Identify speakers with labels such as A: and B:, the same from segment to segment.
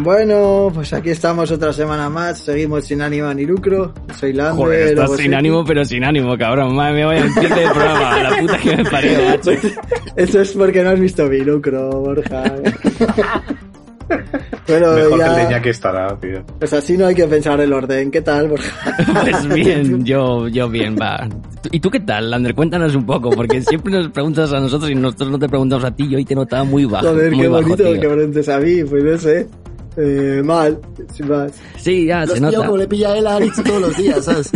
A: Bueno, pues aquí estamos otra semana más. Seguimos sin ánimo ni lucro. Soy Lander.
B: Joder, estás
A: Obosetti.
B: sin ánimo, pero sin ánimo, cabrón. Madre mía, vaya empiece de programa. La puta que me parió, macho.
A: Eso es porque no has visto mi lucro, Borja. Pero
C: Mejor
A: ya-
C: que el de Iñaki estará, tío.
A: Pues así no hay que pensar el orden. ¿Qué tal, Borja?
B: Pues bien, yo, yo bien, va. ¿Y tú qué tal, Lander? Cuéntanos un poco, porque siempre nos preguntas a nosotros y nosotros no te preguntamos a ti. Yo hoy te notaba muy bajo.
A: Joder,
B: Ah, muy
A: qué
B: bajo,
A: bonito
B: tío.
A: que preguntes a mí. Pues no sé. Eh, mal, sin más.
B: Sí, ya,
D: Lo
B: se
D: has pillado
B: nota.
D: como le pilla a él a Alex todos los días, ¿sabes?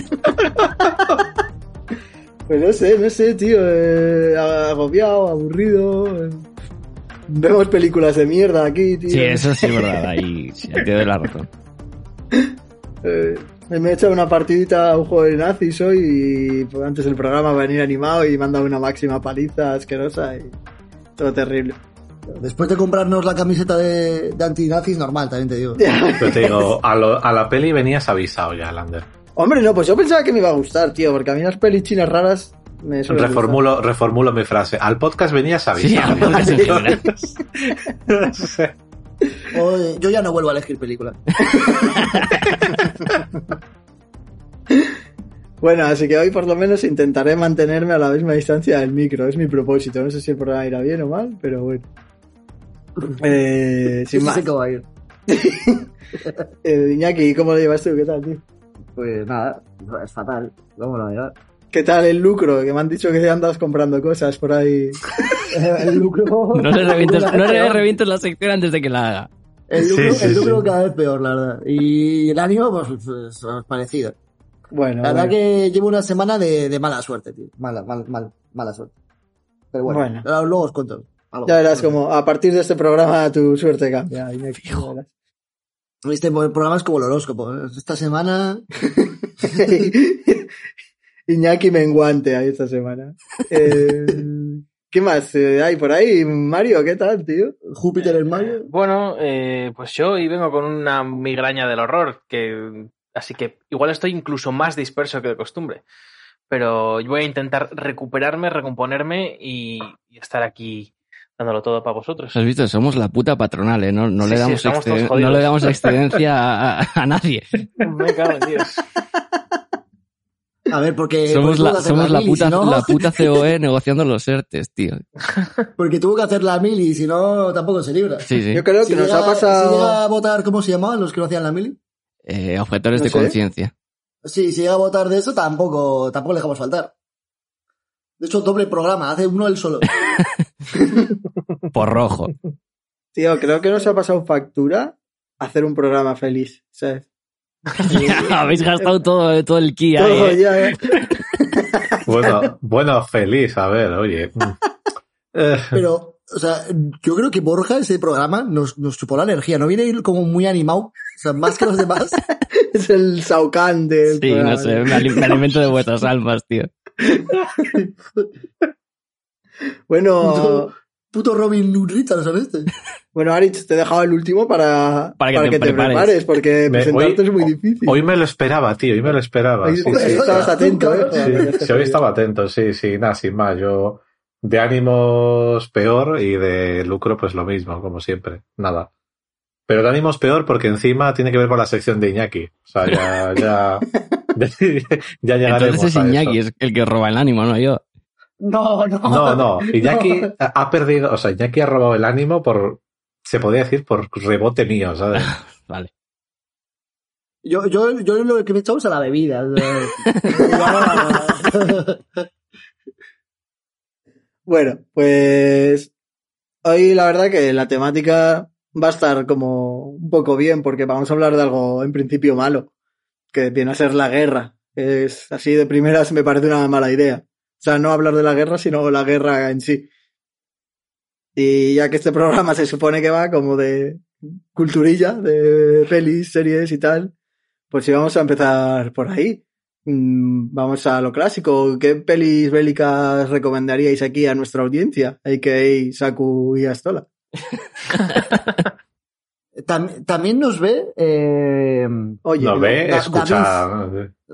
A: Pues no sé, no sé, tío. eh, agobiado, aburrido. eh. Vemos películas de mierda aquí, tío.
B: Sí, eso sí es verdad, ahí sí, te doy la razón.
A: Eh, me he echado una partidita a un juego de nazis hoy y pues, antes del programa venir animado y me han dado una máxima paliza asquerosa y todo terrible.
D: Después de comprarnos la camiseta de, de antinazis, normal, también te digo.
C: Pero te digo, a, lo- a la peli venías avisado ya, Lander.
A: Hombre, no, pues yo pensaba que me iba a gustar, tío, porque a mí las pelis chinas raras me suelen
C: Reformulo, reformulo mi frase. Al podcast venías
B: Sí,
C: avisado.
B: al podcast en general.
C: No sé.
D: Oye, yo ya no vuelvo a elegir películas.
A: gustar. Bueno, así que hoy por lo menos intentaré mantenerme a la misma distancia del micro, es mi propósito. No sé si el programa irá bien o mal, pero bueno. Eh, sin
D: Sí
A: más.
D: sé que va a ir.
A: Eh, Iñaki, ¿cómo lo llevas tú? ¿Qué tal, tío?
D: Pues nada, es fatal. ¿Cómo lo va a llevar?
A: ¿Qué tal el lucro? Que me han dicho que te andas comprando cosas por ahí.
D: El lucro.
B: No le revientes, no le revientes la sección antes de que la haga.
D: El lucro,
C: Sí, sí,
D: el lucro
C: sí.
D: cada vez peor, la verdad. Y el ánimo, pues, pues, parecido.
A: Bueno,
D: La verdad
A: bueno.
D: que llevo una semana de, de mala suerte, tío. Mala, mal, mal, mala suerte. Pero bueno,
A: Bueno.
D: ahora luego os cuento. algo.
A: Ya verás como a partir de este programa tu suerte cambia. Iñaki, ya verás.
D: Este programa es como el horóscopo. ¿eh? Esta semana
A: Iñaki menguante ahí esta semana. Eh, ¿Qué más eh, hay por ahí? Mario, ¿qué tal, tío?
D: Júpiter en Mario.
E: Eh, Bueno, eh, pues yo hoy vengo con una migraña del horror, que así que igual estoy incluso más disperso que de costumbre. Pero yo voy a intentar recuperarme, recomponerme y, y estar aquí dándolo todo para vosotros.
B: ¿Has visto? Somos la puta patronal, ¿eh? No, no
E: Sí,
B: le
E: sí,
B: damos
E: estamos todos
B: exceden-
E: jodidos.
B: no le damos excedencia a, a- a nadie.
E: Me cago en Dios.
D: A ver, porque.
B: somos
D: porque tuvo que
B: la,
D: hacer
B: somos la
D: mil y
B: puta,
D: si no-
B: la puta COE negociando los ERTES, tío.
D: Porque tuvo que hacer la mili, y si no, tampoco se libra.
B: Sí, sí.
A: Yo creo que
D: Si
A: nos
D: llega-
A: ha
D: si llega
A: pasado.
D: a votar, ¿cómo se llamaban los que no hacían la mili?
B: Eh, objetores
A: No
B: de
A: sé.
B: conciencia.
D: Sí, si llega a votar de eso, tampoco, tampoco le dejamos faltar. De hecho, doble programa, hace uno él solo.
B: Por rojo.
A: Tío, creo que nos ha pasado factura hacer un programa feliz. ¿sabes?
B: Habéis gastado todo, todo el ki ahí,
A: Todo
B: ¿eh?
A: ya, eh.
C: Bueno, bueno, feliz, a ver, oye. Mm. Eh,
D: Pero, o sea, yo creo que Borja, ese programa, nos, nos chupó la energía. No viene ir como muy animado, o sea, más que los demás.
A: Es el Saucán del.
B: Sí,
A: programa.
B: no sé, me, ali- me alimento de vuestras almas, tío.
A: Bueno,
D: Puto, puto Robin Hood Richardson este.
A: bueno, Aritz, te he dejado el último para,
B: Para que te prepares.
A: porque
C: Me-
A: presentarte
C: hoy-
A: es muy difícil.
C: hoy me lo esperaba, tío, hoy me lo esperaba.
A: Hoy-
C: Sí,
A: hoy
C: sí.
A: estabas
D: Sí,
A: atento,
D: sí,
A: eh.
D: sí,
A: Joder, ya
C: Sí,
A: está
C: sí, hoy
A: bien.
C: estaba atento, sí, sí, nada, sin más. Yo de ánimos peor y de lucro pues lo mismo, como siempre, nada. Pero de ánimos peor porque encima tiene que ver con la sección de Iñaki. O sea, ya, ya, ya, llegaremos
B: Entonces es
C: a
B: Iñaki
C: eso.
B: es el que roba el ánimo, no yo.
D: No, no.
C: No, no, Iñaki ha perdido, o sea, Iñaki ha robado el ánimo por, se podría decir, por rebote mío, ¿sabes?
B: Vale.
D: Yo, yo, yo lo que me he echado es a la bebida. o sea.
A: Bueno, pues hoy la verdad que la temática va a estar como un poco bien porque vamos a hablar de algo en principio malo, que viene a ser la guerra. Es así de primeras me parece una mala idea. O sea, no hablar de la guerra, sino la guerra en sí. Y ya que este programa se supone que va como de culturilla, de pelis, series y tal, pues sí vamos a empezar por ahí. Mm, Vamos a lo clásico. ¿Qué pelis bélicas recomendaríais aquí a nuestra audiencia? A.K.A. Saku y Astola.
D: Tam- también nos ve. Eh,
A: Oye,
C: No
A: no,
C: ve,
D: Da-
C: escucha.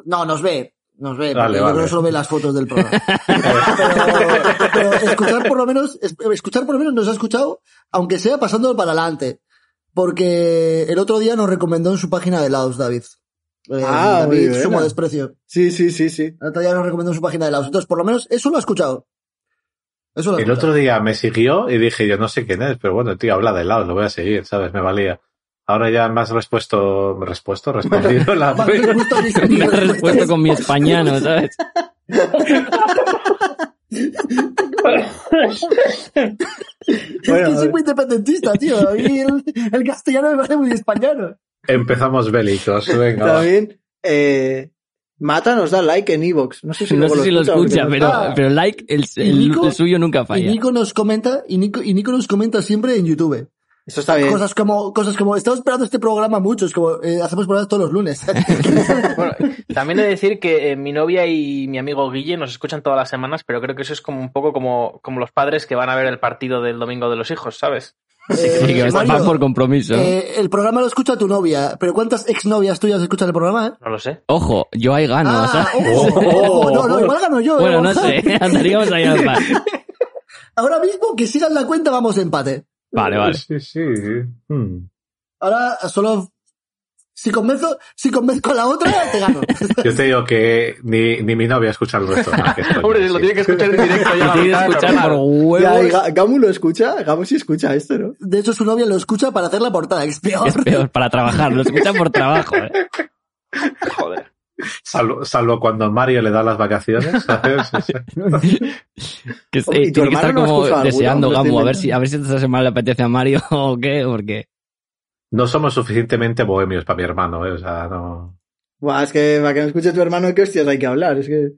D: no, nos ve. Nos ve, porque
C: Vale,
D: yo
C: vale.
D: creo que solo ve las fotos del programa. pero, pero escuchar por lo menos, es- escuchar por lo menos nos ha escuchado, aunque sea pasando para adelante. Porque el otro día nos recomendó en su página de Laos, David. Eh,
A: Ah, muy
D: David,
A: buena.
D: sumo desprecio.
A: Sí, sí, sí, sí.
D: El otro día nos recomendó en su página de Laos. Entonces, por lo menos, eso lo ha escuchado. Eso lo ha
C: El
D: escuchado.
C: otro día me siguió y dije, yo no sé quién es, pero bueno, tío, habla de lado, lo voy a seguir, ¿sabes? Me valía. Ahora ya me has respuesto, respuesto, respondido la
D: Más disgusto ni- ni
B: Me has
D: respuestas.
B: respuesto con mi españano, ¿sabes?
A: Bueno,
D: es que soy muy independentista, tío. A mí el, el castellano me parece muy español.
C: Empezamos bélicos, venga. va.
A: También, eh, Mata nos da like en Evox. No sé si,
B: No
A: luego
B: sé si lo
A: o
B: escucha,
A: no.
B: pero,
D: Ah.
B: pero like, el, el-
D: Nico?
B: el suyo nunca
D: Y
B: falla.
D: Nico nos comenta, y Nico, y Nico nos comenta siempre en YouTube.
A: Eso está
B: Eh,
A: bien.
D: Cosas como, cosas como, estamos esperando este programa mucho, es como, eh, hacemos programas todos los lunes. Eh,
E: Bueno, también he de decir que eh, mi novia y mi amigo Guille nos escuchan todas las semanas, pero creo que eso es como un poco como, como los padres que van a ver el partido del domingo de los hijos, ¿sabes?
B: Sí, que
D: Eh,
B: está
D: Mario,
B: más por compromiso.
D: eh, el programa lo escucha tu novia, pero ¿cuántas exnovias tuyas escuchan el programa, eh?
E: No lo sé.
B: Ojo, yo ahí gano,
D: ah,
B: ¿sabes?
D: ojo,
C: Oh.
D: ojo, no, no, igual gano yo. eh,
B: Bueno, no
D: Borja.
B: sé, andaríamos ahí al par.
D: Ahora mismo que sigan la cuenta vamos de empate.
B: Vale, vale.
C: Sí, sí. Hmm.
D: Ahora solo, si convenzo, si convenzco a la otra, te gano.
C: Yo te digo que ni, ni mi novia escucha el resto. ¿no? Que coño,
E: Hombre, lo
C: sí.
E: tiene que escuchar en directo ya.
B: Lo
E: la
B: tienes
E: mitad
B: que
E: de
B: escuchar por
E: normal.
A: Ya, y
B: huevos.
A: Ga- Gamu lo escucha. Gamu sí escucha esto, ¿no?
D: De hecho, su novia lo escucha para hacer la portada, que es peor.
B: Es peor para trabajar, lo escuchan por trabajo. ¿eh?
E: Joder.
C: Salvo, salvo cuando Mario le da las vacaciones, ¿sabes? Sí, sí.
B: Que, es-
A: Hombre, ¿y tu
B: eh, tiene que
A: hermano
B: estar
A: no ha
B: como
A: escuchado alguno?
B: deseando,
A: Me lo estoy
B: Gamu, a ver
A: inventando.
B: si, a ver si esta semana le apetece a Mario o qué, porque
C: No somos suficientemente bohemios para mi hermano, ¿eh? O sea, no...
A: Buah, es que para que no escuche tu hermano, ¿de qué hostias hay que hablar? Es que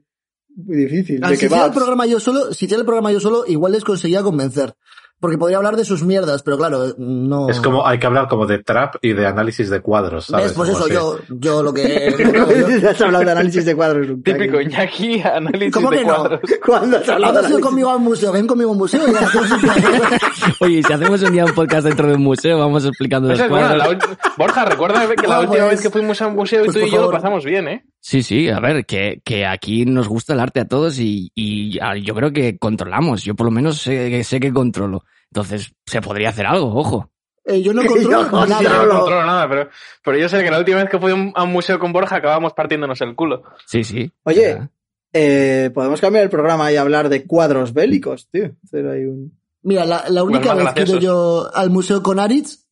A: muy difícil.
D: Ah,
A: ¿De
D: si
A: qué
D: hiciera el
A: va?
D: programa yo solo, si hiciera el programa yo solo, igual les conseguía convencer. Porque podría hablar de sus mierdas, pero claro, no.
C: Es como, hay que hablar como de trap y de análisis de cuadros, ¿sabes?
D: Oh. ¿Ves? Pues
C: Como
D: eso,
C: si-
D: yo, yo lo que. lo que hago yo.
A: has hablado de análisis de cuadros. Lukaku.
E: Típico Iñaki, análisis
D: ¿Cómo
E: de
D: que no?
E: cuadros.
A: ¿Cuándo has hablado de
D: ¿Has ido
A: análisis?
D: conmigo a un museo? Ven conmigo a un museo. y ya hacemos un programa.
B: Oye, si hacemos un día un podcast dentro de un museo, vamos explicando los
E: Esa es buena,
B: cuadros.
E: la ul- Borja, recuerda que la
D: Ah,
E: última
D: pues-
E: vez que fuimos a un museo
D: pues
E: tú y
D: por
E: yo lo
D: favor.
E: pasamos bien, ¿eh?
B: Sí, sí, a ver, que, que aquí nos gusta el arte a todos y, y a- yo creo que controlamos. Yo por lo menos sé, que- sé que controlo. Entonces, se podría hacer algo, ojo.
D: Eh, yo no
A: Que yo
D: controlo
A: no
E: Yo
D: nada.
A: sé.
E: no
A: no.
E: controlo nada, pero, pero yo sé que la última vez que fui a un- a un museo con Borja acabamos partiéndonos el culo.
B: Sí, sí.
A: Oye.
B: Ah,
A: Eh, podemos cambiar el programa y hablar de cuadros bélicos, tío. Hacer ahí un-
D: Mira, la, la única
E: más
D: vez que he ido
E: graciosos.
D: yo al museo con Aritz,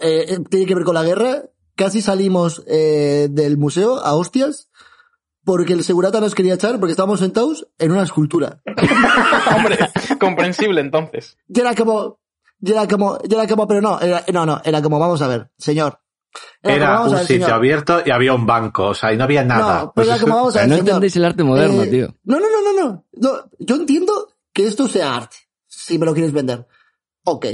D: eh, eh, tiene que ver con la guerra, casi salimos eh, del museo a hostias, porque el segurata nos quería echar porque estábamos sentados en una escultura.
E: Hombre, comprensible entonces.
D: Y era como, y era como, y era como, pero no, era, no, no, era como, vamos a ver, señor. como,
C: Era
D: vamos
C: un
D: a ver,
C: sitio
D: señor.
C: abierto y había un banco, o sea, y no había nada.
D: No,
C: Pues
D: pero era
C: es-
D: como, vamos a ver,
B: no
D: señor.
B: entendéis el arte moderno,
D: Eh,
B: tío.
D: No, no, no, no, no, No, Yo entiendo que esto sea arte, si me lo quieres vender. Ok.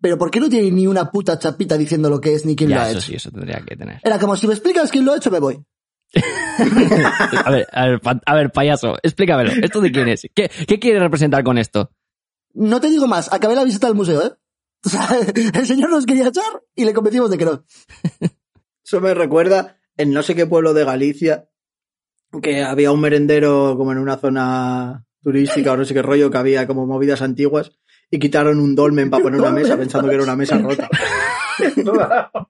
D: Pero ¿por qué no tiene ni una puta chapita diciendo lo que es ni quién lo
B: Ya,
D: ha
B: eso
D: hecho?
B: sí, eso tendría que tener.
D: Era como, si me explicas quién lo ha hecho, me voy.
B: A ver, a ver, pa- a ver, payaso, explícamelo. ¿Esto de quién es? ¿Qué, qué quiere representar con esto?
D: No te digo más, acabé la visita al museo, ¿eh? O sea, el señor nos quería echar y le convencimos de que no.
A: Eso me recuerda en no sé qué pueblo de Galicia que había un merendero como en una zona turística o no sé qué rollo que había como movidas antiguas y quitaron un dolmen para poner una mesa pensando que era una mesa rota. A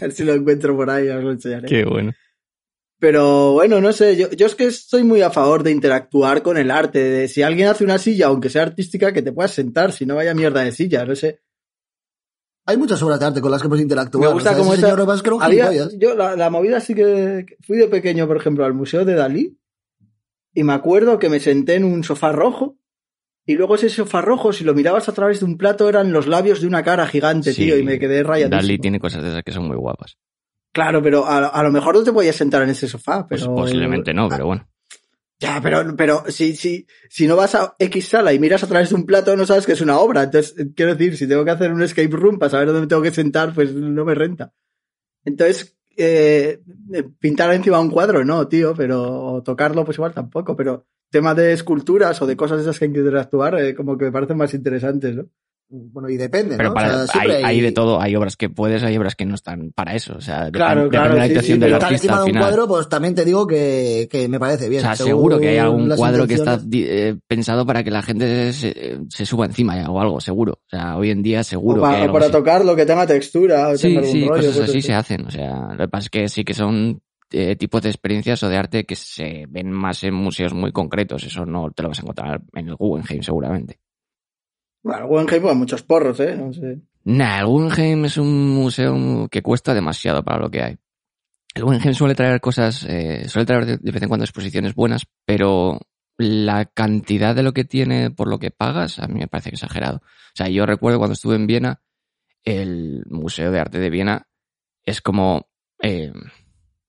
A: ver si lo encuentro por ahí, os lo enseñaré.
B: Qué bueno.
A: Pero bueno, no sé, yo, yo es que estoy muy a favor de interactuar con el arte, de si alguien hace una silla, aunque sea artística, que te puedas sentar, si no vaya mierda de silla, no sé.
D: Hay muchas obras de arte con las que puedes interactuar.
A: Me gusta
D: o sea,
A: como
D: ese
A: esa-
D: señor Robas que era un
A: Había-
D: Oh, gilipollas.
A: yo la, la movida sí que que fui de pequeño, por ejemplo, al Museo de Dalí y me acuerdo que me senté en un sofá rojo y luego ese sofá rojo, si lo mirabas a través de un plato, eran los labios de una cara gigante,
B: Sí,
A: tío, y me quedé rayadísimo.
B: Dalí tiene cosas de esas que son muy guapas.
A: Claro, pero a, a lo mejor no te podías sentar en ese sofá,
B: Pues
A: pero...
B: posiblemente no, pero bueno.
A: Ya, pero, pero si, si, si no vas a X sala y miras a través de un plato, no sabes que es una obra. Entonces, eh, quiero decir, si tengo que hacer un escape room para saber dónde me tengo que sentar, pues no me renta. Entonces, eh, eh, pintar encima un cuadro, no, tío, pero o tocarlo, pues igual tampoco. Pero temas de esculturas o de cosas esas que hay que interactuar, eh, como que me parecen más interesantes, ¿no?
D: Bueno, y depende,
B: Pero
D: ¿no?
B: para-
D: O sea,
B: hay,
D: siempre
B: hay de todo, hay obras que puedes, hay obras que no están para eso. O sea, depen-
A: Claro,
B: depende
A: claro,
B: de la
A: sí,
B: actuación
A: sí,
B: del
A: pero
D: estar
B: artista
D: encima
B: al
D: de un
B: final.
D: cuadro, pues también te digo que, que me parece
B: o
D: bien.
B: sea, seguro que hay
D: según
B: algún
D: las
B: cuadro que está
D: intenciones.
B: di- eh, pensado para que la gente se, se suba encima ya, o algo, seguro. O sea, hoy en día
A: O
B: seguro
A: pa-
B: que hay
A: o
B: algo
A: para
B: así.
A: tocarlo, que tenga textura, o
B: Sí,
A: tenga algún
B: sí,
A: rollo. pues,
B: cosas
A: cosas
B: así se hacen. O sea, lo que pasa es que sí que son eh, tipos de experiencias o de arte que se ven más en museos muy concretos. Eso no te lo vas a encontrar en el Guggenheim seguramente.
A: Bueno, el Guggenheim, pues, muchos porros, ¿eh? No sé.
B: Nah, el Guggenheim es un museo que cuesta demasiado para lo que hay. El Guggenheim suele traer cosas, eh, suele traer de, de vez en cuando exposiciones buenas, pero la cantidad de lo que tiene por lo que pagas a mí me parece exagerado. O sea, yo recuerdo cuando estuve en Viena, el Museo de Arte de Viena es como eh,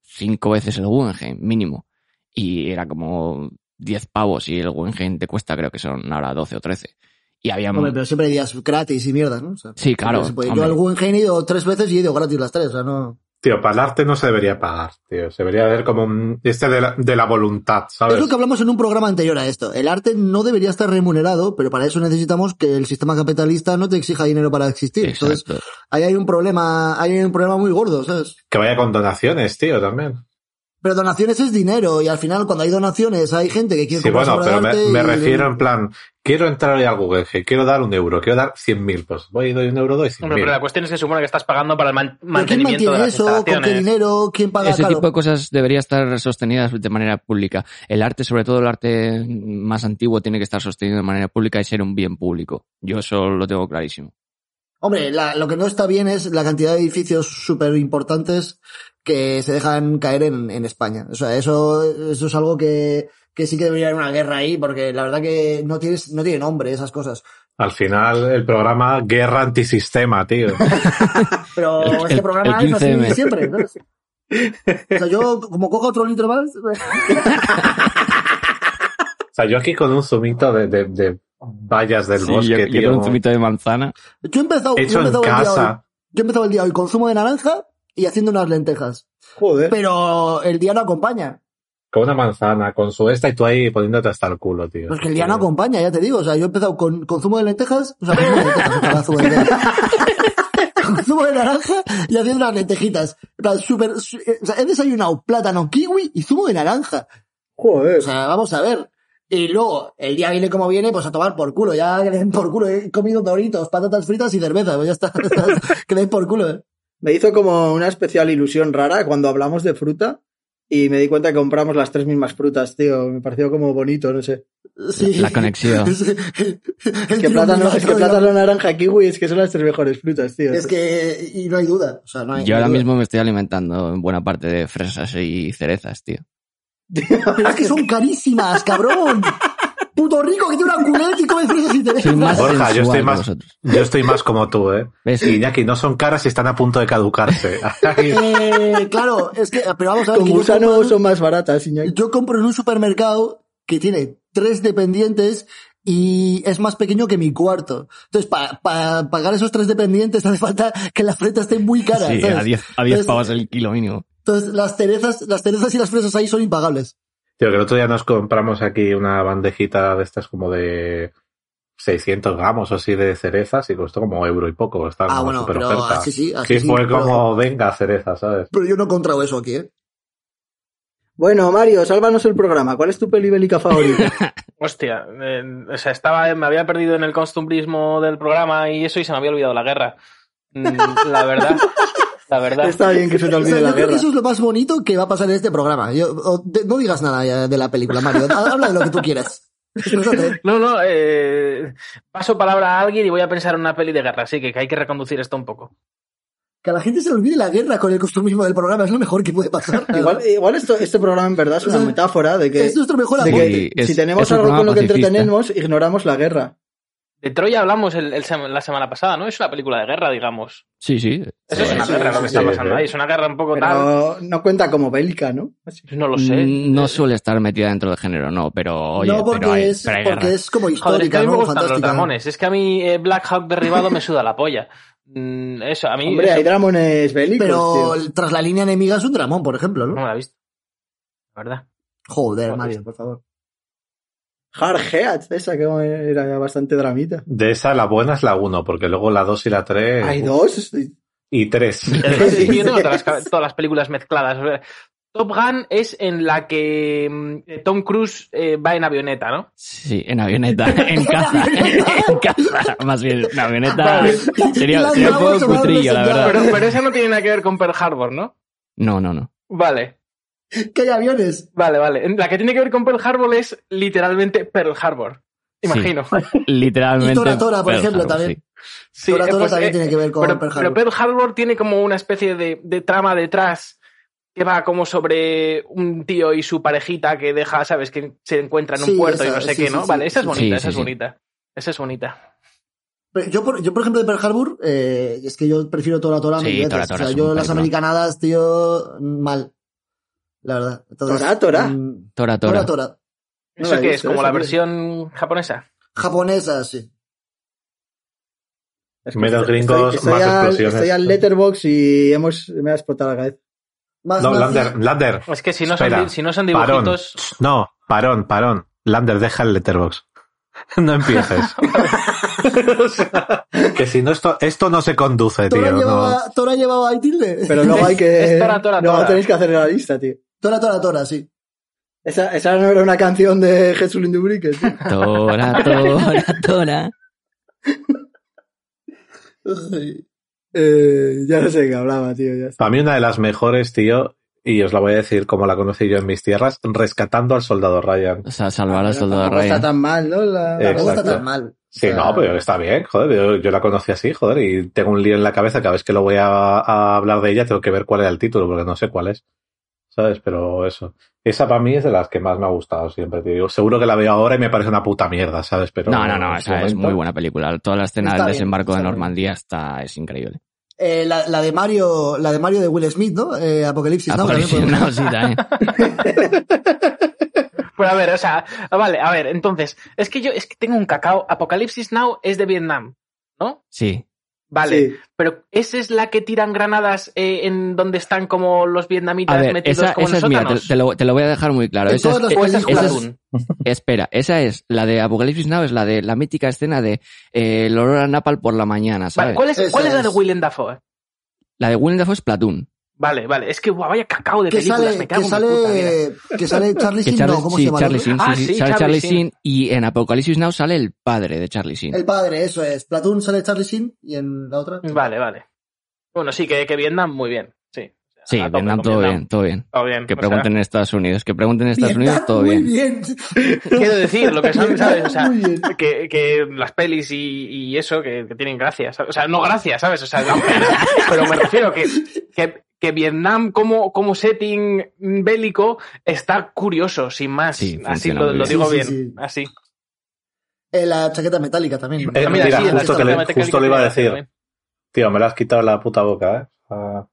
B: cinco veces el Guggenheim, mínimo. Y era como 10 pavos y el Guggenheim te cuesta creo que son ahora 12 o 13. Y había...
D: Hombre, pero siempre hay días gratis y mierda, ¿no? O sea,
B: Sí, claro,
D: se puede- Yo
B: hombre.
D: al Guggenheim he ido tres veces y he ido gratis las tres, o sea, no...
C: Tío, para el arte no se debería pagar, tío. Se debería ver como un... Este de la, de la voluntad, ¿sabes?
D: Es lo que hablamos en un programa anterior a esto. El arte no debería estar remunerado, pero para eso necesitamos que el sistema capitalista no te exija dinero para existir. Entonces,
B: Exacto.
D: ahí hay un problema, ahí hay un problema muy gordo, ¿sabes?
C: Que vaya con donaciones, tío, también.
D: Pero donaciones es dinero y al final cuando hay donaciones hay gente que quiere
C: Sí,
D: comprar
C: bueno,
D: obra de
C: pero me,
D: arte
C: me
D: y-
C: refiero en plan, quiero entrar hoy al Guggenheim, quiero dar un euro, quiero dar 100.000, pues voy y doy un euro, doy
E: Hombre, pero la
C: 100.000.
E: cuestión es que supone que estás pagando para el man-
D: ¿Pero quién
E: mantenimiento de
D: mantiene
E: las
D: eso? ¿Con qué
E: instalaciones.
D: dinero? ¿Quién paga?
B: Ese
D: Claro.
B: tipo de cosas debería estar sostenidas de manera pública. El arte, sobre todo el arte más antiguo, tiene que estar sostenido de manera pública y ser un bien público. Yo eso lo tengo clarísimo.
D: Hombre, la- lo que no está bien es la cantidad de edificios súper importantes que se dejan caer en, en España. O sea, eso, eso es algo que, que sí que debería haber una guerra ahí, porque la verdad que no tienes, no tiene nombre esas cosas.
C: Al final, el programa Guerra Antisistema, tío.
D: Pero
B: El-
D: este
B: el-
D: programa
B: el
D: es así
B: 15M.
D: siempre, ¿sabes? O sea, yo como cojo otro litro más,
C: O sea, yo aquí con un zumito de, de- de vallas del bosque,
B: yo, yo
C: tío.
B: con un zumito de manzana.
D: yo he empezado, yo he
C: hecho en
D: empezado el día hoy,
C: casa.
D: yo he empezado el día hoy con zumo de naranja y haciendo unas lentejas.
A: Joder.
B: Pues
D: Pero el día no acompaña.
C: Con una manzana, con su esta y tú ahí poniéndote hasta el culo, tío.
D: Pues que el día no acompaña, ya te digo. O sea, yo he empezado con, con zumo de lentejas, o sea, con zumo de lentejas, ojalá zumo de lentejas. Con zumo de naranja y haciendo unas lentejitas. En plan, súper, su- eh, o sea, he desayunado plátano, kiwi y zumo de naranja.
A: Joder.
D: O sea, vamos a ver. Y luego, el día viene como viene, pues a tomar por culo. Ya que le den por culo. He comido doritos, patatas fritas y cerveza. Pues ya está. que le den por culo. eh.
A: Me hizo como una especial ilusión rara cuando hablamos de fruta y me di cuenta que compramos las tres mismas frutas, tío. Me pareció como bonito, no sé.
D: Sí.
B: La conexión.
D: Es- el
A: Es que
D: triunvirato,
A: plátano, es que
D: digamos.
A: plátano, naranja, kiwi, es que son las tres mejores frutas, tío.
D: Es que, y no hay duda. O sea, no hay,
B: Yo
D: no hay
B: ahora
D: duda.
B: mismo me estoy alimentando en buena parte de fresas y cerezas, tío.
D: Pero es Ah, que son carísimas, cabrón. Puto rico que tiene una culeta y come fresas y
B: Soy más
D: cerezas.
C: Borja, yo
B: sensual
C: estoy
B: que
C: más-
B: vosotros.
C: Yo estoy más como tú, ¿eh?
B: ¿Ves?
C: Iñaki, no son caras y están a punto de caducarse.
D: Eh, claro, es que, pero vamos a ver.
A: Con
D: que yo
A: gusano
D: compro-
A: son más baratas, Iñaki.
D: Yo compro en un supermercado que tiene tres dependientes y es más pequeño que mi cuarto. Entonces, para pagar esos tres dependientes hace falta que la frente esté muy cara.
B: Sí,
D: ¿sabes?
B: a 10 a 10
D: Entonces-
B: pavos el kilo mínimo.
D: Entonces, las cerezas, las cerezas y las fresas ahí son impagables.
C: Tío, que el otro día nos compramos aquí una bandejita de estas como de 600 gramos o así de cerezas y costó como euro y poco. Estaba
D: Ah,
C: como
D: bueno,
C: súper
D: pero
C: oferta.
D: así sí, así
C: Sí,
D: sí.
C: fue
D: pero-
C: como, venga, cereza, ¿sabes?
D: pero yo no he encontrado eso aquí, eh.
A: Bueno, Mario, sálvanos el programa. ¿Cuál es tu peli bélica favorita?
E: Hostia, eh, o sea, estaba, me había perdido en el costumbrismo del programa y eso y se me había olvidado la guerra. Mm, La verdad, la verdad.
A: Está bien que se te
D: O sea,
A: olvide
D: yo
A: la
D: creo que
A: guerra.
D: eso es lo más bonito que va a pasar en este programa. Yo- o de- no digas nada ya de la película, Mario. Ha- Habla de lo que tú quieras. Exprésate.
E: No, no, eh, paso palabra a alguien y voy a pensar en una peli de guerra, así que hay que reconducir esto un poco.
D: Que a la gente se le olvide la guerra con el costumbrismo del programa es lo mejor que puede pasar.
A: Igual, igual esto, este programa en verdad es una
D: O sea,
A: metáfora de que,
D: es nuestro mejor
A: de
D: amor.
A: que
B: Sí, es-
A: si
B: es
A: tenemos
B: un
A: algo
B: programa
A: con lo que
B: pacifista.
A: entretenemos, ignoramos la guerra.
E: De Troya hablamos el- el sem- la semana pasada, ¿no? Es una película de guerra, digamos.
B: Sí, sí. Eh,
E: Eso es
C: Sí,
E: una
C: sí,
E: guerra lo que
C: sí,
E: está
C: sí,
E: pasando
C: sí.
E: ahí, es una guerra un poco tal. pues
A: Pero no cuenta como bélica, ¿no? Así.
E: No lo sé.
A: mm,
B: No suele estar metida dentro del género, no, pero oye,
D: no, porque,
B: pero hay,
D: es,
B: pero hay
D: porque
B: guerra.
D: es como histórica,
E: Joder, es que a mí me
D: ¿no?
E: gustan los
D: Fantástica.
E: dramones. Es que a mí eh, Black Hawk derribado me suda la polla. Mm, Eso, a mí...
A: Hombre,
E: eso-
A: hay dramones bélicos,
D: Pero
A: tío.
D: el- tras la línea enemiga es un dramón, por ejemplo,
E: No
D: ¿no?
E: me la he visto. La verdad.
D: Joder,
E: No,
D: Mario, por favor.
A: Hard Heat, esa que era ya bastante dramita.
C: De esa, la buena es la 1, porque luego la 2 y la 3.
A: Hay dos.
C: Y 3.
E: Además, es viendo todas, las, todas las películas mezcladas. O sea, Top Gun es en la que mm, Tom Cruise eh, va en avioneta, ¿no?
B: Sí, en avioneta, en casa, en casa, más bien, en avioneta
E: Vale.
B: sería, sería un poco cutrillo, la verdad.
E: Pero, pero eso no tiene nada que ver con Pearl Harbor, ¿no?
B: No, no, no.
E: Vale,
D: Que hay aviones.
E: vale, vale. La que tiene que ver con Pearl Harbor es literalmente Pearl Harbor. Imagino.
B: Literalmente.
D: Y Tora Tora, por
B: Pearl
D: ejemplo,
B: Harbor,
D: también.
E: Sí,
D: Tora
E: eh,
D: Tora
E: pues,
D: también
E: eh,
D: tiene que ver con
E: pero,
D: Pearl
E: pero
D: Harbor.
E: Pearl Harbor tiene como una especie de, de trama detrás que va como sobre un tío y su parejita que deja, ¿sabes? Que se encuentra en un
D: Sí,
E: puerto y
D: esa,
E: no sé
D: sí,
E: qué,
D: sí,
E: ¿no?
D: sí.
E: vale, esa es bonita,
B: Sí,
E: esa
B: sí,
E: es
B: sí.
E: bonita. Esa es bonita.
D: Pero Yo por, yo, por ejemplo, de Pearl Harbor, eh, es que yo prefiero Tora Tora
B: Sí,
D: mil veces.
B: Tora Tora
D: o
B: es
D: sea,
B: un
D: yo las
B: peliculón.
D: americanadas, tío, mal. La verdad. Entonces,
A: Tora Tora.
D: mm,
B: Tora
D: Tora
B: Tora.
D: Tora.
A: No
E: ¿Eso
A: la he
E: qué es?
A: visto,
E: ¿Como
A: esa,
E: la
A: tío.
E: versión japonesa?
D: Japonesa, sí.
A: Es que
C: Menos
A: estoy-
C: gringos,
A: estoy-
C: más
A: estoy al-
C: explosiones.
A: Estoy al Letterbox y hemos, me ha explotado la cabeza.
D: Más
C: No,
D: nazi-
C: Lander, Lander.
E: Es que si no, son,
C: Espera,
E: di- si no son
C: parón.
E: dibujitos...
C: No, parón, parón. Lander, deja el letterbox. No empieces. O sea, que si no, esto, esto no se conduce,
D: Tora,
C: tío.
D: llevaba,
C: no.
D: Tora llevaba ahí tilde.
A: Pero luego hay que.
E: es Tora, Tora,
A: luego
E: Tora.
A: tenéis que hacer la lista, tío.
D: Tora Tora Tora, sí.
A: Esa, esa no era una canción de Jesús Lindubrique, tío.
B: Tora, Tora, Tora.
D: Ay.
A: Eh, ya no sé de qué hablaba, tío. Ya está.
C: Para mí una de las mejores, tío, y os la voy a decir como la conocí yo en mis tierras, rescatando al soldado Ryan.
B: O sea, salvar
D: Ah,
B: al soldado
A: Tampoco está
B: Ryan.
A: tan mal, ¿no? La- la
D: Tampoco está
C: Exacto.
D: tan mal.
C: Sí,
D: O sea,
C: no, pero está bien, joder, yo, yo la conocí así, joder, y tengo un lío en la cabeza, cada vez que lo voy a, a hablar de ella tengo que ver cuál era el título, porque no sé cuál es, ¿sabes? Pero eso, esa para mí es de las que más me ha gustado siempre, tío. Seguro que la veo ahora y me parece una puta mierda, ¿sabes? Pero
B: No, no, no,
C: en su
B: esa es
C: momento-
B: muy buena película. Toda la escena
D: Está
B: del
D: bien,
B: desembarco de
D: está bien.
B: Normandía está, es increíble.
D: eh, la, la de Mario, la de Mario de Will Smith, ¿no? Eh, Apocalipsis, ¿no?
B: Apocalipsis
D: También podemos-
B: Now, Ah, sí, también.
E: Pero Pues a ver, o sea, vale, a ver, entonces, es que yo es que tengo un cacao. Apocalipsis Now es de Vietnam, ¿no?
B: Sí.
E: Vale,
A: Sí.
E: pero esa es la que tiran granadas eh, en donde están como los vietnamitas
B: A ver,
E: metidos
B: esa,
E: como
B: esa
E: en
B: es mía, te,
E: sótanos.
B: te lo, te lo voy a dejar muy claro.
D: En
B: Esa es,
D: todas las
E: O esa es
D: películas.
E: Platoon.
B: Espera, esa es la de Apocalipsis Now, es la de la mítica escena de eh, el olor a Napal por la mañana,
E: Vale,
B: ¿sabes?
E: ¿cuál es,
D: Esa
E: cuál es la de
D: es.
E: Willem Dafoe? Eh,
B: La de Willem Dafoe es Platoon.
E: Vale, vale, es que guau, vaya cacao de
D: Que
E: películas, me
D: sale, que
E: cago en mi puta vida.
D: sale, que sale Charlie
B: Que
D: Sheen,
B: Charlie,
D: no, ¿cómo
B: sí,
D: se llama?
B: Charlie Sheen,
E: Ah,
B: sí,
E: sí,
B: sale
E: Charlie
B: Charlie
E: Sheen.
B: Sheen. Y en Apocalipsis Now sale el padre de Charlie Sheen.
D: El padre, eso es. Platoon sale Charlie Sheen y en la otra.
E: Vale, vale. Bueno, sí, que, que Vietnam muy bien, sí.
B: Sí,
E: A tope
B: Vietnam,
E: con
B: todo
E: Vietnam.
B: bien, todo bien.
E: Todo bien.
B: Que
E: o sea,
B: pregunten en Estados Unidos, que pregunten en Estados Unidos,
D: Vietnam,
B: todo
D: Pues muy
B: bien.
D: bien.
E: quiero decir, lo que son, ¿sabes? O sea,
D: Muy bien.
E: que, que las pelis y, y eso que, que tienen gracia, ¿sabes? o sea, no gracia, ¿sabes? O sea, no, pero me refiero que, que, que Vietnam como, como setting bélico está curioso, sin más.
B: Sí, funciona
E: así lo,
B: muy
E: lo
B: bien.
E: digo
D: Sí,
E: bien,
D: sí, sí.
E: así.
D: Eh, la chaqueta metálica también.
C: Eh,
E: Mira,
C: mira,
E: sí, es
C: justo,
E: la
C: que le,
E: chaqueta
C: justo
E: que
C: le iba a
E: tiene
C: decir,
E: gracia
C: tío, me la has quitado la puta boca, ¿eh? Ah.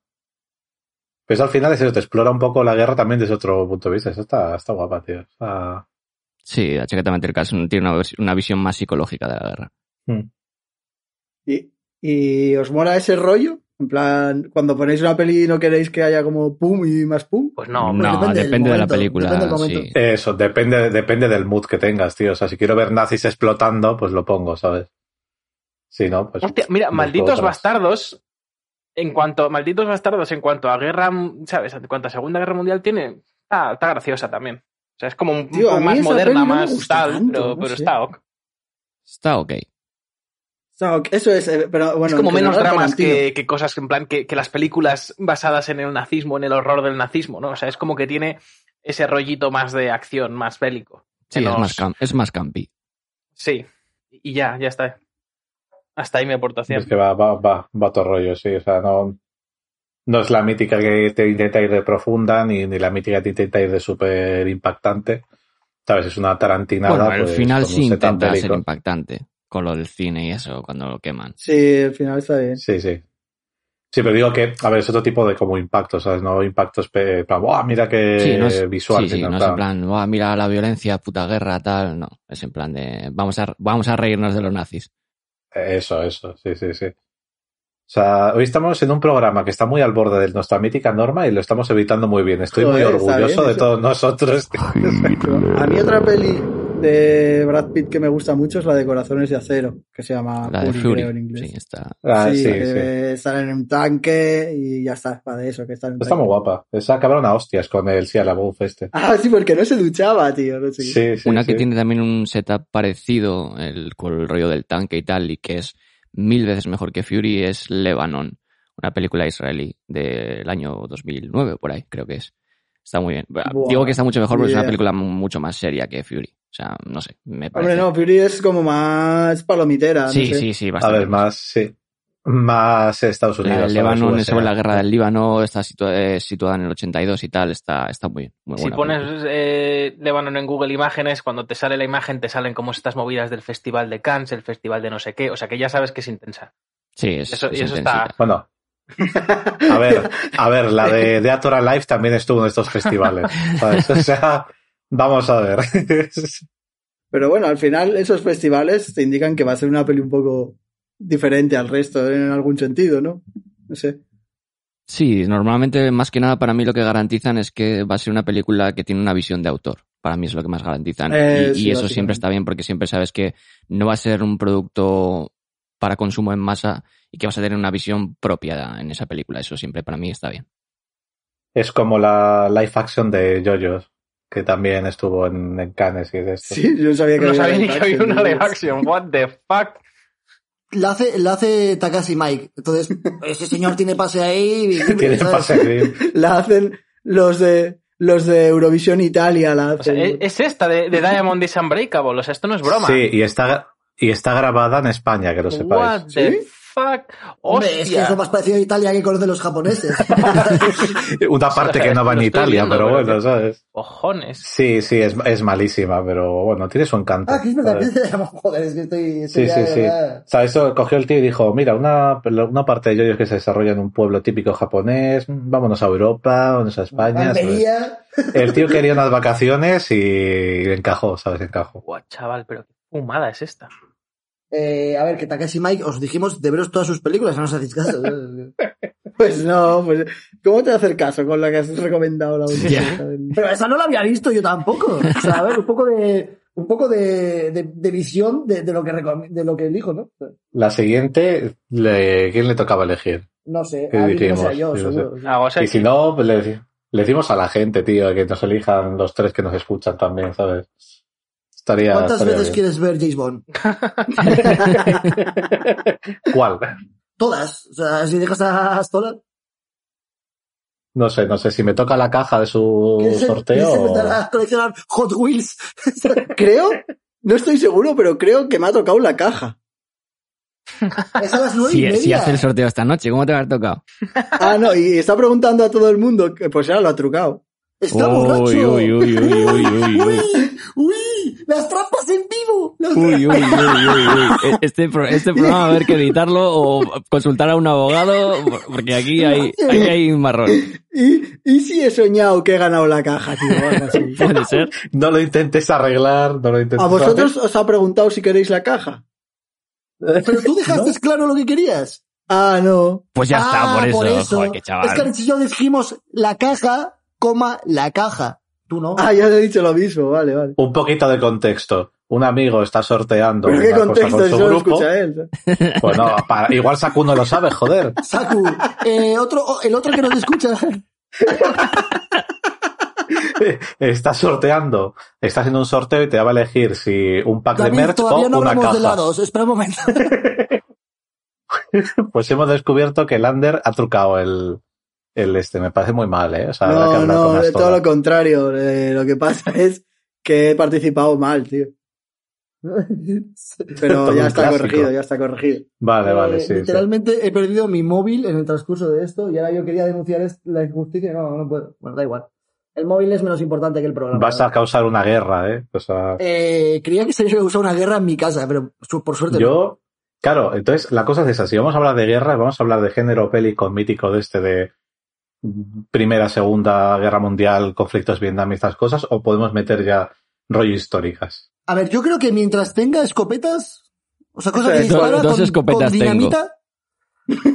C: Pues al final es eso, te explora un poco la guerra también desde otro punto de vista, eso está, está guapa, tío. Ah.
B: Sí, la chaqueta metálica es un- tiene una, vers- una visión más psicológica de la guerra.
A: ¿Y, y os mola ese rollo? En plan, cuando ponéis una peli y no queréis que haya como pum y más pum.
E: Pues no,
B: No,
D: depende
B: depende,
D: del
B: de la
D: momento,
B: película.
D: depende del
B: sí.
D: momento.
C: Eso, depende, depende del mood que tengas, tío. O sea, si quiero ver nazis explotando, pues lo pongo, ¿sabes? Si no, pues.
E: Hostia, mira,
C: busco
E: malditos
C: otras.
E: bastardos. En cuanto, malditos bastardos, en cuanto a guerra, ¿sabes? En cuanto a Segunda Guerra Mundial tiene, está, está graciosa también. O sea, es como un
A: Tío, a
E: poco
A: mí
E: más
A: esa
E: moderna,
A: peli no me
E: más
A: gusta
E: tal,
A: tanto,
E: pero,
A: no
E: pero
A: sé.
E: está ok.
B: Está ok.
A: O sea, eso es, eh, pero bueno.
E: es como
A: en
E: menos
A: general,
E: dramas
A: Tarantino.
E: que, que cosas que en plan que, que las películas basadas en el nazismo, en el horror del nazismo, ¿no? O sea, es como que tiene ese rollito más de acción, más bélico.
B: Sí,
E: Menos-
B: es, más cam- es más campi.
E: Sí. Y ya, ya está. Hasta ahí mi aportación.
C: Es que va, va, va, va todo rollo, sí. O sea, no. No es la mítica que te intenta ir de profunda, ni, ni la mítica que te intenta ir de súper impactante. ¿Sabes? Es una tarantinada.
B: bueno, al
C: pues,
B: final
C: con un
B: sí
C: setup
B: intenta ser
C: bélico.
B: impactante con lo del cine y eso, cuando lo queman.
A: Sí, al final está bien.
C: Sí, sí. Sí, pero digo que, a ver, es otro tipo de como impacto, ¿sabes? No impactos, pe- en plan, ¡buah, mira qué
B: Sí, no es,
C: eh, visual!
B: sí, sí,
C: sino,
B: no es
C: claro,
B: en plan, "Buah, mira la violencia, puta guerra, tal. No, es en plan de, vamos a, vamos a reírnos de los nazis.
C: Eso, eso, sí, sí, sí. O sea, hoy estamos en un programa que está muy al borde de nuestra mítica norma y lo estamos evitando muy bien. Estoy
A: Joder, está
C: muy orgulloso
A: bien
C: de
A: eso.
C: todos nosotros.
A: A mí otra peli de Brad Pitt que me gusta mucho es la de Corazones de Acero, que se llama
B: La de
A: Fury,
B: Fury.
A: creo, en inglés.
B: Sí, está.
C: Ah, sí,
A: sí,
C: sí.
A: que están en un tanque y ya está, va de eso, que están en un
C: Está muy
A: tanque.
C: guapa. Esa acabaron a hostias con el Sia Buff este.
A: Ah, sí, porque no se duchaba, tío. No sé qué.
C: Sí, sí.
B: Una que
C: sí.
B: tiene también un setup parecido el, con el rollo del tanque y tal, y que es mil veces mejor que Fury, es Lebanon, una película israelí del año 2009, por ahí, creo que es. Está muy bien.
A: Buah,
B: Digo que está mucho mejor porque es
A: idea.
B: una película mu- mucho más seria que Fury. O sea, no sé, me parece.
A: Hombre, no, Fury es como más palomitera. no
B: sí,
A: sé.
B: sí, sí,
C: A
B: bastante.
C: ver, más, sí. Más Estados
B: La
C: Unidos.
B: del
C: ¿sabes?
B: Líbano,
C: USA.
B: sobre la guerra del Líbano, está situa- eh, situada en el 82 y tal, está, está muy bien. muy
E: Si
B: buena película.
E: pones eh, Lebanon en Google Imágenes, cuando te sale la imagen te salen como estas movidas del Festival de Cannes, el Festival de no sé qué, o sea que ya sabes que es intensa.
B: Sí, es,
E: eso-
B: es
E: y eso está-
B: intensita.
C: Bueno. A ver, a ver, la de, de Actor Alive también estuvo en estos festivales. ¿sabes? O sea, vamos a ver.
A: Pero bueno, al final esos festivales te indican que va a ser una peli un poco diferente al resto en algún sentido, ¿no? No sé.
B: Sí, normalmente más que nada para mí lo que garantizan es que va a ser una película que tiene una visión de autor. Para mí es lo que más garantizan.
A: Eh,
B: y,
A: sí,
B: y eso siempre
A: básicamente.
B: está bien porque siempre sabes que no va a ser un producto para consumo en masa y que vas a tener una visión propia en esa película. Eso siempre para mí está bien.
C: Es como la live action de JoJo's, que también estuvo en, en Cannes y de esto.
A: Sí, yo sabía que
E: No
A: había
E: sabía ni
A: live
E: que había
A: action,
E: una live
A: tío.
E: action, what the fuck.
D: La hace, la hace Takashi Mike. Entonces, ese señor tiene pase ahí. y-
C: Tiene
D: ¿sabes?
C: pase aquí.
A: La hacen los de los de Eurovisión Italia, la
E: O sea, eh,
A: hacen.
E: es, es esta de, de Diamond is Unbreakable, o sea, esto no es broma.
C: Sí, y está, y está grabada en España, que lo sepáis.
E: what the
A: ¿Sí?
E: fuck.
D: Hombre, es que es
E: Hostia.
D: lo más parecido a Italia que conocen los japoneses.
C: Una parte que no va en
E: Lo estoy
C: Italia,
E: viendo,
C: pero
E: pero
C: bueno,
E: que-
C: ¿sabes?
E: Cojones.
C: Sí, sí, es, es malísima, pero bueno, tiene su encanto.
D: ah, que es verdad.
C: ¿sabes?
D: Joder, es que estoy, estoy
C: Sí,
D: ya,
C: sí,
D: de
C: sí.
D: verdad.
C: O sea, eso cogió el tío y dijo, mira, una, una parte de yoyos que se desarrolla en un pueblo típico japonés, vámonos a Europa, vámonos a España. ¿sabes?
D: Almería.
C: El tío quería unas vacaciones y encajó, ¿sabes? Encajó.
E: Buah, chaval, pero qué fumada es esta.
C: pues.
D: Eh, a ver, que Takashi Mike, os dijimos de veros todas sus películas, no nos hacéis caso.
A: Pues no, pues ¿cómo te hacer caso con la que has recomendado la última?
B: Ya.
A: Esa del-
D: Pero esa no la había visto yo tampoco. O sea, a ver, un poco de, un poco de, de, de visión de, de lo que recom- de lo que elijo, ¿no?
C: La siguiente, le- ¿quién le tocaba elegir?
D: No sé,
C: ¿Qué
D: alguien que no sea yo,
C: dijimos? Yo no
D: seguro.
E: Ah, o sea,
C: Y si no, pues, le, dec- le decimos a la gente, tío, que nos elijan los tres que nos escuchan también, ¿sabes? Estaría.
D: ¿Cuántas
C: estaría
D: veces
C: bien.
D: quieres ver James Bond?
C: ¿Cuál?
D: Todas. O sea, si dejas a Stola.
C: No sé, no sé si me toca la caja de su
D: ¿Quieres
C: sorteo.
D: quieres
C: o-
D: empezar a coleccionar Hot Wheels?
A: Creo, no estoy seguro, pero creo que me ha tocado la caja.
D: Es a las nueve y
B: Si,
D: media.
B: si hace el sorteo esta noche, ¿cómo te va a haber tocado?
A: Ah, no, y está preguntando a todo el mundo, que pues ya lo ha trucado.
D: ¡Está
B: Uy,
D: borracho!
B: uy, uy, uy, uy, uy, uy.
D: ¡Uy! ¡Uy! ¡Las trampas en vivo! Las
B: Uy, uy, uy, uy, uy. E- Este, pro- este programa va a haber que editarlo o consultar a un abogado, porque aquí hay, aquí hay un marrón.
A: ¿Y, y si he soñado que he ganado la caja, tío? o algo así?
B: Puede ser.
C: No lo intentes arreglar, no lo intentes
A: ¿A vosotros os ha preguntado si queréis la caja?
D: Pero tú dejaste claro lo que querías.
A: Ah, no.
B: Pues ya
D: Ah,
B: está, por eso. Joder, qué chaval.
D: Es que Alex y yo dijimos la caja, coma, la caja. Tú no.
A: Ah, ya os he dicho lo mismo, vale, vale.
C: Un poquito de contexto. Un amigo está sorteando
A: ¿Pero qué
C: una cosa
A: contexto?
C: con su
A: Eso lo
C: grupo.
A: escucha ¿eh? él.
C: Pues no, para- igual Saku no lo sabe, joder.
D: Saku, eh, otro, oh, el otro que nos escucha.
C: Está sorteando, está haciendo un sorteo y te va a elegir si un pack de
D: David,
C: merch
D: todavía
C: o
D: no
C: una
D: hablamos de
C: caja.
D: lados. Espera un momento.
C: Pues hemos descubierto que Lander ha trucado el, el este. Me parece muy mal, ¿eh? O sea, habrá que
A: No,
C: hablar con
A: no, de
C: Astora.
A: todo lo contrario. eh, lo que pasa es que he participado mal, tío. Pero
C: Todo un
A: ya está
C: clásico.
A: corregido, ya está corregido.
C: Vale, vale,
D: Eh,
C: sí. sí.
D: Literalmente he perdido mi móvil en el transcurso de esto y ahora yo quería denunciar es- la injusticia. No, no puedo. Bueno, da igual. El móvil es menos importante que el programa.
C: Vas a causar una guerra, ¿eh? O sea,
D: Eh, creía que se iba a usar una guerra en mi casa, pero su- por suerte no.
C: yo, claro, entonces la cosa es esa. Si vamos a hablar de guerra, vamos a hablar de género bélico mítico de este de Primera, Segunda Guerra Mundial, conflictos Vietnam y estas cosas, o podemos meter ya rollo históricas.
D: A ver, yo creo que mientras tenga escopetas, o sea, cosas
A: Sí,
D: que
A: do-
D: dispara
B: dos
D: con,
B: escopetas
D: con dinamita,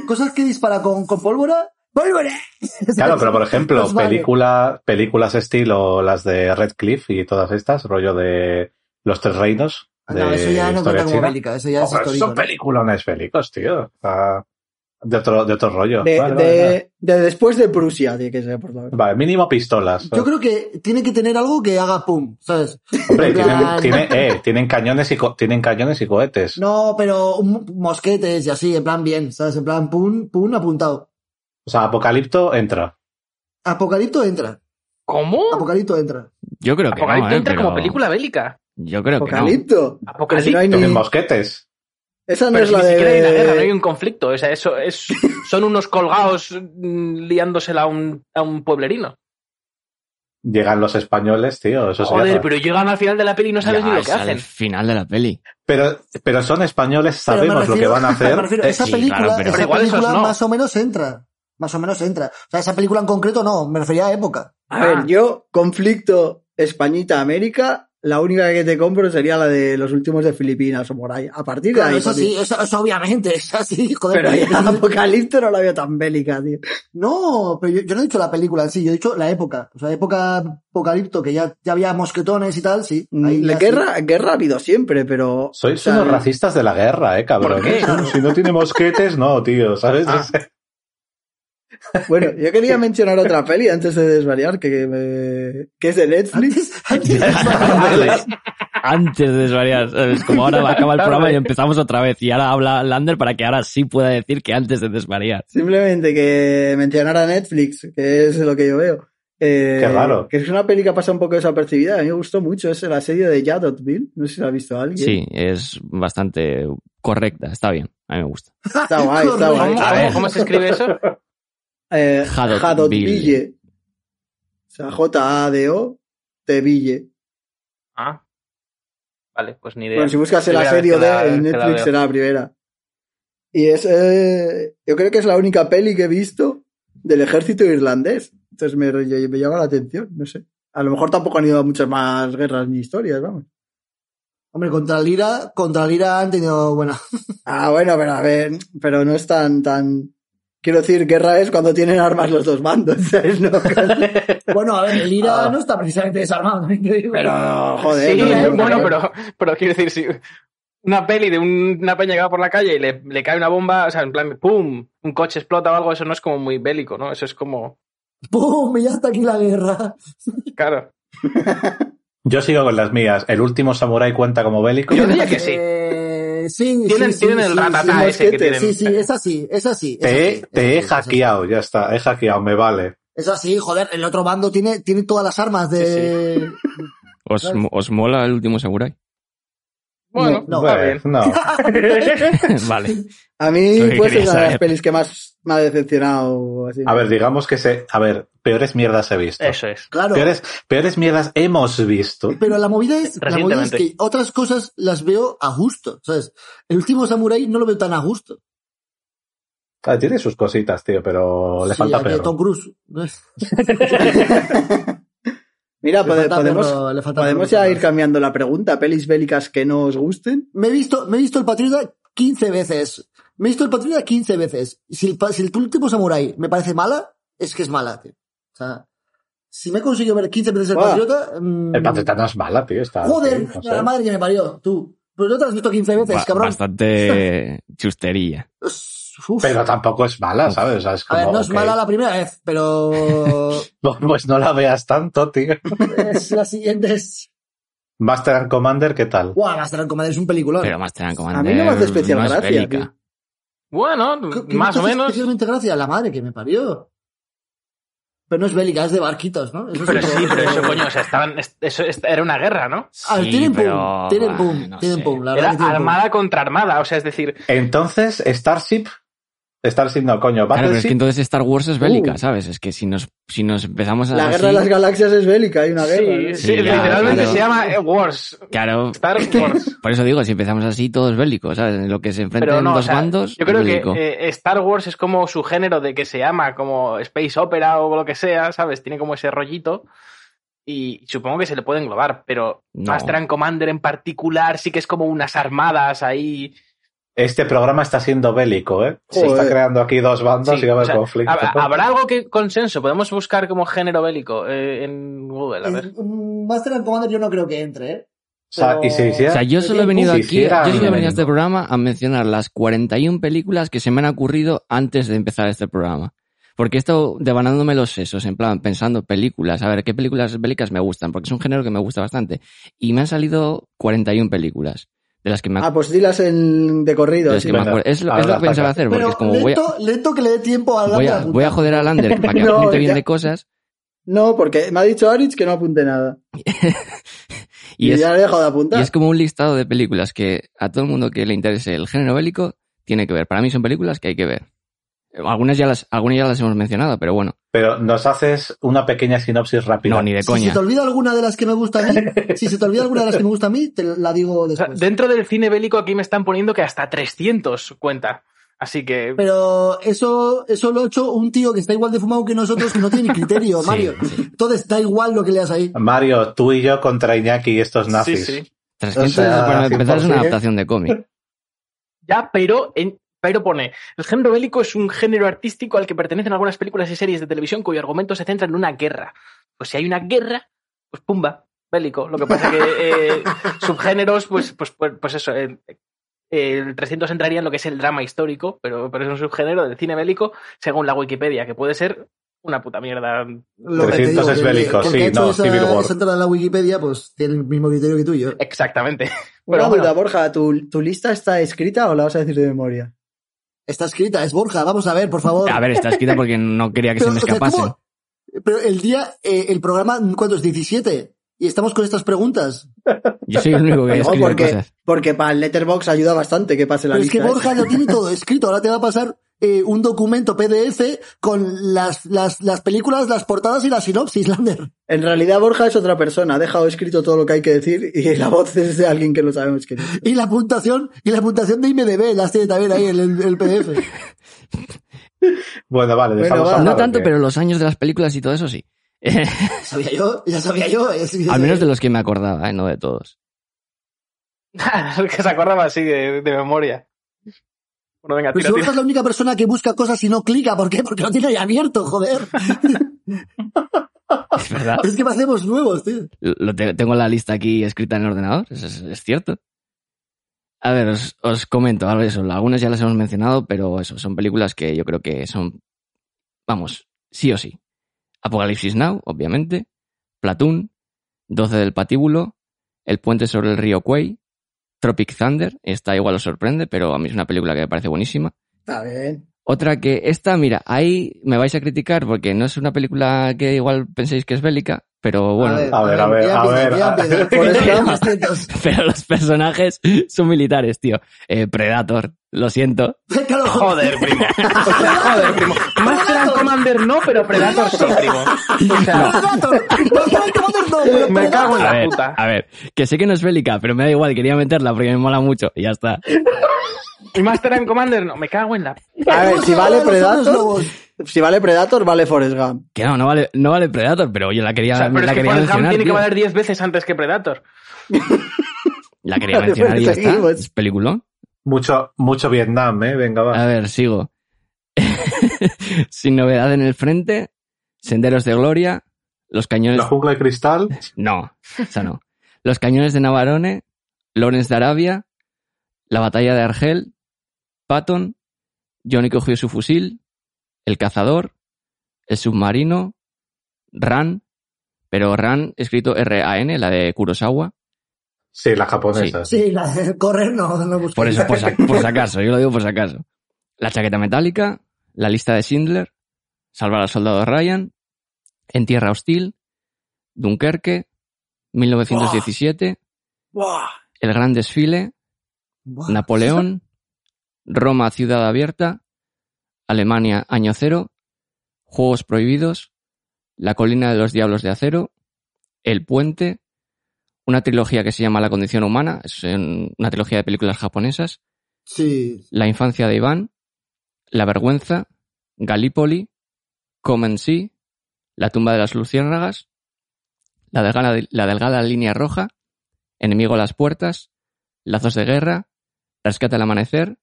D: cosas que dispara con, con pólvora, ¡pólvora!
C: Claro, pero por ejemplo,
D: Pues vale.
C: película, películas estilo las de Red Cliff y todas estas, rollo de Los Tres Reinos.
D: Ah, no,
C: de
D: eso ya no
C: historia
D: cuenta como
C: china.
D: bélica, eso ya es
C: Ojo,
D: histórico.
C: son
D: ¿no?
C: peliculones bélicos, tío. Ah, de, otro, de otro rollo.
A: De,
C: vale,
A: de-
C: vale, vale.
A: de después de Prusia, tiene que ser, por favor.
C: Vale, mínimo pistolas.
D: Yo creo que tiene que tener algo que haga pum, ¿sabes?
C: Hombre,
D: en
C: tienen,
D: plan-
C: tiene- eh, tienen cañones y co- tienen cañones y cohetes.
D: No, pero un- mosquetes y así, en plan bien, ¿sabes? En plan pum, pum, apuntado.
C: O sea, Apocalipto entra.
D: Apocalipto entra.
E: ¿Cómo?
D: Apocalipto entra.
B: Yo creo que no,
E: Apocalipto
B: ¿eh?
E: entra como
B: Pero
E: película bélica.
B: Yo creo que no.
A: Apocalipto. Pero si no hay
E: Apocalipto.
A: ni-
C: Tienen mosquetes.
A: Esa no
E: Pero
A: es
E: si
A: la
E: ni
A: de.
E: siquiera hay una guerra, no hay un conflicto. O sea, eso es, son unos colgados mm, liándosela a un, a un pueblerino.
C: Llegan los españoles, tío. Eso se
E: Joder,
C: llama.
E: pero llegan al final de la peli y no sabes
B: Ya,
E: ni lo
B: es
E: que
B: Al
E: hacen.
B: final de la peli.
C: Pero, pero son españoles,
D: Pero me
C: sabemos lo que
D: refiero-
C: van a hacer.
D: me refiero,
C: Eh,
D: esa
B: sí,
D: película,
B: claro, pero-
D: esa
E: Pero igual esos
D: película
E: no.
D: más o menos entra. Más o menos entra. O sea, esa película en concreto no, me refería a época.
A: A
E: Ah,
A: ver, yo, conflicto Españita-América, la única que te compro sería la de los últimos de Filipinas o por ahí. A partir de
D: Claro,
A: ahí.
D: eso
A: papi.
D: sí, eso, eso obviamente, es así, joder.
A: Pero ahí en Apocalipto no la veo tan bélica, tío.
D: No, pero yo, yo no he dicho la película en sí, yo he dicho la época. O sea, época apocalipto, que ya, ya había mosquetones y tal, sí. Ahí
A: Mm, la
D: ya
A: guerra, guerra ha habido siempre, pero.
C: Sois
A: o sea,
C: unos racistas de la guerra, eh, cabrón.
E: ¿Por qué?
C: Si no tiene mosquetes, no, tío, ¿sabes?
E: Ah.
A: Bueno, yo quería mencionar otra peli antes de desvariar, que, que me- que es de
D: sí.
A: Netflix.
D: Antes, antes-
B: antes, antes de desvariar, ¿sabes? Como ahora acaba el programa
E: eh.
B: y empezamos otra vez. Y ahora habla Lander para que ahora sí pueda decir que antes de desvariar.
A: Simplemente que mencionara Netflix, que es lo que yo veo. Eh,
C: Qué raro.
A: Que es una peli que pasa un poco desapercibida. A mí me gustó mucho. Es el asedio de Yadotville. No sé si la ha visto alguien.
B: Sí, es bastante correcta, está bien, a mí me gusta.
A: Está guay, está
D: Correcto.
E: ¿Cómo,
A: guay.
B: A
E: cómo-
B: ver.
E: cómo se escribe eso?
A: Eh,
B: Hadotville.
A: Hadotville. O sea, J-A-D-O, Teville.
E: Ah. Vale, pues ni idea.
A: Bueno, si buscas el
E: Primera
A: asedio
E: vez que la-
A: de en
E: que la
A: Netflix
E: veo.
A: será la primera. Y es, eh, yo creo que es la única peli que he visto del ejército irlandés. Entonces me, me, me llama la atención, no sé. A lo mejor tampoco han ido a muchas más guerras ni historias, vamos.
D: Hombre, contra el IRA, contra el IRA han tenido buena.
A: Ah, bueno, pero a ver, pero no es tan, tan... Quiero decir, guerra es cuando tienen armas los dos bandos, ¿sabes? No,
D: Bueno, a ver, el IRA
A: Ah.
D: no está precisamente desarmado, también te digo.
A: pero, joder.
E: sí,
A: no sé,
E: bueno, pero, pero quiero decir, si una peli de un- una peña que va por la calle y le, le cae una bomba, o sea, en plan, ¡pum! Un coche explota o algo, eso no es como muy bélico, ¿no? Eso es como,
D: ¡Pum! Ya está aquí la guerra.
E: claro.
C: Yo sigo con las mías. El último samurái cuenta como bélico.
E: Yo diría que sí.
D: Eh, sí, sí,
E: Tienen-
D: sí,
E: tienen
D: sí,
E: el
D: sí,
E: ratatá
D: sí,
E: ese que
D: mosquete,
E: tienen.
D: Sí, sí, es así, es así. es
C: Te,
D: así,
C: he-
D: es
C: te he
D: así, es así.
C: hackeado, ya está. He hackeado, me vale.
D: Es así, joder, el otro bando tiene, tiene todas las armas de...
B: ¿Os, os mola el último Samurai?
E: Bueno,
D: No,
E: está
C: Bueno,
E: bien.
C: no.
B: vale.
A: A mí,
B: Lo que
A: pues,
B: quería
A: es una de las
B: saber.
A: pelis que más me ha decepcionado. Así.
C: A ver, digamos que se... A ver, peores mierdas he visto.
E: Eso es.
D: Claro,
C: Peores, peores mierdas hemos visto.
D: pero la movida, es, la movida es
E: Recientemente.
D: que otras cosas las veo a gusto, ¿sabes? El último Samurai no lo veo tan a gusto.
C: Ah, tiene sus cositas, tío, pero le
D: Sí,
C: falta
D: a que Tom
C: perro.
D: Cruise.
A: Mira,
D: Le
A: pode-
D: falta
A: podemos,
D: perro, le falta
A: podemos
D: perro.
A: ya ir cambiando la pregunta. ¿Pelis bélicas que no os gusten?
D: Me he visto, me he visto el Patriota 15 veces. Me he visto el Patriota 15 veces. Y Si el, pa- si el último Samurai me parece mala, es que es mala, tío. O sea, si me he conseguido ver 15 veces el
A: Buah.
D: Patriota... mm,
C: El patriota no es mala, tío. Está,
D: Joder,
C: no sé.
D: la madre que me parió, tú. Pero no te lo has visto 15 veces,
B: Ba-
D: cabrón.
B: bastante chustería.
D: Uf.
C: Pero tampoco es mala, ¿sabes? O sea, es
D: A
C: como,
D: ver, no es
C: ok.
D: mala la primera vez, pero
C: No, Pues no la veas tanto, tío.
D: es la siguiente es...
C: Master and Commander, ¿qué tal?
D: Guau, Master and Commander es un peliculón.
B: Pero más Commander
A: A mí no me hace especial
B: no es
A: gracia,
B: bélica.
A: tío.
E: Bueno,
D: ¿Qué- qué
E: más
D: me
E: o
D: hace
E: menos.
D: Especialmente gracia, la madre que me parió. Pero no es bélica, es de barquitos, ¿no? Eso
E: Pero
D: es-
E: sí, pero eso, coño, o sea, estaban, es- eso es- era una guerra, ¿no?
D: A ver,
B: Sí,
D: Ah, tienen pum,
B: pero,
D: tienen
B: ah,
D: pum,
B: no
D: tienen
B: sé.
D: pum, la
E: Era
D: verdad que tienen pum.
E: armada contra armada, o sea, es decir,
C: Entonces, Starship. Starship no, coño.
B: Claro, pero es
C: Battleship.
B: que entonces Star Wars es bélica,
A: Uh.
B: ¿sabes? Es que si nos, si nos empezamos a...
A: La guerra de
B: así,
A: las galaxias es bélica, hay una guerra.
E: sí,
D: ¿eh?
A: ¿no?
E: sí,
B: Sí, ya,
E: literalmente
B: claro.
E: se llama eh, Wars,
B: Claro,
E: Star Wars.
B: por eso digo, si empezamos así, todo es bélico, ¿sabes? En lo que se enfrentan
E: Pero no, o
B: dos
E: sea,
B: bandos,
E: yo creo
B: es bélico.
E: que eh, Star Wars es como su género de que se llama como Space Opera o lo que sea, ¿sabes? Tiene como ese rollito y supongo que se le puede englobar, pero
B: No.
E: Master and Commander en particular sí que es como unas armadas ahí.
C: Este programa está siendo bélico, ¿eh? Se
A: Joder.
C: está creando aquí dos bandas
E: Sí,
C: y va a
E: o
C: haber
E: sea,
C: conflicto.
E: ¿hab- ¿Habrá algo que consenso? Podemos buscar como género bélico eh, en Google, a ver.
D: Eh, mm, Master and Commander yo no creo que entre, ¿eh?
C: sea, y se hiciera-
B: O sea, yo solo he venido
C: Si
B: aquí, yo
C: hicieran-
B: solo he venido a este programa a mencionar las 41 películas que se me han ocurrido antes de empezar este programa. Porque he estado devanándome los sesos, en plan, pensando películas, a ver qué películas bélicas me gustan, porque es un género que me gusta bastante. Y me han salido 41 películas, de las que me, ac-
A: Ah, pues dilas en, de
B: de
A: corrido.
B: las
A: así.
B: que me
C: venga,
B: acuerdo. Es lo,
C: ahora
B: es lo que
C: la
B: pensaba
C: ataca.
B: hacer, porque
D: Pero
B: es como voy a,
D: lento, lento que le dé tiempo a
B: voy
D: darle
B: a,
D: la
B: voy a joder a Lander para que
A: No,
B: apunte bien
A: ya.
B: de cosas.
A: No, porque me ha dicho Aritz que no apunte nada.
B: Y,
A: Y,
B: es,
A: ya le he dejado de
B: y
A: apuntar.
B: es como un listado de películas que a todo el mundo que le interese el género bélico tiene que ver. Para mí son películas que hay que ver. Eh, Algunas ya las, algunas ya las hemos mencionado, pero bueno,
C: Pero nos haces una pequeña sinopsis rápida.
B: no, ni de
D: Si se
B: coña.
D: te olvida alguna de las que me gusta a mí, si se te olvida alguna de las que me gusta a mí, te la digo
E: O sea,
D: después.
E: dentro del cine bélico aquí me están poniendo que hasta 300 cuenta. Así que
D: Pero eso, eso lo ha hecho un tío que está igual de fumado que nosotros, que no tiene ni criterio,
B: Sí,
D: Mario.
B: sí.
D: Entonces da igual lo que leas ahí.
C: Mario, tú y yo contra Iñaki y estos nazis.
E: Sí, sí.
B: 300
C: O sea,
B: para empezar es
C: 100%.
B: una adaptación de cómic.
E: Ya, pero, en- pero pone, el género bélico es un género artístico al que pertenecen algunas películas y series de televisión cuyo argumento se centra en una guerra. Pues si hay una guerra, pues pumba, bélico. Lo que pasa que eh, subgéneros, pues, pues, pues, pues eso, eh, el 300 entraría en lo que es el drama histórico, pero, pero es un subgénero del cine bélico según la Wikipedia, que puede ser una puta mierda.
D: Lo
C: 300
D: que te digo,
C: es
D: que-
C: bélico,
D: porque
C: sí,
D: ha hecho
C: no,
D: esa,
C: Civil War.
D: esa entrada en la Wikipedia, pues tiene el mismo criterio que tú y yo.
E: Exactamente.
A: Una
E: Pero bueno.
A: duda, Borja, ¿tu, ¿tu lista está escrita o la vas a decir de memoria?
D: Está escrita, es Borja, vamos a ver, por favor.
B: A ver, está escrita porque no quería que se me
D: o sea,
B: escapasen.
D: ¿cómo? Pero el día, eh, el programa, ¿cuánto es? 17. Y estamos con estas preguntas.
B: Yo soy el único que
A: No,
B: escribe
A: porque,
B: cosas.
A: porque para el Letterbox ayuda bastante que pase la
D: Pero es
A: lista. ¿eh?
D: que Borja
A: esa.
D: lo tiene todo escrito. Ahora te va a pasar eh, un documento PDF con las, las, las películas, las portadas y la sinopsis, Lander.
A: En realidad Borja es otra persona, ha dejado escrito todo lo que hay que decir y la voz es de alguien que no sabemos quién es.
D: Y la puntuación, y la puntuación de IMDB las tiene también ahí en el, el PDF.
C: Bueno, vale,
A: Bueno,
C: dejamos
A: va.
C: a un
B: No
C: lado
B: tanto,
C: que-
B: pero los años de las películas y todo eso sí.
D: Sabía yo, ya sabía yo. eh, es- es-
B: Al menos de los que me acordaba, ¿eh? no de todos.
E: que se acordaba así de, de memoria. Bueno, venga,
D: Pero
E: tira,
D: si
E: tira.
D: Borja es la única persona que busca cosas y no clica, ¿por qué? Porque lo tiene ahí abierto, joder.
B: Es verdad.
D: Es que hacemos nuevos, tío.
B: Lo te- tengo la lista aquí escrita en el ordenador, eso es, es cierto. A ver, os, os comento, a ver, eso, algunas ya las hemos mencionado, pero eso, son películas que yo creo que son, vamos, sí o sí. Apocalipsis Now, obviamente, Platoon, 12 del Patíbulo, El puente sobre el río Quay, Tropic Thunder, esta igual os sorprende, pero a mí es una película que me parece buenísima.
A: Está bien.
B: Otra que esta, mira, ahí me vais a criticar porque no es una película que igual penséis que es bélica, pero bueno,
C: a ver, a ver,
D: ya
C: a
D: empieza,
C: ver,
D: ya
B: Ah,
C: a-
D: empieza.
A: Por eso-
D: Ya más lentos.
B: pero los personajes son militares, tío. Eh, Predator, lo siento.
D: Claro,
E: Joder, primo. O sea, joder, primo. Master and Commander no, pero Predator sí, primo. O sea,
D: Predator. Master and Commander no, pero
E: me cago en
B: A
E: la
B: ver,
E: puta.
B: a ver, que sé que no es bélica, pero me da igual, quería meterla porque me mola mucho y ya está.
E: Y Master and Commander no, me cago en la.
A: A ver, si vale
D: Los
A: Predator,
D: lobos.
A: si vale Predator, vale Forrest Gump.
B: Que no, no vale, no vale Predator, pero yo la quería,
E: O sea, pero
B: la
E: es que
B: quería
E: Forrest Gump
B: mencionar.
E: tiene que
B: tío.
E: valer 10 veces antes que Predator.
B: La quería
E: pues
A: Vale,
B: mencionar y ya está.
A: seguimos.
B: Es peliculón.
C: Mucho, mucho Vietnam, ¿eh? Venga, va.
E: Ah.
B: A ver, sigo. Sin novedad en el frente, Senderos de Gloria, Los Cañones
C: La jungla de cristal.
B: No, esa no. Los cañones de Navarone, Lawrence de Arabia, la batalla de Argel, Patton, Johnny cogió su fusil, el cazador, el submarino, Ran, pero Ran escrito R-A-N, la de Kurosawa.
C: Sí, la japonesa.
D: Sí, la de correr no, no busqué.
B: Por eso, por, sa- por si acaso, yo lo digo por si acaso. La chaqueta metálica, la lista de Schindler, salvar al soldado Ryan, en tierra hostil, Dunkerque, 1917,
A: ¡Buah!
B: el gran desfile,
D: Buah.
B: Napoleón, Roma ciudad abierta, Alemania año cero, Juegos Prohibidos, La colina de los diablos de acero, El puente, una trilogía que se llama La condición humana, es en- una trilogía de películas japonesas,
D: Sí.
B: La infancia de Iván, La vergüenza, Gallipoli, Come and See, La tumba de las luciérnagas, la delgada, la delgada línea roja, Enemigo a las puertas, Lazos de guerra, Rescate al amanecer,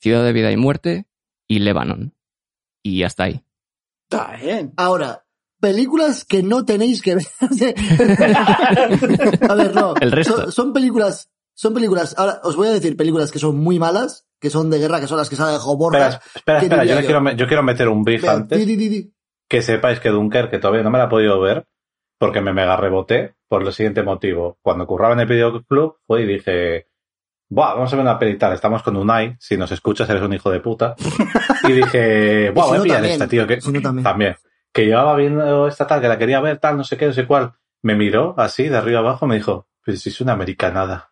B: Ciudad de vida y muerte y Lebanon. Y hasta ahí.
A: Está bien.
D: Ahora, películas que no tenéis que ver. a ver, no.
B: El resto.
D: Son, son películas, son películas. Ahora, os voy a decir películas que son muy malas, que son de guerra, que son las que salen de
C: Espera,
D: Borras.
C: espera,
D: ¿Qué
C: espera,
D: diría
C: yo, le
D: yo?
C: quiero, me- yo quiero meter un brief
D: Vea,
C: antes.
D: di, di, di, di.
C: que sepáis que Dunkerque todavía no me la he podido ver porque me mega reboté por el siguiente motivo. Cuando curraba en el videoclub, fui y dije, Buah, vamos a ver una peli tal, estamos con Unai, si nos escuchas eres un hijo de puta. Y dije,
D: Y
C: Buah, voy
D: si
C: a
D: no,
C: pillar
D: también.
C: esta, tío, que
D: Si no, también.
C: Que llevaba viendo esta tal, que la quería ver tal, no sé qué, no sé cuál. Me miró así, de arriba abajo, me dijo, pues si es una americanada.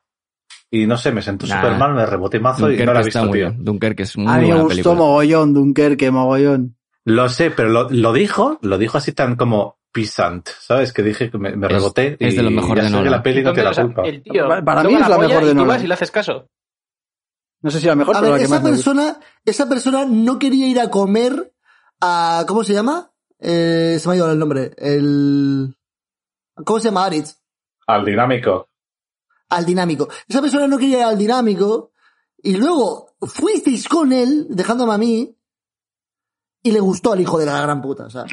C: Y no sé, me sentó
B: Nah.
C: súper mal, me reboté mazo y no la he
B: Dunkerque está
C: visto,
B: muy
C: tío.
B: bien. Dunkerque es muy
A: A mí me
B: buena
A: gustó
B: película.
A: mogollón, Dunkerque, mogollón.
C: Lo sé, pero lo, lo dijo, lo dijo así tan como pisant, ¿sabes? Que dije que me, me
B: Es-
C: reboté y
B: es de lo mejor
C: ya
B: de
C: sé
B: Nolan.
C: que la peli no tiene la
E: Entonces, o sea,
C: culpa.
E: el tío
A: Pa- para mí
E: toca
A: es la
E: polla
A: mejor de
E: y tú
A: Nolan.
E: vas y le haces caso.
A: No sé si la mejor,
D: A
A: pero
D: ver,
A: la que
D: esa
A: más me gusta.
D: persona, esa persona no quería ir a comer a, ¿cómo se llama? Eh, se me ha ido el nombre. El, ¿cómo se llama Aritz?
C: Al dinámico.
D: al dinámico. Esa persona no quería ir al dinámico y luego fuisteis con él, dejándome a mí, y le gustó al hijo de la gran puta. O sea,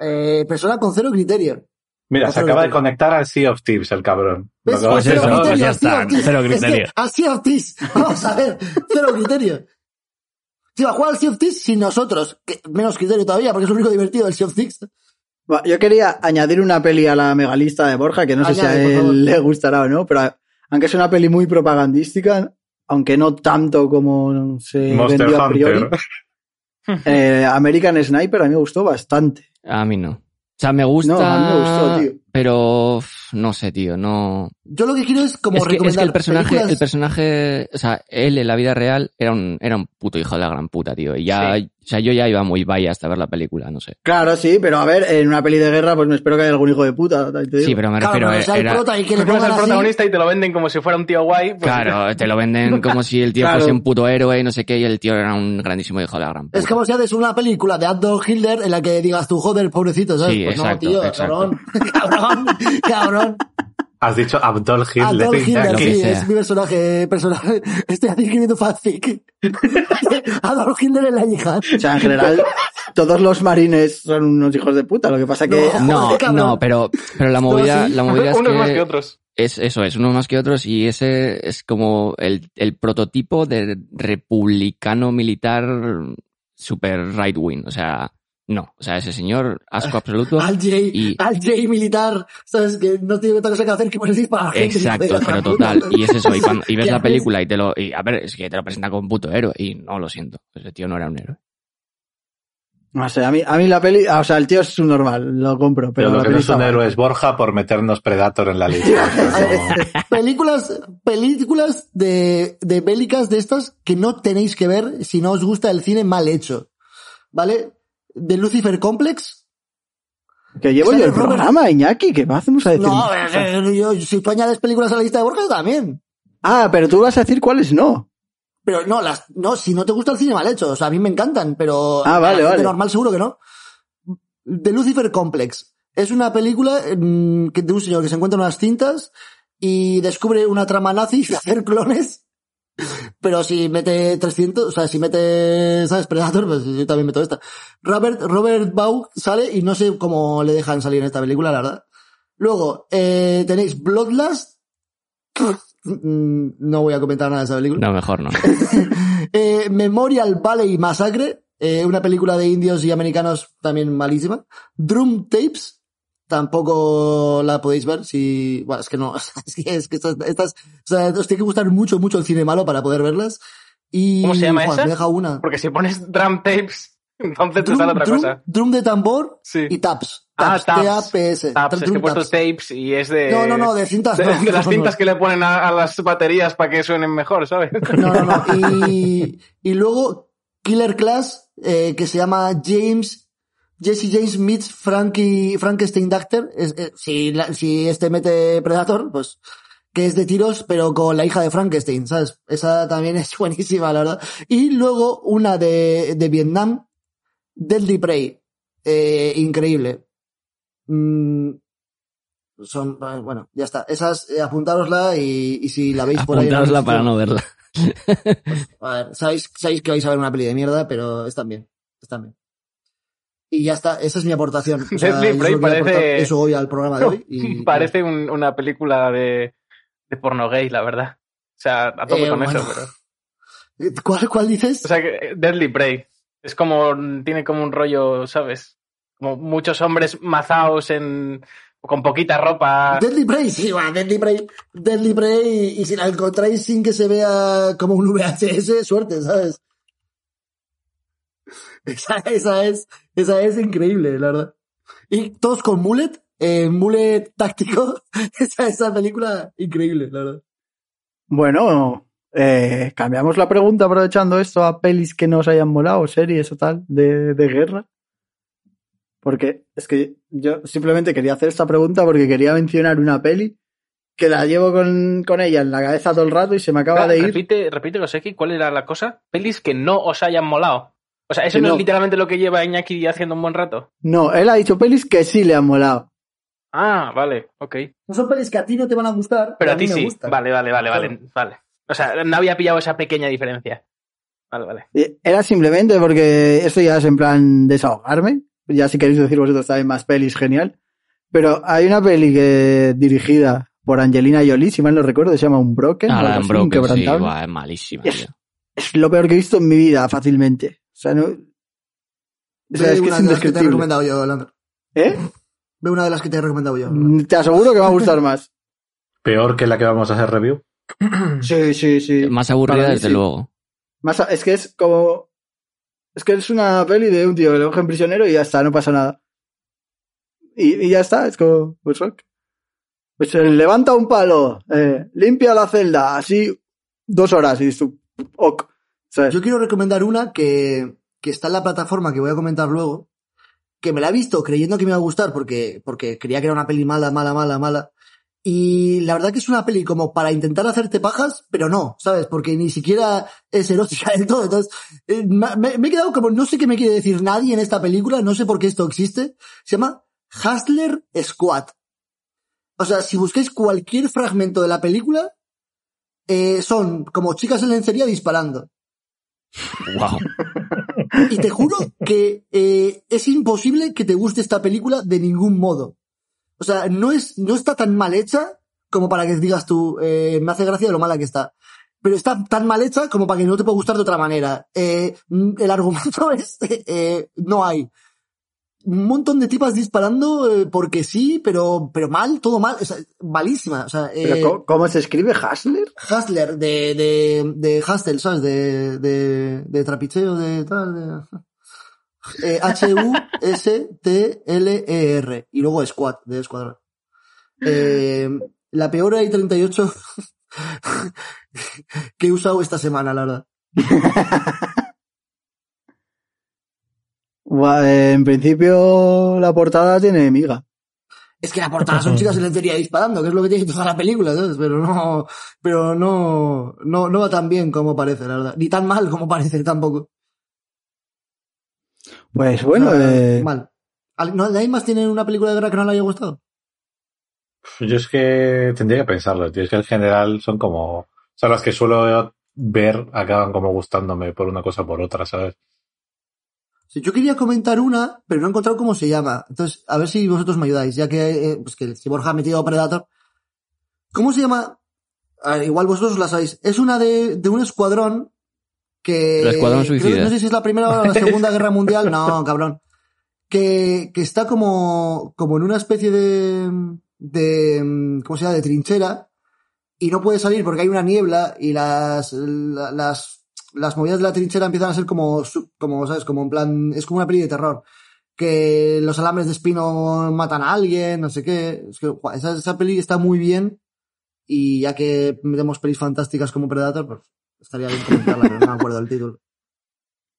D: eh, persona con cero criterio.
C: Mira, se
D: Otro
C: acaba de
D: criterio.
C: conectar al Sea of Thieves, el cabrón. Lo
D: ¿Ves?
C: acaba de
D: Con cero
C: hacer, ¿no?
B: pues
D: criterio,
B: ya
D: así
B: está,
D: Ortiz.
B: cero
D: Es que,
B: criterio.
D: así Ortiz. Vamos a ver, cero criterio. Si va a jugar al Sea of Thieves sin nosotros, que menos criterio todavía, porque es lo único divertido del Sea of Thieves.
A: Va, Yo quería añadir una peli a la megalista de Borja, que no sé
D: Añade, por
A: si a
D: favor.
A: él le gustará o no, pero a- aunque es una peli muy propagandística, aunque no tanto como se
C: Monster
A: vendió a priori,
C: Hunter.
A: eh, American Sniper a mí me gustó bastante.
B: A mí no. O sea, me gusta.
A: No, a mí me gustó, tío.
B: Pero uf, no sé, tío, no.
D: Yo lo que quiero es como
B: es, que, es que
D: recomendar
B: el personaje,
D: películas-
B: el personaje, o sea, él en la vida real era un, era un puto hijo de la gran puta, tío. Y ya, o sea, yo ya iba muy vaya hasta ver la película, no sé.
A: Claro, sí, pero a ver, en una peli de guerra, pues me espero que haya algún hijo de puta. también te digo.
B: Sí, pero me
D: Claro,
B: refiero,
D: pero
B: eh,
D: sea el
B: era-
D: prota y que le
E: Pones
D: pongan
E: al
D: así.
E: protagonista y te lo venden como si fuera un tío guay. pues-
B: Claro, te lo venden como si el tío
A: Claro.
B: fuese un puto héroe y no sé qué, y el tío era un grandísimo hijo de la gran puta.
D: Es como si haces una película de Adolf Hitler en la que digas tú, joder, pobrecito, ¿sabes?
B: Sí,
D: pues no,
B: exacto,
D: tío,
B: exacto.
D: cabrón, cabrón, cabrón.
C: Has dicho Abdul Hitler.
D: Adolf Hitler,
B: lo que
D: sí,
B: sea.
D: es mi personaje personal. Estoy aquí escribiendo fanfic. Adolf Hitler en la yihad.
A: O sea, en general, todos los marines son unos hijos de puta. Lo que pasa que
D: No.
B: No,
D: Joder, cabrón.
B: no, pero, pero la movida,
D: sí.
B: la movida es
E: Unos
B: que,
E: más que otros.
B: es eso, es unos más que otros y ese es como el, el prototipo de republicano militar super right wing, o sea, no, o sea, ese señor asco absoluto.
D: Al J,
B: Y-
D: al J militar, ¿sabes? Que no tiene otra cosa que hacer que ponerse a disparar a la gente.
B: Exacto,
D: hijo de la
B: pero
D: gran
B: total.
D: puta.
B: Y es eso, y, cuando- y ves
D: ¿Qué
B: la
D: haces?
B: película y te lo... Y, a ver, es que te lo presenta como un puto héroe. Y no, lo siento. Ese tío no era un héroe.
A: No sé, a mí, a mí la peli, ah, o sea, el tío es un normal, lo compro, pero,
C: Pero lo
A: la
C: que
A: peli
C: no es
A: está
C: un
A: guay.
C: héroe es Borja por meternos Predator en la lista.
D: A ver, películas, películas de, de bélicas de estas que no tenéis que ver si no os gusta el cine mal hecho. ¿Vale? De Lucifer Complex.
A: Que llevo yo el
D: Robert-
A: programa, Iñaki, que más vamos a decir.
D: No,
A: más cosas?
D: eh, yo, si tú añades películas a la lista de Borja, yo también.
A: Ah, pero tú vas a decir cuáles no.
D: Pero no, las, no, si no te gusta el cine mal hecho, o sea, a mí me encantan, pero
A: Ah, vale,
D: a la gente
A: vale.
D: normal seguro que no. The Lucifer Complex. Es una película mm, que de un señor que se encuentra en unas cintas y descubre una trama nazi de hacer clones. Pero si mete 300, o sea, si mete, ¿sabes? Predator, pues yo también meto esta. Robert, Robert Baugh sale y no sé cómo le dejan salir en esta película, la verdad. Luego, eh, tenéis Bloodlust. Mm, No voy a comentar nada de esa película.
B: No, mejor no.
D: Eh, Memorial Valley Massacre, eh, una película de indios y americanos también malísima. Drum Tapes, tampoco la podéis ver si... Bueno, es que no, es que, es que estas, estas- O sea, os tiene que gustar mucho, mucho el cine malo para poder verlas. Y,
E: ¿Cómo se llama
D: joder,
E: esa?
D: me deja una.
E: Porque si pones drum tapes, entonces te sale otra
D: drum,
E: cosa.
D: drum de tambor
E: Sí.
D: y taps.
E: Ah,
D: Taps,
E: taps.
D: T-A-P-S.
E: Taps, es que
D: Drum
E: he puesto
D: taps.
E: tapes y es de...
D: No, no, no, de cintas.
E: de,
D: no,
E: de las
D: no, no.
E: cintas que le ponen a, a las baterías para que suenen mejor, ¿sabes?
D: No, no, no. Y, y luego Killer Class, eh, que se llama James, Jesse James meets Frankie, Frankenstein Doctor. Es- eh, si, la- si este mete Predator, pues, que es de tiros, pero con la hija de Frankenstein, ¿sabes? Esa también es buenísima, la verdad. Y luego una de, de Vietnam, Deadly Prey. Eh, increíble. Mm, son, eh, bueno, ya está. Esas, eh, apuntárosla y, y si la veis por ahí. en algún
B: Apuntárosla
D: sitio-
B: para no verla.
D: a ver, sabéis, sabéis que vais a ver una peli de mierda, pero están bien. Están bien. Y ya está, esa es mi aportación. O sea,
E: Deathly
D: eso es
E: Prey
D: lo que voy a
E: parece-
D: aportar- Eso hoy al programa de hoy. y-
E: Parece un- una película de, de porno gay, la verdad. O sea, a tope
D: Eh,
E: con
D: bueno.
E: eso, pero.
D: Eh, ¿Cuál, cuál dices?
E: O sea, que eh, Deadly Prey. Es como. Tiene como un rollo, ¿sabes? Como muchos hombres mazaos en. con poquita ropa.
D: Deadly Prey, sí, va, Deadly Prey. Deadly Prey, y si la encontráis sin que se vea como un VHS, suerte, ¿sabes? Esa, esa es, esa es increíble, la verdad. Y todos con mullet, eh, mullet táctico. Esa, esa película, increíble, la verdad.
A: Bueno, eh, cambiamos la pregunta aprovechando esto a pelis que nos hayan molado, series o tal, de, de guerra. Porque es que yo simplemente quería hacer esta pregunta porque quería mencionar una peli que la llevo con, con ella en la cabeza todo el rato y se me acaba
E: Ah,
A: de ir.
E: Repite, repite, Joseki, ¿cuál era la cosa? Pelis que no os hayan molado. O sea, eso
A: Que
E: no,
A: no.
E: es literalmente lo que lleva Iñaki haciendo un buen rato.
A: No, él ha dicho pelis que sí le han molado.
E: Ah, vale, ok.
D: No son pelis que a ti no te van a gustar,
E: Pero a,
D: mí
E: ti
D: me
E: sí.
D: gustan.
E: Vale, vale, vale, vale,
D: Claro.
E: vale. O sea, no había pillado esa pequeña diferencia. Vale, vale.
A: Eh, Era simplemente porque esto ya es en plan desahogarme. Ya si queréis decir vosotros también más pelis, genial. Pero hay una peli que dirigida por Angelina Jolie, si mal no recuerdo, se llama Un Broken. o
B: Ah,
A: algo
B: la
A: así,
B: Unbroken, sí,
A: Inquebrantable.
B: va, es malísima,
A: Yes.
B: tío.
A: Es lo peor que he visto en mi vida, fácilmente. O sea, no... O sea,
D: Ve
A: es que
D: una
A: es
D: de las que te he
A: indescriptible.
D: recomendado yo, Leandro.
A: ¿Eh?
D: Ve una de las que te he recomendado yo.
A: Mm, Te aseguro que me va a gustar más.
C: Peor que la que vamos a hacer review.
A: Sí, sí, sí.
B: Más
A: Para
B: aburrida,
A: mí
B: desde
A: sí.
B: luego.
A: Más a- es que es como... Es que es una peli de un tío que lo cogen prisionero y ya está, no pasa nada. Y, y ya está, es como... Pues rock. Pues eh, levanta un palo, eh, limpia la celda, así dos horas y dices tú, ok. ¿sabes?
D: Yo quiero recomendar una que, que está en la plataforma que voy a comentar luego, que me la he visto creyendo que me iba a gustar porque, porque creía que era una peli mala, mala, mala, mala. Y la verdad que es una peli como para intentar hacerte pajas, pero no, ¿sabes? Porque ni siquiera es erótica del todo. Entonces, eh, ma- me, me he quedado como, no sé qué me quiere decir nadie en esta película, no sé por qué esto existe. Se llama Hustler Squad. O sea, si busquéis cualquier fragmento de la película, eh, son como chicas en lencería disparando.
B: Wow.
D: Y te juro que eh, es imposible que te guste esta película de ningún modo. O sea, no, es, no está tan mal hecha como para que digas tú, eh, me hace gracia lo mala que está. Pero está tan mal hecha como para que no te pueda gustar de otra manera. Eh, mm, el argumento es, eh, no hay. Un montón de tipas disparando eh, porque sí, pero, pero mal, todo mal, o sea, malísima. O sea,
A: ¿Pero
D: eh,
A: ¿cómo, cómo se escribe Hasler?
D: Hustler de, de, de Hustle, ¿sabes? De, de, de trapicheo, de tal, de... Eh, H-U-S-T-L-E-R. E Y luego Squad, de Escuadrón. Eh, la peor I-38 que he usado esta semana, la verdad.
A: Gua- eh, En principio la portada tiene miga.
D: Es que la portada son chicas en lencería disparando, que es lo que tiene toda la película, ¿sabes? Pero no, pero no, no, no va tan bien como parece, la verdad. Ni tan mal como parece tampoco.
A: Pues bueno,
D: No, no,
A: eh,
D: mal. ¿Al- ¿No, ¿Nadie más tiene una película de guerra que no le haya gustado?
C: Yo es que tendría que pensarlo, tío. Es que en general son como. O sea, las que suelo ver acaban como gustándome por una cosa o por otra, ¿sabes?
D: Sí, yo quería comentar una, pero no he encontrado cómo se llama. Entonces, a ver si vosotros me ayudáis, ya que, eh, pues que si Borja ha metido Predator. ¿Cómo se llama? A ver, igual vosotros la sabéis. Es una de, de un escuadrón que...
B: El Escuadrón
D: creo-
B: Suicida.
D: no sé si es la Primera o la Segunda Guerra Mundial. No, cabrón. Que, que está como, como en una especie de, de, mm, ¿cómo se llama? De trinchera. Y no puede salir porque hay una niebla y las, la- las las movidas de la trinchera empiezan a ser como, su- como, ¿sabes? Como en plan, es como una peli de terror. Que los alambres de espino matan a alguien, no sé qué. Es que, guau, esa, esa peli está muy bien. Y ya que metemos pelis fantásticas como Predator, pues estaría bien comentarla, pero no me acuerdo el título.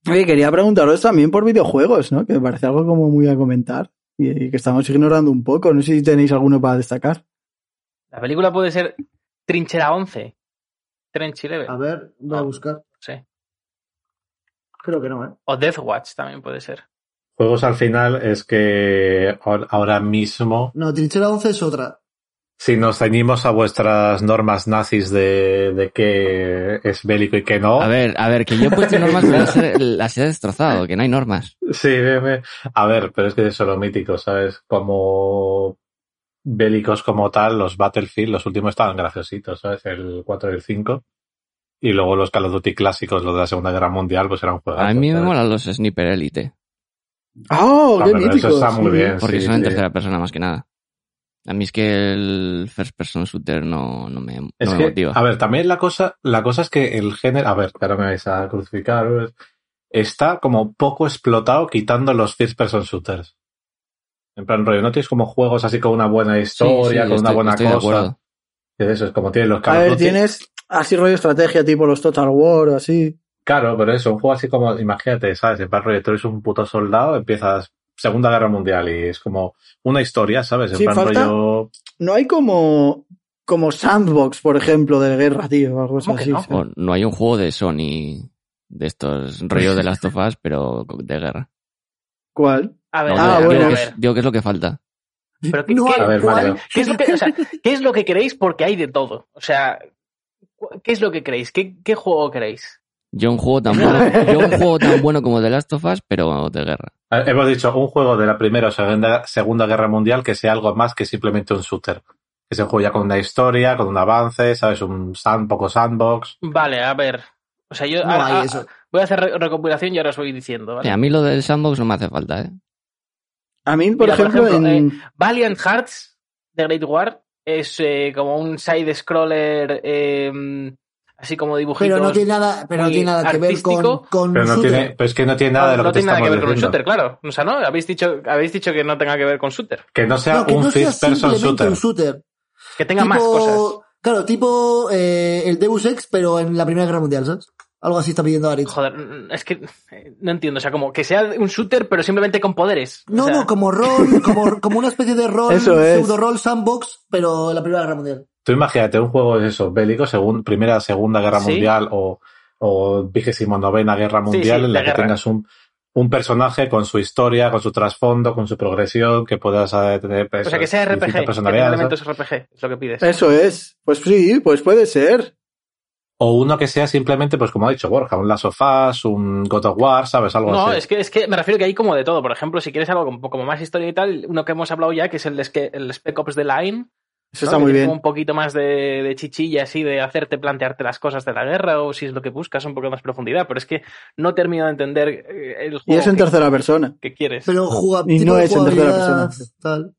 A: oye, quería preguntaros también por videojuegos, ¿no? Que me parece algo como muy a comentar y, y que estamos ignorando un poco. No sé si tenéis alguno para destacar.
E: La película puede ser Trinchera 11. Trench 11.
D: A ver, voy a buscar.
E: Sí.
D: Creo que no, ¿eh?
E: O Death Watch también puede ser.
C: Juegos al final es que ahora- ahora mismo
D: No, Trinchera 11 es otra.
C: si nos ceñimos a vuestras normas nazis de, de qué es bélico y qué no.
B: A ver, a ver, que yo he puesto normas, pero las he, las he destrozado, que no hay normas.
C: Sí, me- me- a ver, pero es que eso es lo mítico, ¿sabes? Como bélicos como tal, los Battlefield, los últimos estaban graciositos, ¿sabes? El 4 y el 5. Y luego los Call of Duty clásicos, los de la Segunda Guerra Mundial, pues eran juegos.
B: A mí me molan los Sniper Elite,
A: ¡Oh, qué mítico!
C: Eso está muy bien.
B: porque
C: sí,
B: son en
C: sí.
B: tercera persona más que nada. A mí es que el first person shooter no, no me, no
C: Es
B: me
C: que,
B: motiva.
C: a ver, también la cosa, la cosa es que el género, a ver, que ahora me vais a crucificar, ¿ves? está como poco explotado quitando los first person shooters. En plan rollo, no tienes como juegos así con una buena
B: Sí,
C: historia,
B: sí,
C: con una
B: estoy-
C: buena
B: estoy de
C: cosa.
B: acuerdo.
C: Es eso, es como tienes los
A: A
C: Call of
A: ver,
C: Duty.
A: tienes así rollo estrategia, tipo los Total War, así.
C: Claro, pero eso, un juego así como, imagínate, ¿sabes? En plan rollo, tú eres un puto soldado, empiezas Segunda Guerra Mundial y es como una historia, ¿sabes? En
A: Sí,
C: plan
A: falta-
C: rollo,
A: No hay como, como sandbox, por ejemplo, de guerra, tío, o algo
E: ¿Cómo que
A: así.
E: no?
A: sí.
B: O no hay un juego de Sony de estos rollos de Last of Us, pero de guerra.
A: ¿Cuál?
E: A ver,
B: No,
A: Ah,
E: a ver,
B: digo,
A: bueno.
E: a
B: que
E: ver.
B: es, digo que es lo que falta.
E: Pero ¿qué,
D: No
E: qué-
D: hay-
C: a ver,
E: cuál-
C: Mario.
E: qué es lo que, o sea, ¿qué es lo que queréis? Porque hay de todo. O sea, cu- ¿qué es lo que queréis? ¿Qué, qué juego queréis?
B: Yo un juego tan bueno, yo un juego tan bueno como The Last of Us, pero de guerra.
C: Eh, Hemos dicho un juego de la Primera o segunda, segunda Guerra Mundial que sea algo más que simplemente un shooter. Que se juega con una historia, con un avance, ¿sabes? Un sand, poco sandbox.
E: Vale, a ver. O sea, yo
D: No
E: ahora-
D: hay
E: ah,
D: eso.
E: voy a hacer re- recopilación y ahora os voy diciendo. ¿vale?
B: Mira, a mí lo del sandbox no me hace falta, ¿eh?
A: A mí, por
E: Mira, por
A: ejemplo,
E: ejemplo, eh,
A: en...
E: Valiant Hearts de Great War es eh, como un side scroller eh, así como dibujitos.
D: Pero no tiene nada, pero no
E: muy
D: tiene nada que ver con,
E: artístico,
D: con
C: Pero no
D: shooter.
C: tiene, pero es que no tiene nada
E: No,
C: de lo
E: Ah, no
C: que te
E: tiene nada que
C: estamos
E: ver con un
C: diciendo.
E: shooter, claro. O sea, ¿no? Habéis dicho, habéis dicho que no tenga que ver con shooter.
C: Que no sea
D: No, que
C: un
D: no sea
C: first person
D: simplemente
C: shooter.
D: un shooter.
E: Que tenga más
D: Tipo-
E: cosas.
D: Claro, tipo eh, el Deus Ex, pero en la Primera Guerra Mundial, ¿sabes? Algo así está pidiendo Aritz.
E: Joder, mm, es que eh, no entiendo. O sea, como que sea un shooter, pero simplemente con poderes. O
D: No,
E: sea,
D: no, como rol, como, como una especie de rol,
A: Eso es.
D: pseudo rol sandbox, pero en la Primera Guerra Mundial.
C: Tú imagínate un juego de esos bélicos, según Primera, Segunda Guerra
E: Sí.
C: Mundial o, o vigésimo novena Guerra
E: Sí, sí,
C: Mundial, en
E: de
C: la que
E: guerra.
C: tengas un, un personaje con su historia, con su trasfondo, con su progresión, que puedas eh, tener
E: o sea, que sea RPG. Que tenga
C: personalidades.
E: elementos RPG, es lo que pides.
A: Eso es. Pues sí, pues puede ser.
C: O uno que sea simplemente, pues como ha dicho Borja, un Last of Us, un God of War, ¿sabes? Algo
E: No,
C: así.
E: es que, es que me refiero que hay como de todo. Por ejemplo, si quieres algo como, como más historia y tal, uno que hemos hablado ya, que es el, de Ske- el Spec Ops de Line.
A: Eso
E: ¿no?
A: está
E: Que
A: muy
E: tiene como
A: bien.
E: un poquito más de, de chichilla así, de hacerte plantearte las cosas de la guerra o si es lo que buscas un poco más profundidad. Pero es que no termino de entender eh, el
A: Y
E: juego
A: es en
E: que,
A: tercera persona.
E: que quieres.
D: Pero juga,
A: Y
D: tipo
A: no
D: de
A: es en tercera
D: jugabilidad,
A: persona.
D: tal.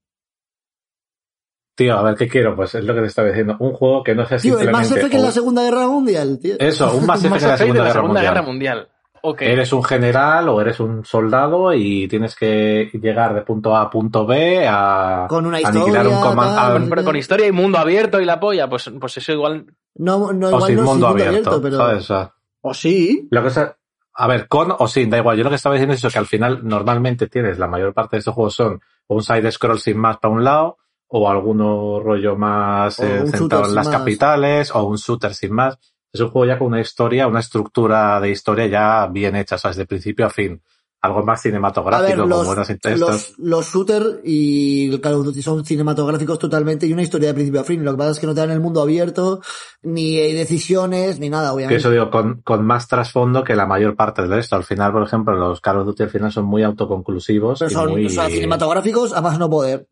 C: Tío, a ver, ¿qué quiero? Pues es lo que te estaba diciendo. Un juego que no sea
D: Tío, el más
C: simplemente...
D: Effect en
C: o-
D: la Segunda Guerra Mundial, tío.
C: Eso, un Mass Effect
E: Mass
C: en la
E: Effect
C: Segunda,
E: de la
C: Guerra,
E: Segunda
C: Mundial. Eh,
E: Guerra Mundial. Ok.
C: Eres un general o eres un soldado y tienes que llegar de punto A a punto B a
D: Con una
C: aniquilar
D: historia,
C: un Ah, comando...
D: tal,
C: a-
E: Ah, Pero con historia y mundo abierto y la polla, pues, pues eso igual.
D: No, no,
C: o
D: igual
C: sin
D: no es
C: mundo
D: circuito
C: abierto,
D: pero...
C: ¿sabes? O sea,
A: O sí.
C: Lo que sea- a ver, con o sin, da igual. Yo lo que estaba diciendo es eso, que al final normalmente tienes, la mayor parte de estos juegos son o un side-scroll sin más para un lado, o alguno rollo más
D: O
C: eh,
D: un shooter
C: centrado en
D: sin
C: las
D: más.
C: capitales, o un shooter sin más. Es un juego ya con una historia, una estructura de historia ya bien hecha, ¿sabes? De principio a fin. Algo más
D: A
C: cinematográfico,
D: ver,
C: con
D: los,
C: buenas intentos.
D: los, los shooter y el Call of Duty son cinematográficos totalmente y una historia de principio a fin. Lo que pasa es que no te dan el mundo abierto, ni hay decisiones, ni nada,
C: Que
D: obviamente.
C: eso digo, con, con más trasfondo que la mayor parte de esto. Al final, por ejemplo, los Call of Duty al final son muy autoconclusivos
D: pero
C: y
D: son,
C: muy...
D: o sea, cinematográficos, a más no poder.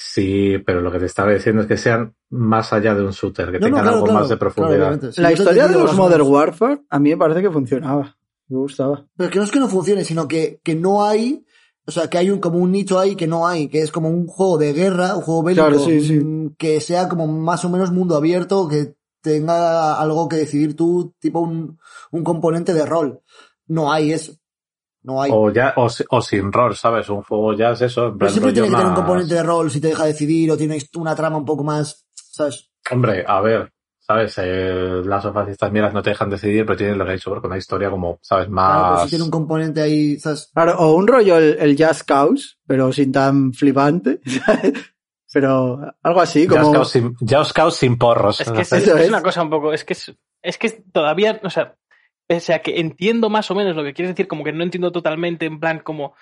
C: Sí, pero lo que te estaba diciendo es que sean más allá de un shooter, que
D: No, no,
C: tengan
D: claro,
C: algo
D: claro,
C: más de
D: claro,
C: profundidad.
D: obviamente. Sí,
A: La
D: yo te
A: historia de
D: entiendo
A: los
D: más o menos.
A: Modern Warfare a mí me parece que funcionaba. Me gustaba.
D: Pero que no es que no funcione, sino que, que no hay, o sea, que hay un, como un nicho ahí que no hay, que es como un juego de guerra, un juego bélico,
A: Claro, sí, sí.
D: mm, que sea como más o menos mundo abierto, que tenga algo que decidir tú, tipo un, un componente de rol. No hay eso. No hay.
C: O ya, o, si- o sin rol, ¿sabes? Un juego ya es eso. en
D: Pero
C: plan
D: siempre
C: rollo
D: tiene que tener un
C: más-
D: componente de rol si te deja decidir o tiene una trama un poco más, ¿sabes?
C: Hombre, a ver, ¿sabes? Eh, las sofás y estas mierdas no te dejan decidir, pero tienen lo que hay sobre con una historia como, ¿sabes?
D: Claro, pero
C: Más.
D: si tiene un componente ahí, ¿sabes?
A: Claro, o un rollo el, el Jazz Cows, pero sin tan flipante. ¿sabes? pero algo así,
C: Ya os
A: como.
C: caos sin, ya os caos sin porros.
E: Es que es,
A: Eso
E: es
A: es.
E: una cosa un poco. Es que es, es que es todavía. O sea, pese a que entiendo más o menos lo que quieres decir, como que no entiendo totalmente, en plan, como.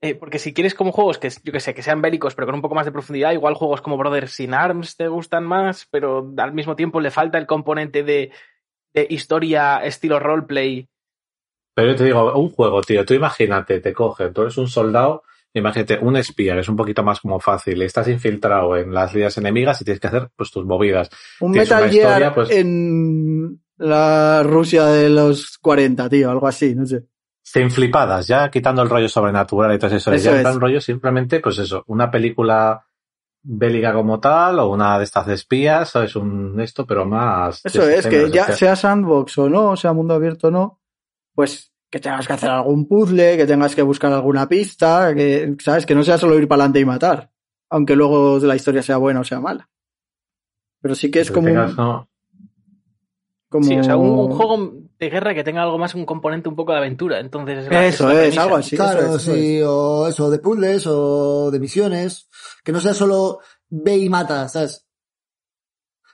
E: Eh, porque si quieres como juegos que, yo que sé, que sean bélicos, pero con un poco más de profundidad, igual juegos como Brothers in Arms te gustan más, pero al mismo tiempo le falta el componente de, de historia estilo roleplay.
C: Pero yo te digo, un juego, tío, tú imagínate, te cogen, tú eres un soldado, imagínate, un espía, que es un poquito más como fácil, y estás infiltrado en las líneas enemigas y tienes que hacer pues tus movidas.
A: Un
C: Tienes
A: Metal
C: una historia,
A: Gear
C: pues-
A: en la Rusia de los 40, tío, algo así, no sé.
C: Sin flipadas, ya quitando el rollo sobrenatural y todo eso.
A: Eso
C: ya en
A: es.
C: plan rollo simplemente, pues eso, una película bélica como tal, o una de estas de espías, o es un esto, pero más.
A: Eso
C: de
A: es,
C: ese
A: que
C: género,
A: ya
C: o sea,
A: sea sandbox o no, sea mundo abierto o no, pues que tengas que hacer algún puzzle, que tengas que buscar alguna pista, que, ¿sabes? Que no sea solo ir para adelante y matar, aunque luego la historia sea buena o sea mala. Pero sí que es
C: que
A: como, un-
C: tengas, ¿no?
A: como...
E: Sí, o sea, un, un juego de guerra que tenga algo más, un componente un poco de aventura. Entonces, es la-
A: Eso
E: la
A: es,
E: premisa.
A: algo así. eso
D: claro,
A: es, eso
D: sí, o eso, de puzzles o de misiones. Que no sea solo ve y mata, ¿sabes?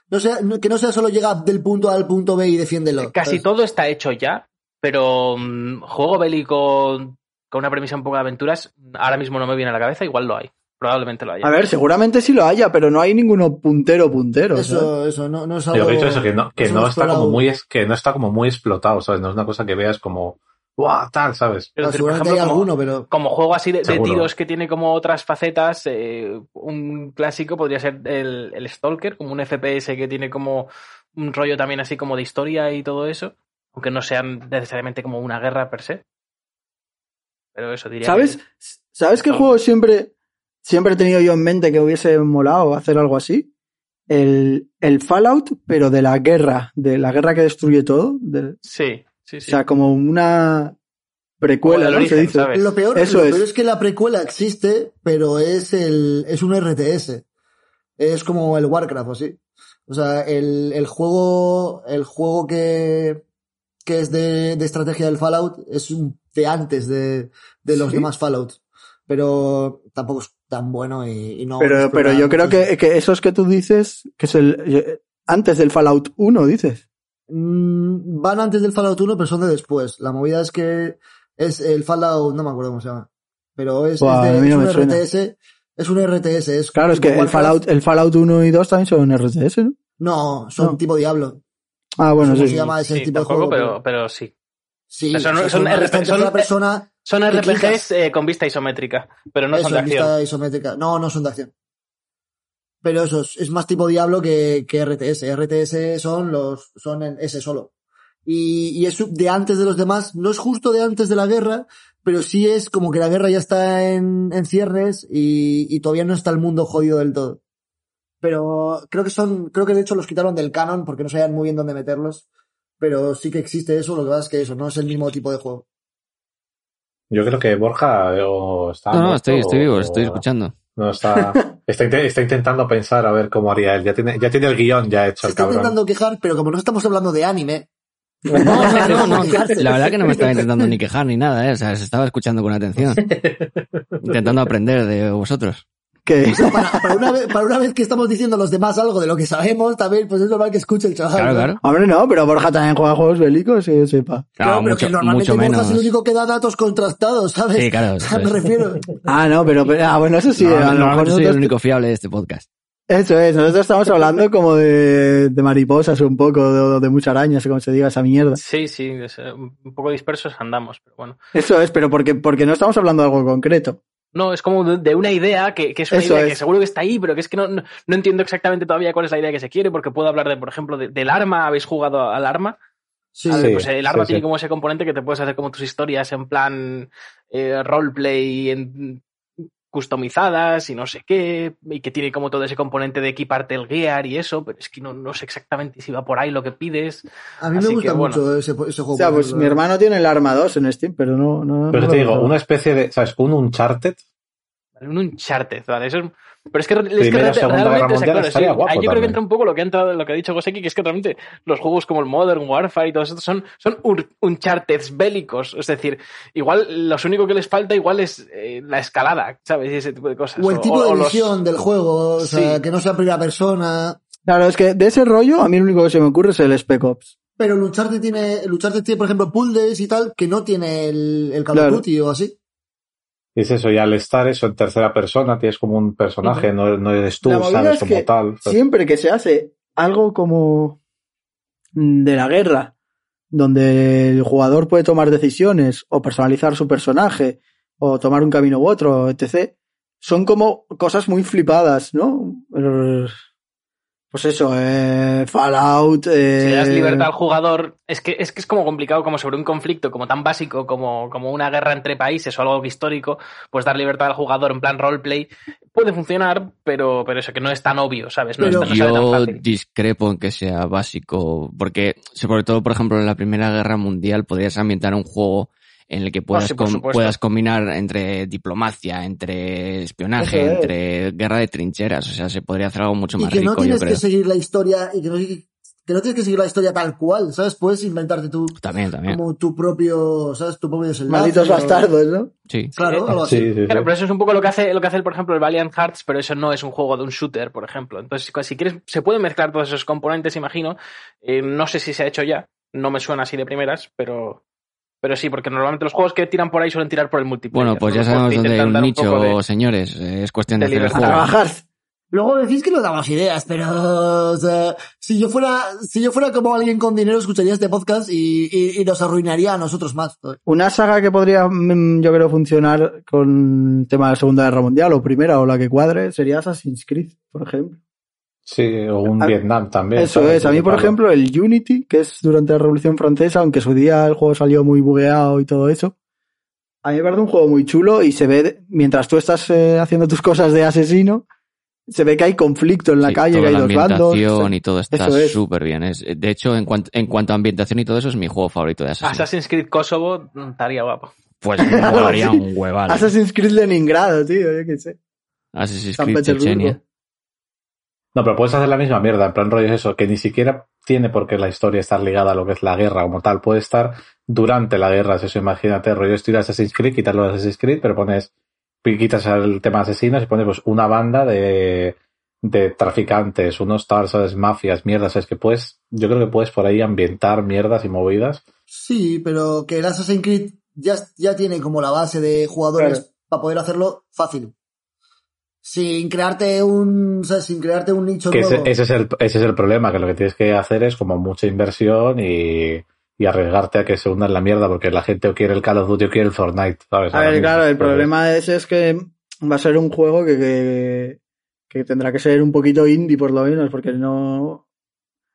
D: No sea, no- que no sea solo llega del punto A al punto B y defiéndelo.
E: Casi
D: ¿sabes?
E: todo está hecho ya, pero mm, juego bélico con una premisa un poco de aventuras, ahora mismo no me viene a la cabeza, igual lo hay. Probablemente lo haya.
A: A ver, seguramente sí lo haya, pero no hay ninguno puntero puntero. ¿sabes?
D: Eso, eso, no, no es algo...
C: Yo que he dicho eso, que no, que
D: es
C: no
D: un
C: está
D: explorado.
C: como muy, es- que no está como muy explotado, ¿sabes? No es una cosa que veas como, ¡guau! tal, ¿sabes?
E: Quiero
D: No,
E: decir, por
D: seguramente
E: ejemplo,
D: hay
E: como-
D: alguno, pero...
E: como juego así de, de
C: Seguro.
E: tiros que tiene como otras facetas, eh, un clásico podría ser el, el Stalker, como un FPS que tiene como un rollo también así como de historia y todo eso, aunque no sean necesariamente como una guerra per se. Pero eso diría.
A: ¿Sabes?
E: que-
A: ¿Sabes
E: Ah.
A: qué juego siempre, siempre he tenido yo en mente que hubiese molado hacer algo así? El, el Fallout, pero de la guerra, de la guerra que destruye todo. del-
E: Sí, sí, sí.
A: O sea, como una precuela,
E: Como el
A: ¿no? Se
E: origen,
A: dice.
E: ¿sabes?
D: Lo peor,
A: Eso
D: lo
A: es.
D: peor es que la precuela existe, pero es el, es un RTS. Es como el Warcraft o así. O sea, el, el juego, el juego que, que es de, de estrategia del Fallout es un, de antes de, de los
A: ¿Sí?
D: demás Fallout. Pero tampoco es tan bueno y, y no.
A: Pero,
D: explora
A: pero yo creo
D: muchísimo.
A: que, que esos que tú dices, que es el, yo- antes del Fallout 1, dices.
D: Mm, van antes del Fallout 1, pero son de después. La movida es que es el Fallout, no me acuerdo cómo se llama. Pero es,
A: Buah,
D: es de-
A: a mí no
D: es
A: me
D: un
A: suena.
D: RTS. Es un RTS, es.
A: Claro, es
D: tipo
A: que el
D: Warcraft.
A: Fallout, el Fallout 1 y 2 también son RTS, ¿no?
D: No, son
A: No.
D: tipo Diablo.
A: Ah, bueno,
D: ¿Cómo
A: sí.
D: se llama ese
E: Sí,
D: tipo
E: tampoco,
D: de juego?
E: pero, pero sí.
D: Sí,
E: Pero son-
D: o sea,
E: son
D: una
E: RP
D: vista en
E: son-
D: tercera persona,
E: Son
D: Te
E: RPGs
D: clicas.
E: eh, con vista isométrica, pero no
D: eso,
E: son de
D: en
E: acción.
D: vista isométrica. No, no son de acción. Pero eso, es, es más tipo Diablo que, que RTS. RTS son los, son en ese solo. Y, y es sub- de antes de los demás, no es justo de antes de la guerra, pero sí es como que la guerra ya está en, en cierres y, y todavía no está el mundo jodido del todo. Pero creo que son, creo que de hecho los quitaron del canon porque no sabían muy bien dónde meterlos. Pero sí que existe eso, lo que pasa es que eso no es el mismo tipo de juego.
C: Yo creo que Borja o está.
B: No, no,
C: muerto
B: estoy, estoy
C: o-
B: vivo, estoy
C: o-
B: escuchando.
C: No está, está, inte- está intentando pensar a ver cómo haría él. Ya tiene, ya tiene el guión ya hecho,
D: Se
C: el
D: está
C: cabrón.
D: intentando quejar, pero como no estamos hablando de anime,
B: No, no, no, no,
D: quejarse.
B: La verdad que no me estaba intentando ni quejar ni nada, ¿eh? O sea, se estaba escuchando con atención. Intentando aprender de vosotros.
A: Que,
D: para, para una vez, para una vez que estamos diciendo a los demás algo de lo que sabemos, también, pues es normal que escuche el chaval.
B: Claro,
D: ¿no?
B: claro.
A: hombre, no, pero Borja también juega a juegos bélicos, que yo sepa.
D: Claro,
B: No,
D: pero que
B: mucho,
D: normalmente
B: mucho
D: Borja
B: menos.
D: es el único que da datos contrastados, ¿sabes?
B: Sí, claro,
D: O sea,
B: eso
D: me
B: es.
D: refiero.
A: Ah, no, pero, pero- ah, bueno, eso sí,
B: No,
A: a lo mejor
B: normalmente soy
A: nosotros-
B: el único fiable de este podcast.
A: Eso es, nosotros estamos hablando como de, de mariposas un poco, de, de muchas arañas, o como se diga esa mierda.
E: Sí, sí, es, eh, un poco dispersos andamos, pero bueno.
A: Eso es, pero porque, porque no estamos hablando de algo concreto.
E: No, es como de, de una idea que, que es una
A: Eso
E: idea que
A: es.
E: seguro que está ahí, pero que es que no, no, no entiendo exactamente todavía cuál es la idea que se quiere, porque puedo hablar de, por ejemplo, de- del arma. ¿Habéis jugado al arma?
D: Sí,
C: Sí.
E: Pues el arma
C: sí.
E: tiene como ese componente que te puedes hacer como tus historias en plan eh, roleplay, en, customizadas y no sé qué, y que tiene como todo ese componente de equiparte el gear y eso, pero es que no, no sé exactamente si va por ahí lo que pides.
D: a mí me
E: así
D: gusta
E: que, bueno.
D: mucho ese, ese juego.
A: O sea,
D: por
A: pues
D: ejemplo.
A: mi hermano tiene el arma 2 en Steam, pero no... no
C: Pero
A: no
C: te
A: lo
C: digo,
A: tengo.
C: una especie de, ¿sabes? Un Uncharted.
E: ¿vale? Un Uncharted, ¿vale? Eso es- pero es que, es que
C: Primera,
E: re-
C: Segunda
E: realmente,
C: Guerra
E: o sea,
C: Mundial
E: claro,
C: estaría
E: sí,
C: guapo
E: ahí yo creo que
C: también.
E: entra un poco lo que ha entrado, lo que ha dicho Goseki, que es que realmente los juegos como el Modern Warfare y todos estos son, son un- Uncharteds bélicos. Es decir, igual los único que les falta igual es eh, la escalada, ¿sabes? Y ese tipo de cosas.
D: O el tipo de
E: los-
D: visión del juego, o sea,
E: Sí.
D: que no sea primera persona.
A: Claro, es que de ese rollo, a mí lo único que se me ocurre es el Spec Ops.
D: Pero lucharte tiene, lucharte tiene, por ejemplo, pull days y tal, que no tiene el, el Call of
A: Claro.
D: Duty o así.
C: Y es eso, y al estar eso en tercera persona, tienes como un personaje, no, no eres tú,
A: La movida
C: ¿sabes?
A: es
C: Como
A: que
C: tal.
A: Siempre que se hace algo como de la guerra, donde el jugador puede tomar decisiones o personalizar su personaje o tomar un camino u otro, etc. Son como cosas muy flipadas, ¿no? Er, Pues eso, eh, Fallout. Eh,
E: Si le das libertad al jugador, es que, es que es como complicado, como sobre un conflicto, como tan básico, como, como una guerra entre países o algo histórico, pues dar libertad al jugador en plan roleplay puede funcionar, pero, pero eso que no es tan obvio, ¿sabes? No,
D: Pero-
E: es, no sale tan
B: Yo
E: fácil.
B: discrepo en que sea básico, porque sobre todo, por ejemplo, en la Primera Guerra Mundial podrías ambientar un juego en el que puedas,
E: Pues sí, por
B: com-
E: supuesto.
B: puedas combinar entre diplomacia, entre espionaje,
A: Eso es.
B: entre guerra de trincheras. O sea, se podría hacer algo mucho
D: Y
B: más
D: que
B: rico,
D: no
B: yo
D: tienes
B: creo.
D: que seguir la historia, y que no, que no tienes que seguir la historia tal cual, ¿sabes? Puedes inventarte tú
B: También, también.
D: como tu propio, ¿sabes? Tu propio desenlace.
A: Malditos
D: o-
A: bastardos, ¿no?
B: Sí.
D: Claro, algo así.
C: Sí, sí, sí.
E: Claro, pero eso es un poco lo que hace, lo que hace, por ejemplo, el Valiant Hearts, pero eso no es un juego de un shooter, por ejemplo. Entonces, pues, si quieres, se pueden mezclar todos esos componentes, imagino. Eh, no sé si se ha hecho ya, no me suena así de primeras, pero, pero sí, porque normalmente los juegos que tiran por ahí suelen tirar por el multiplayer.
B: Bueno, pues ya
E: ¿no? Porque
B: sabemos dónde hay
E: intentan
B: un
E: dar
B: nicho,
E: poco de-
B: señores. Eh, Es cuestión de,
E: de
B: hacer el
E: libertad.
A: A
B: juego.
A: trabajar.
D: Luego decís que no damos ideas, pero o sea, si yo fuera, si yo fuera como alguien con dinero, escucharía este podcast y, y- y nos arruinaría a nosotros más.
A: Una saga que podría, mm, yo creo, funcionar con el tema de la Segunda Guerra Mundial o Primera o la que cuadre sería Assassin's Creed, por ejemplo.
C: Sí, o un
A: A-
C: Vietnam también.
A: Eso
C: ¿sabes?
A: es. A mí,
C: Ese
A: por
C: palo.
A: ejemplo, el Unity, que es durante la Revolución Francesa, aunque su día el juego salió muy bugueado y todo eso, a mí me parece un juego muy chulo y se ve, mientras tú estás eh, haciendo tus cosas de asesino, se ve que hay conflicto en la
B: Sí,
A: calle,
B: toda
A: que hay
B: la
A: dos bandos.
B: ambientación y todo está
A: Eso es.
B: súper bien. Es, de hecho, en, cuan- en cuanto a ambientación y todo eso, es mi juego favorito de Assassin's
E: Assassin's Creed Kosovo mm, estaría guapo.
B: Pues me molaría un hueval.
A: Assassin's Creed Leningrado, tío, yo qué sé.
B: Assassin's
A: San
B: Creed
A: Petersburgo.
B: Chechenia.
C: No, pero puedes hacer la misma mierda, en plan rollo es eso, que ni siquiera tiene por qué la historia estar ligada a lo que es la guerra como tal. Puede estar durante la guerra, es eso, imagínate, rollo estoy de Assassin's Creed, quitarlo de Assassin's Creed, pero pones, quitas el tema asesinos y pones pues una banda de, de traficantes, unos tal, ¿sabes? Mafias, mierdas, ¿sabes? Que puedes, yo creo que puedes por ahí ambientar mierdas y movidas.
D: Sí, pero que el Assassin's Creed ya, ya tiene como la base de jugadores
A: Claro.
D: para poder hacerlo fácil. Sin crearte un, o sea, sin crearte un nicho
C: Que ese,
D: nuevo.
C: ese es el, ese es el problema, que lo que tienes que hacer es como mucha inversión y, y arriesgarte a que se hunda en la mierda, porque la gente o quiere el Call of Duty o quiere el Fortnite, ¿sabes?
A: A
C: Ahora
A: ver,
C: mismo.
A: claro, el
C: Entonces,
A: problema es, es que va a ser un juego que, que, que tendrá que ser un poquito indie, por lo menos, porque no.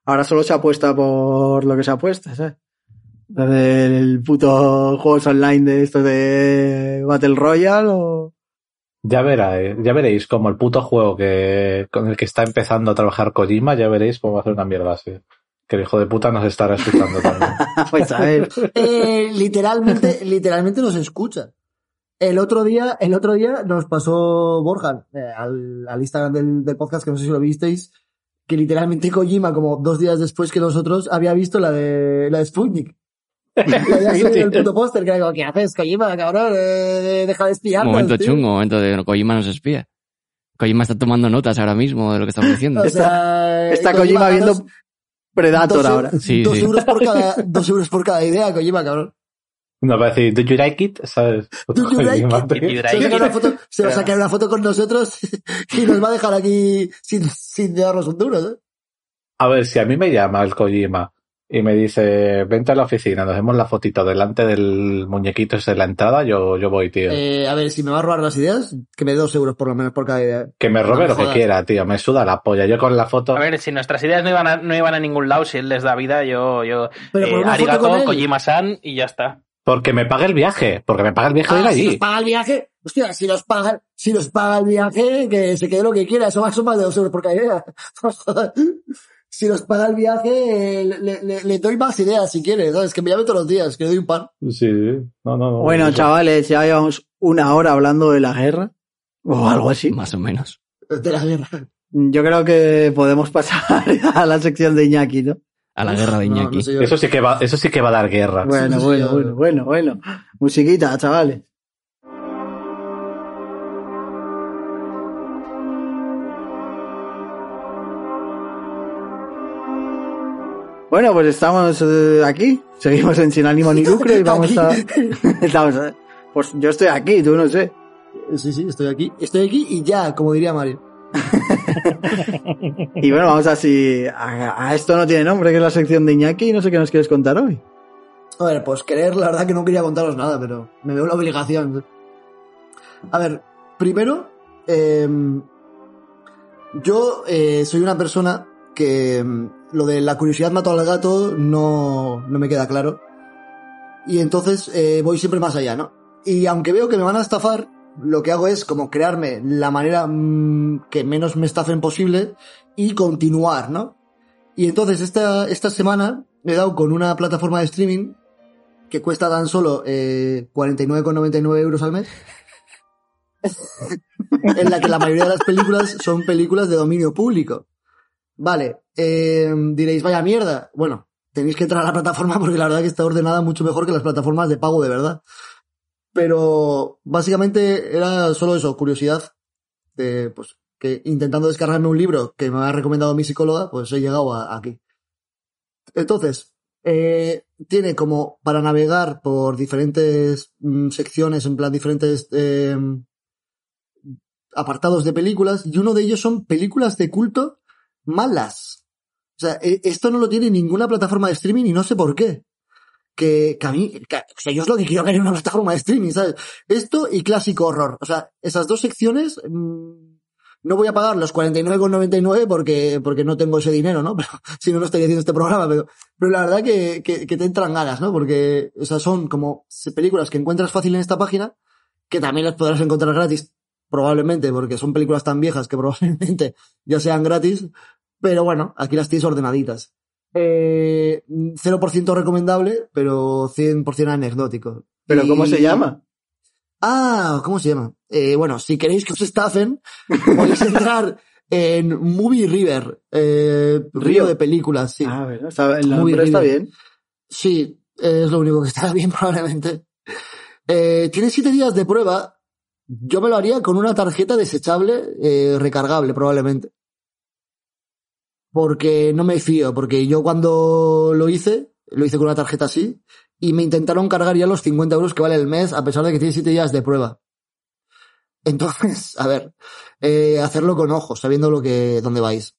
A: Ahora solo se apuesta por lo que se apuesta, ¿sabes? Lo del puto juegos online de estos de Battle Royale o.
C: Ya, verá, eh, ya veréis como el puto juego que, con el que está empezando a trabajar Kojima, ya veréis cómo va a hacer una mierda así. Que el hijo de puta nos estará escuchando también.
A: pues a ver.
D: Eh, literalmente, literalmente nos escucha. El otro día, el otro día nos pasó Borja eh, al, al Instagram del, del podcast, que no sé si lo visteis, que literalmente Kojima, como dos días después que nosotros, había visto la de, la de Sputnik. Le había subido el puto póster, que era como, ¿qué haces, Kojima, cabrón? Eh, deja de espiarnos.
B: Momento
D: tío".
B: chungo, momento de Kojima nos espía. Kojima está tomando notas ahora mismo de lo que estamos diciendo.
D: O
A: Está-
D: sea, eh,
A: Está
D: Kojima
A: Kojima
D: ganas
A: viendo Predator
D: dos, eu-
A: ahora.
B: Sí,
D: dos
B: sí.
D: euros por cada, dos euros por cada idea, Kojima, cabrón.
C: Nos va a decir, ¿do you like it? ¿Sabes?
D: Do you like
C: Kojima,
D: it?
C: tío.
E: Do you
D: Se va, a sacar una foto, se va a
E: Pero-
D: sacar una foto con nosotros y nos va a dejar aquí sin, sin darnos un duro, ¿eh?
C: A ver, si a mí me llama el Kojima y me dice, vente a la oficina, nos vemos la fotito delante del muñequito ese de la entrada, yo, yo voy, tío.
D: Eh, A ver, si me va a robar las ideas, que me dé dos euros por lo menos por cada idea.
C: que me robe
D: no me
C: lo que
D: jodas.
C: quiera, tío. Me suda la polla. Yo con la foto...
E: A ver, si nuestras ideas no iban a, no iban a ningún lado, si él les da vida, yo, yo
D: Pero por
E: eh,
D: una foto con
E: arigato,
D: él.
E: Kojima-san y ya está.
C: Porque me pague el viaje. Porque me pague el viaje de ir
D: Ah, si
C: allí.
D: nos paga el viaje, hostia, si nos paga, si nos paga el viaje, que se quede lo que quiera, eso va a más de dos euros por cada idea. si nos paga el viaje, eh, le, le- le doy más ideas si quiere, ¿sabes? Que me llame todos los días, que le doy un pan.
C: Sí, sí. No, no, no.
A: Bueno,
C: Eso.
A: chavales, ya llevamos una hora hablando de la guerra o algo así.
B: Más o menos.
D: De la guerra.
A: Yo creo que podemos pasar a la sección de Iñaki, ¿no?
B: A la guerra de
D: Ah, No, no
B: Iñaki.
D: sé yo.
C: Eso sí que va, eso sí que va a dar guerra.
A: Bueno,
D: sí,
A: bueno,
D: sí,
A: bueno, bueno, bueno. Musiquita, chavales. Bueno, pues estamos eh, aquí. Seguimos en Sin Ánimo ni Lucro y vamos a...
D: Aquí.
A: estamos, eh, pues yo estoy aquí, tú no sé.
D: Sí, sí, estoy aquí. Estoy aquí y ya, como diría Mario.
A: Y bueno, vamos así. A, a esto no tiene nombre, que es la sección de Iñaki y no sé qué nos quieres contar hoy.
D: A ver, pues creer, la verdad que no quería contaros nada, pero me veo la obligación. A ver, primero, eh, yo eh, soy una persona que mm, lo de la curiosidad mató al gato no, no me queda claro. Y entonces eh, voy siempre más allá, ¿no? Y aunque veo que me van a estafar, lo que hago es como crearme la manera mm, que menos me estafen posible y continuar, ¿no? Y entonces esta, esta semana me he dado con una plataforma de streaming que cuesta tan solo eh, 49,99 euros al mes, en la que la mayoría de las películas son películas de dominio público. Vale, eh, diréis, vaya mierda. Bueno, tenéis que entrar a la plataforma porque la verdad que está ordenada mucho mejor que las plataformas de pago de verdad. Pero básicamente era solo eso, curiosidad. De, pues que intentando descargarme un libro que me ha recomendado mi psicóloga, pues he llegado a- aquí. Entonces, eh, tiene como para navegar por diferentes mm, secciones, en plan diferentes eh, apartados de películas, y uno de ellos son películas de culto malas. O sea, e- esto no lo tiene ninguna plataforma de streaming y no sé por qué. Que, que a mí, que- o sea, yo es lo que quiero ver en una plataforma de streaming, ¿sabes? Esto y clásico horror. O sea, esas dos secciones, mm, no voy a pagar los 49,99 porque, porque no tengo ese dinero, ¿no? Pero, si no, no estaría haciendo este programa, pero, pero la verdad que, que, que te entran ganas, ¿no? Porque, o sea, son como películas que encuentras fácil en esta página, que también las podrás encontrar gratis, probablemente, porque son películas tan viejas que probablemente ya sean gratis, pero bueno, aquí las tienes ordenaditas. Eh, 0% recomendable, pero 100% anecdótico.
A: Pero ¿cómo
D: Y-
A: se llama?
D: Ah, ¿cómo se llama? Eh, bueno, si queréis que os estafen, podéis entrar en Movie River, eh, río
A: Río.
D: de películas, sí.
A: Ah, bueno, está, el
D: Muy
A: nombre está
D: horrible.
A: bien.
D: Sí, eh, es lo único que está bien probablemente. Eh, tiene siete días de prueba. Yo me lo haría con una tarjeta desechable, eh, recargable probablemente. Porque no me fío, porque yo cuando lo hice, lo hice con una tarjeta así, y me intentaron cargar ya los 50 euros que vale el mes, a pesar de que tiene siete días de prueba. Entonces, a ver, eh, hacerlo con ojos, sabiendo lo que, dónde vais.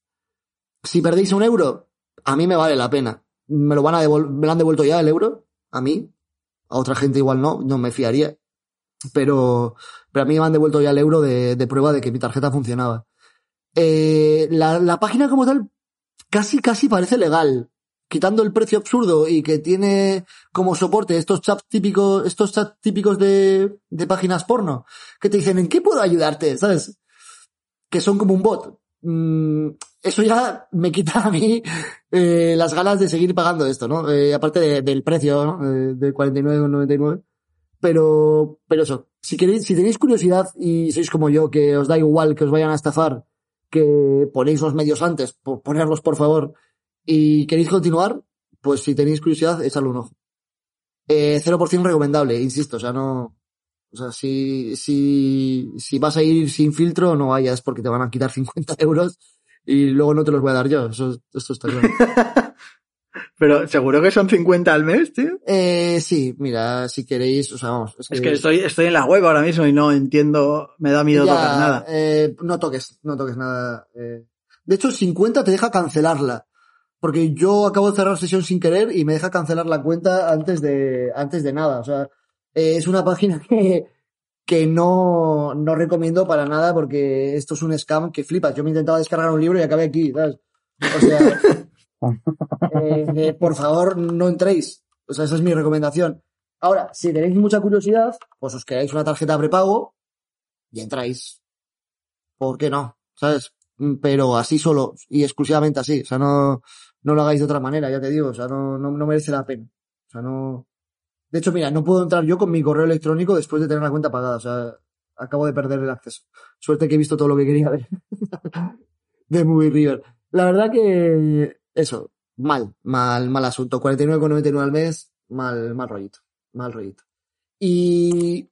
D: Si perdéis un euro, a mí me vale la pena. Me lo van a devol- me lo han devuelto ya el euro, a mí. A otra gente igual no, no me fiaría. Pero, pero a mí me han devuelto ya el euro de, de prueba de que mi tarjeta funcionaba. Eh, la, la página como tal casi, casi parece legal. Quitando el precio absurdo y que tiene como soporte estos chats típicos, estos chats típicos de, de páginas porno, que te dicen, ¿en qué puedo ayudarte? ¿Sabes? Que son como un bot. Mm, eso ya me quita a mí eh, las ganas de seguir pagando esto, ¿no? Eh, aparte de- del precio, ¿no? Eh, de 49,99. Pero, pero eso. Si queréis, si tenéis curiosidad y sois como yo, que os da igual que os vayan a estafar, que ponéis los medios antes, po- ponerlos por favor, y queréis continuar, pues si tenéis curiosidad, echadle un ojo. Eh, 0% recomendable, insisto, o sea, no, o sea, si, si, si vas a ir sin filtro, no vayas porque te van a quitar 50 euros y luego no te los voy a dar yo, eso, esto está claro.
A: Pero seguro que son 50 al mes, tío.
D: Eh, sí, mira, si queréis, o sea, vamos.
A: Es que estoy, estoy en la web ahora mismo y no entiendo, me da miedo
D: ya,
A: tocar nada.
D: eh, no toques, no toques nada. eh. De hecho, 50 te deja cancelarla. Porque yo acabo de cerrar sesión sin querer y me deja cancelar la cuenta antes de, antes de nada. O sea, eh, es una página que, que no, no recomiendo para nada porque esto es un scam que flipas. Yo me intentaba descargar un libro y acabé aquí, ¿sabes? O sea, eh, eh, por favor, no entréis. O sea, esa es mi recomendación. Ahora, si tenéis mucha curiosidad, pues os creáis una tarjeta prepago y entráis. ¿Por qué no? ¿Sabes? Mm, Pero así solo y exclusivamente así. O sea, no, no lo hagáis de otra manera, ya te digo. O sea, no, no, no merece la pena. O sea, no. De hecho, mira, no puedo entrar yo con mi correo electrónico después de tener la cuenta pagada. O sea, acabo de perder el acceso. Suerte que he visto todo lo que quería ver de Movie River. La verdad que eso, mal, mal, mal asunto. 49,99 al mes, mal, mal rollito. Mal rollito. Y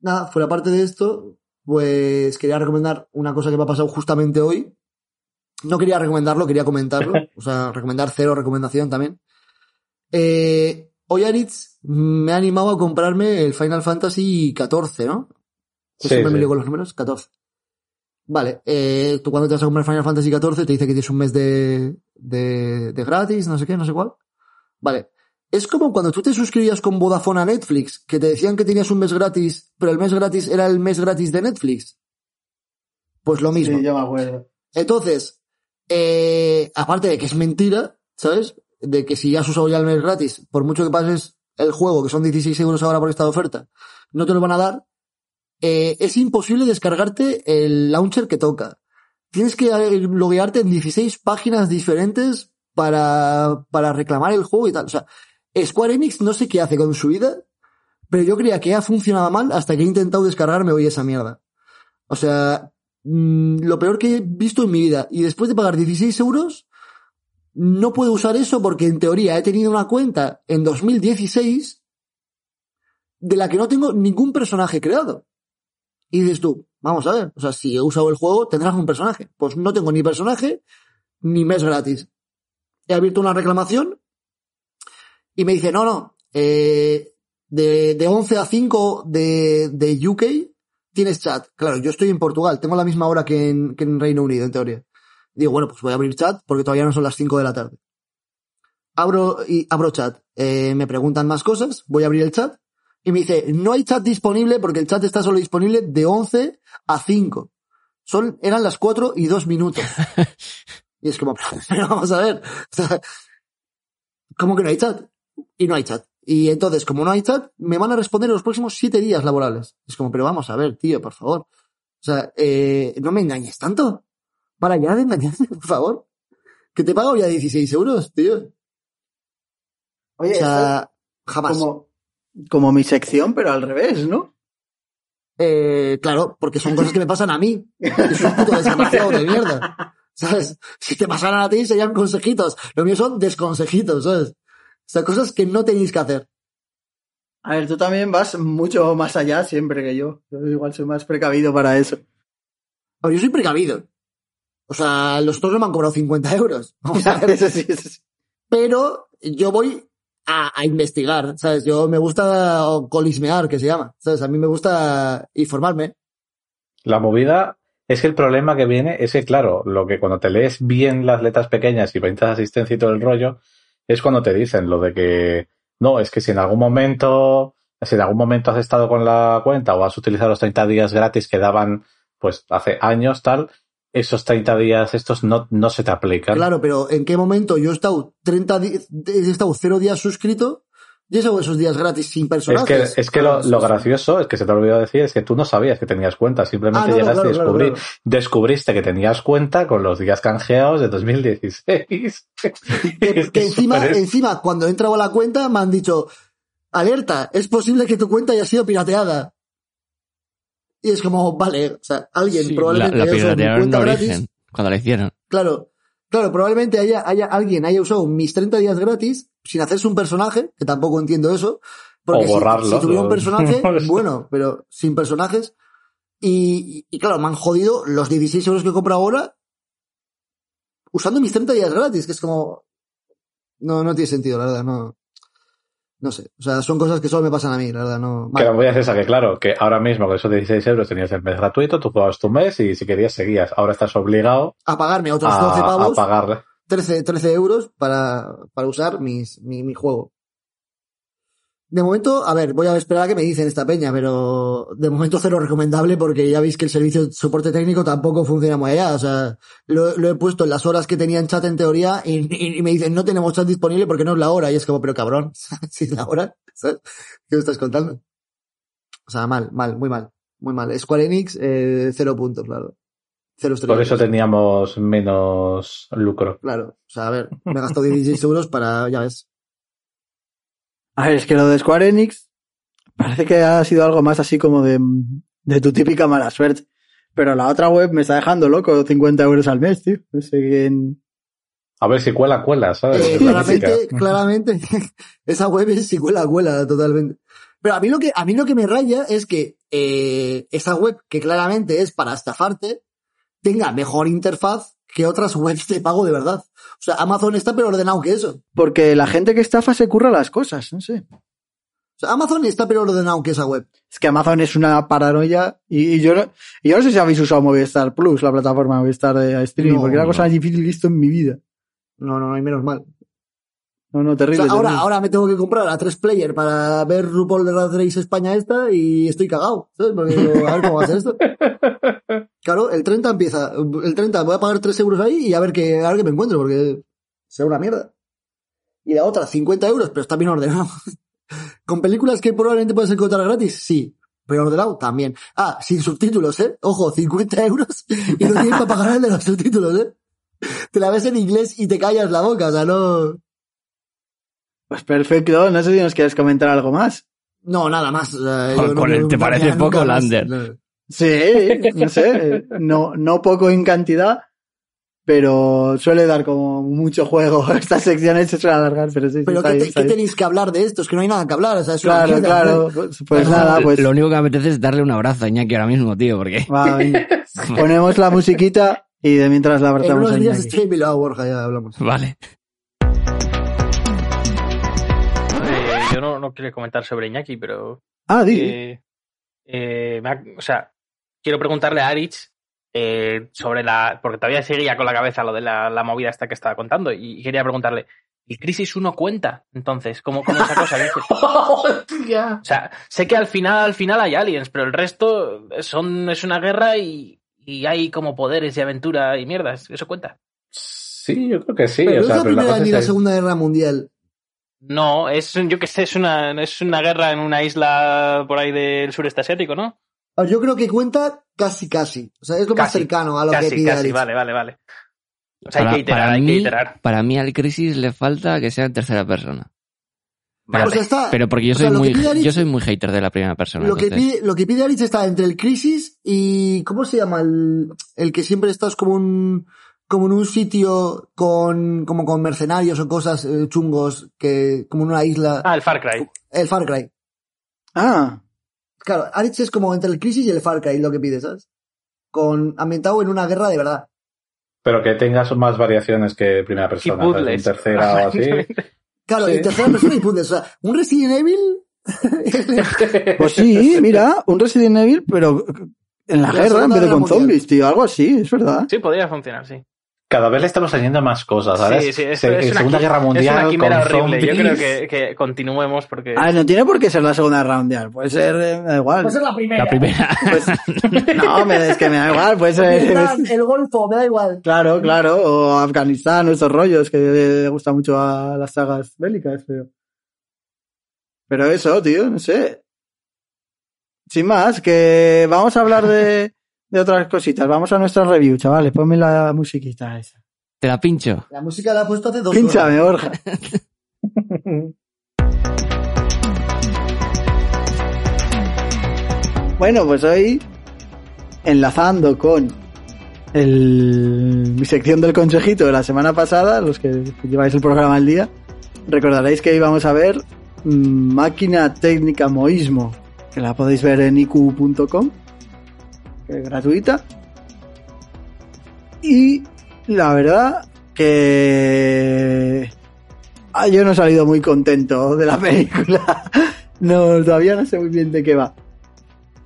D: nada, fuera parte de esto, pues quería recomendar una cosa que me ha pasado justamente hoy. No quería recomendarlo, quería comentarlo. O sea, recomendar cero recomendación también. Eh, hoy Aritz me ha animado a comprarme el Final Fantasy XIV, ¿no? Pues
C: Sí,
D: siempre me
C: sí.
D: lío con los números, 14. Vale, eh, tú cuando te vas a comprar Final Fantasy XIV te dice que tienes un mes de, de, de gratis, no sé qué, no sé cuál. Vale, es como cuando tú te suscribías con Vodafone a Netflix, que te decían que tenías un mes gratis, pero el mes gratis era el mes gratis de Netflix. Pues lo mismo.
A: Sí, yo me acuerdo.
D: Entonces, eh, aparte de que es mentira, ¿sabes? De que si ya has usado ya el mes gratis, por mucho que pases el juego, que son 16 euros ahora por esta oferta, no te lo van a dar, eh, es imposible descargarte el launcher que toca. Tienes que eh, loguearte en 16 páginas diferentes para, para reclamar el juego y tal. O sea, Square Enix no sé qué hace con su vida, pero yo creía que ya funcionaba mal hasta que he intentado descargarme hoy esa mierda. O sea, mm, lo peor que he visto en mi vida. Y después de pagar 16 euros, no puedo usar eso porque en teoría he tenido una cuenta en 2016 de la que no tengo ningún personaje creado. Y dices tú, vamos a ver, o sea, si he usado el juego, tendrás un personaje. Pues no tengo ni personaje, ni mes gratis. He abierto una reclamación y me dice, no, no, eh, de, de 11 a 5 de, de UK tienes chat. Claro, yo estoy en Portugal, tengo la misma hora que en, que en Reino Unido, en teoría. Digo, bueno, pues voy a abrir chat porque todavía no son las 5 de la tarde. Abro, y, abro chat, eh, me preguntan más cosas, voy a abrir el chat y me dice, no hay chat disponible porque el chat está solo disponible de 11 a 5. Son, eran las 4 y 2 minutos. y es como, pero vamos a ver. o sea, ¿Cómo que no hay chat? Y no hay chat. Y entonces, como no hay chat, me van a responder en los próximos 7 días laborables. Es como, pero vamos a ver, tío, por favor. O sea, eh, no me engañes tanto. Para ya de engañarme, por favor. Que te pago ya 16 euros, tío.
A: Oye,
D: O sea, jamás.
A: es como, como mi sección, pero al revés, ¿no?
D: Eh, claro, porque son cosas que me pasan a mí. Que soy un puto desgraciado de mierda. ¿Sabes? Si te pasaran a ti serían consejitos. Lo mío son desconsejitos, ¿sabes? O sea, cosas que no tenéis que hacer.
A: A ver, tú también vas mucho más allá siempre que yo. Yo igual soy más precavido para eso.
D: A ver, yo soy precavido. O sea, los otros no me han cobrado 50 euros. Vamos a ver.
A: Eso sí, eso sí.
D: pero yo voy a, a investigar, ¿sabes? Yo me gusta colismear, que se llama, ¿sabes? A mí me gusta informarme.
C: La movida es que el problema que viene es que, claro, lo que cuando te lees bien las letras pequeñas y pintas asistencia y todo el rollo, es cuando te dicen lo de que, no, es que si en algún momento, si en algún momento has estado con la cuenta o has utilizado los 30 días gratis que daban, pues, hace años, tal, esos 30 días estos no, no se te aplican.
D: Claro, pero ¿en qué momento yo he estado 30 di- he estado cero días suscrito y he estado esos días gratis sin
C: Es que,
D: personajes?
C: es que lo, lo gracioso, es que se te ha olvidado decir, es que tú no sabías que tenías cuenta,
D: Ah,
C: simplemente
D: no, no,
C: llegaste
D: claro,
C: y
D: claro,
C: descubrí-
D: claro.
C: descubriste que tenías cuenta con los días canjeados de 2016.
D: Que, que encima,
C: Súper es-
D: encima, cuando he entrado a la cuenta me han dicho, alerta, es posible que tu cuenta haya sido pirateada. Y es como, vale, o sea, alguien
B: Sí, la,
D: probablemente
B: la
D: haya usado mi
B: piratearon en
D: cuenta gratis.
B: origen, cuando la hicieron.
D: Claro, claro, probablemente haya, haya alguien haya usado mis 30 días gratis sin hacerse un personaje, que tampoco entiendo eso. Porque
C: O
D: si-
C: borrarlo,
D: Si, tuviera un
C: ¿no?
D: personaje, bueno, pero sin personajes. Y, y claro, me han jodido los 16 euros que compro ahora usando mis 30 días gratis, que es como... No, no tiene sentido, la verdad, no... No sé, o sea, son cosas que solo me pasan a mí, la verdad, no...
C: Que
D: mal.
C: la movida es esa, que claro, que ahora mismo con esos 16 euros tenías el mes gratuito, tú jugabas tu mes y si querías seguías. Ahora estás obligado
D: A pagarme otros 12
C: a, a
D: pavos,
C: pagar.
D: 13, 13 euros para, para usar mis, mi, mi juego. De momento, a ver, voy a esperar a que me dicen esta peña, pero de momento cero recomendable porque ya veis que el servicio de soporte técnico tampoco funciona muy allá. O sea, lo, lo he puesto en las horas que tenía en chat en teoría y, y- y me dicen no tenemos chat disponible porque no es la hora. Y es como, pero cabrón, si es la hora, ¿sabes? ¿Qué me estás contando? O sea, mal, mal, muy mal, muy mal. Square Enix, eh, cero puntos, claro. Cero
C: Por
D: estrellas.
C: eso teníamos menos lucro.
D: Claro, o sea, a ver, me he gastado 16 euros para, ya ves.
A: A ver, es que lo de Square Enix parece que ha sido algo más así como de, de tu típica mala suerte. Pero la otra web me está dejando loco 50 euros al mes, tío. No sé quién.
C: A ver si cuela, cuela, ¿sabes?
D: Eh,
C: Es la mítica.
D: claramente, claramente, esa web es igual a cuela totalmente. Pero a mí lo que, a mí lo que me raya es que, eh, esa web que claramente es para estafarte, tenga mejor interfaz que otras webs de pago de verdad. O sea, Amazon está peor ordenado que eso.
A: Porque la gente que estafa se curra las cosas, no sé.
D: O sea, Amazon está peor ordenado que esa web.
A: Es que Amazon es una paranoia y, y yo, no- y yo no sé si habéis usado Movistar Plus, la plataforma Movistar de streaming,
D: No,
A: porque es la
B: no.
A: cosa más difícil que he visto en mi vida.
D: No, no, no, y menos mal.
A: No, no,
D: O
A: terrible.
D: sea, ahora,
A: terrible.
D: ahora me tengo que comprar a tres player para ver RuPaul de Drag Race España esta y estoy cagado. ¿sabes? Porque digo, a ver cómo va a ser esto. Claro, el 30 empieza. El 30 voy a pagar 3 euros ahí y a ver qué, a ver qué me encuentro, porque será una mierda. Y la otra, 50 euros, pero está bien ordenado. Con películas que probablemente puedes encontrar gratis, sí. Pero ordenado también. Ah, sin subtítulos, ¿eh? Ojo, 50 euros y no tienes para pagar el de los subtítulos, ¿eh? Te la ves en inglés y te callas la boca, o sea, no...
A: Pues perfecto, no sé si nos quieres comentar algo más.
D: No, nada más. o sea,
B: Con-
D: yo
B: con
D: me
B: el- te
D: preguntaría
B: parece
D: nunca
B: poco,
D: más.
B: Lander.
D: No.
A: Sí, no sé, eh, no, no poco en cantidad, pero suele dar como mucho juego. Estas secciones se suelen alargar, pero sí, sí,
D: Pero
A: está
D: ¿qué,
A: bien,
D: te-
A: está
D: qué
A: bien.
D: tenéis que hablar de esto? Es que no hay nada que hablar. O sea, es una
A: Claro,
D: mierda.
A: claro, pues, pues nada, pues
B: Lo único que me apetece es darle un abrazo a Iñaki ahora mismo, tío, porque...
A: va, venga. ponemos la musiquita y de mientras la
D: En
A: abrazamos a
D: unos días
A: Iñaki.
D: estoy en Bilbao, Borja, ya hablamos.
B: Vale.
E: Eh, yo no, no quiero comentar sobre Iñaki, pero
A: Ah, di.
E: eh, eh, me ha- o sea, quiero preguntarle a Aritz eh, sobre la. Porque todavía seguía con la cabeza lo de la, la movida esta que estaba contando. Y quería preguntarle: ¿el Crisis 1 cuenta? Entonces, ¿cómo, cómo esa cosa? Dice,
F: ¡Hostia!
E: o sea, sé que al final, al final hay aliens, pero el resto son, es una guerra y, y hay como poderes y aventura y mierdas. Eso cuenta.
C: Sí, yo creo que sí. o
D: Pero no es
C: sea,
D: la
C: pero la
D: primera
C: cosa
D: ni la
C: está ahí.
D: segunda guerra mundial.
E: No, es, yo que sé, es una, es una guerra en una isla por ahí del sureste asiático, ¿no?
D: A ver, Yo creo que cuenta casi, casi. O sea, es lo más
E: Casi,
D: cercano a lo que
E: Casi,
D: pide
E: casi,
D: Alex.
E: vale, vale, vale. O sea, hay
B: Para-
E: que iterar,
B: para
E: hay que
B: mí-
E: iterar.
B: Para mí al Crisis le falta que sea en tercera persona.
D: O sea, está-
B: Pero porque yo
D: o
B: soy,
D: sea, lo que
B: muy,
D: pide Alex-
B: yo soy muy hater de la primera persona.
D: Lo que,
B: entonces-
D: pide, lo que pide Aritz está entre el Crisis y. ¿Cómo se llama? El, el que siempre estás como un. Como en un sitio con. Como con mercenarios o cosas eh, chungos. que Como en una isla.
E: Ah, el Far Cry.
D: El Far Cry.
A: Ah,
D: Claro, Alex es como entre el Crisis y el Far Cry lo que pide, ¿sabes? Con ambientado en una guerra de verdad.
C: Pero que tengas más variaciones que primera persona. ¿sabes?
E: puzzles.
C: En tercera o así.
D: Claro,
C: Sí.
D: y tercera persona y puzzles. O sea, un Resident Evil
A: pues sí, mira, un Resident Evil, pero en la,
D: La
A: guerra en
D: Segunda
A: vez de
D: Guerra
A: con
D: Mundial.
A: zombies, tío, algo así, es verdad.
E: Sí, podría funcionar, sí.
C: Cada vez le estamos añadiendo más cosas, ¿sabes?
E: Sí, sí, es-
C: Se-
E: es
C: en
E: una
C: Segunda
E: qui-
C: Guerra Mundial
E: es una
C: con
E: quimera horrible. Yo creo
C: zombies.
E: que, que continuemos porque.
A: Ah, no tiene por qué ser la segunda guerra mundial, puede ser, eh, me da igual.
F: Va a ser la primera.
B: La primera.
A: Pues- no, me, es que me da igual, puede ser.
D: Vietnam, el Golfo, me da igual.
A: Claro, claro, o Afganistán, o esos rollos que le gusta mucho a las sagas bélicas, pero. Pero eso, tío, no sé. Sin más, que vamos a hablar de, de otras cositas. Vamos a nuestra review, chavales. Ponme la musiquita esa.
B: Te la pincho.
D: La música la ha puesto hace dos horas.
A: Pínchame, Borja. Bueno, pues hoy, enlazando con el- mi sección del consejito de la semana pasada, los que lleváis el programa al día, recordaréis que íbamos a ver mm, Máquina Técnica Moísmo, que la podéis ver en iq.com, que es gratuita. Y la verdad que... ah, yo no he salido muy contento de la película. No, todavía no sé muy bien de qué va.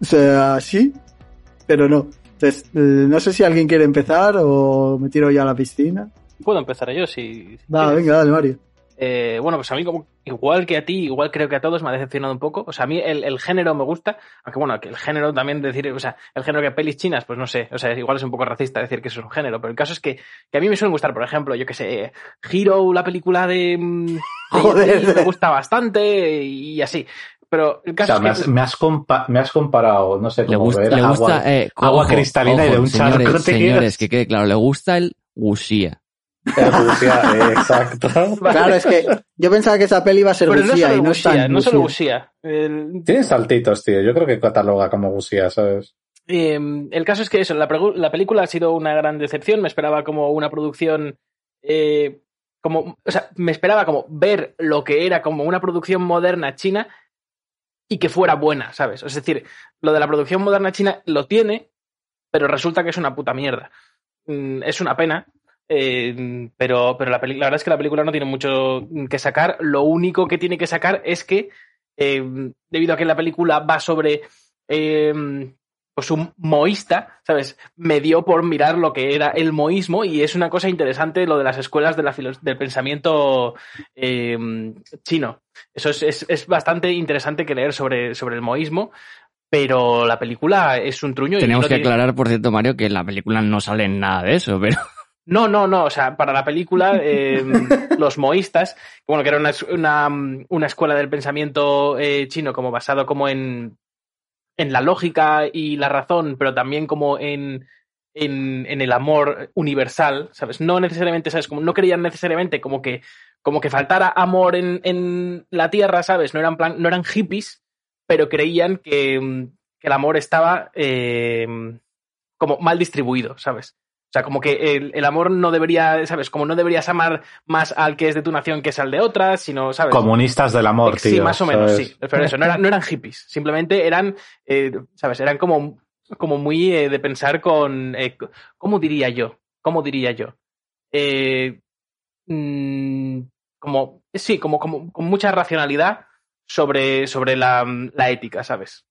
A: O sea, sí, pero no. Entonces, eh, no sé si alguien quiere empezar o me tiro yo a la piscina.
E: Puedo empezar yo si. si
A: Va,
E: quieres.
A: venga, dale, Mario.
E: Eh, bueno, pues a mí, como, igual que a ti, igual creo que a todos, me ha decepcionado un poco. O sea, a mí el, el género me gusta, aunque bueno, que el género también decir, o sea, el género que pelis chinas, pues no sé, o sea, igual es un poco racista decir que eso es un género, pero el caso es que, que a mí me suelen gustar, por ejemplo, yo que sé, eh, Hero, la película de. mm, de
A: Joder.
E: Jet Li, me gusta bastante y así. Pero el
C: O
E: caso
C: sea,
E: es que.
C: me has, me has compa- me has comparado, no sé
B: Le
C: cómo
B: gusta,
C: ver,
B: le gusta
C: agua,
B: eh,
C: agua cristalina y de un charco
B: señores,
C: te
B: señores,
C: quedas.
B: que quede claro, le gusta el Wuxia.
C: eh, Rusia, eh, exacto.
A: Claro, es que yo pensaba que esa peli iba a ser
E: pero no
A: Lucía
E: solo
A: y no es
E: Wuxia,
A: tan
E: no solo
A: Lucía.
E: Wuxia. El,
C: Tiene saltitos, tío. Yo creo que cataloga como Gusía, ¿sabes?
E: Eh, el caso es que eso, la, pregu- la película ha sido una gran decepción. Me esperaba como una producción. eh, como, o sea, me esperaba como ver lo que era como una producción moderna china y que fuera buena, ¿sabes? Es decir, lo de la producción moderna china lo tiene, pero resulta que es una puta mierda. Mm, Es una pena. eh, pero pero la, peli- la verdad es que la película no tiene mucho que sacar. Lo único que tiene que sacar es que eh, debido a que la película va sobre eh, pues un moísta, ¿sabes? Me dio por mirar lo que era el moísmo y es una cosa interesante lo de las escuelas de la filo- del pensamiento eh, chino. Eso es, es- es bastante interesante que leer sobre, sobre el moísmo, pero la película es un truño. y
B: Tenemos
E: no
B: que
E: tiene-
B: aclarar, por cierto, Mario, que en la película no sale nada de eso, pero
E: No, no, no. O sea, para la película, eh, los moístas, que, bueno, que era una, es- una, mm, una escuela del pensamiento eh, chino, como basado como en, en la lógica y la razón, pero también como en, en, en el amor universal, ¿sabes? No necesariamente, ¿sabes? Como, no creían necesariamente como que, como que faltara amor en, en la tierra, ¿sabes? No eran, plan, no eran hippies, pero creían que, mm, que el amor estaba eh, como mal distribuido, ¿sabes? O sea, como que el, el amor no debería, ¿sabes? Como no deberías amar más al que es de tu nación que es al de otra, sino, ¿sabes?
C: Comunistas del amor,
E: sí,
C: tío.
E: más o menos,
C: ¿sabes?
E: sí. Pero eso, no eran, no eran hippies, simplemente eran, eh, ¿sabes? Eran como, como muy eh, de pensar con, eh, ¿cómo diría yo? ¿Cómo diría yo? Eh, mm, como, sí, como, como con mucha racionalidad sobre, sobre la, la ética, ¿sabes?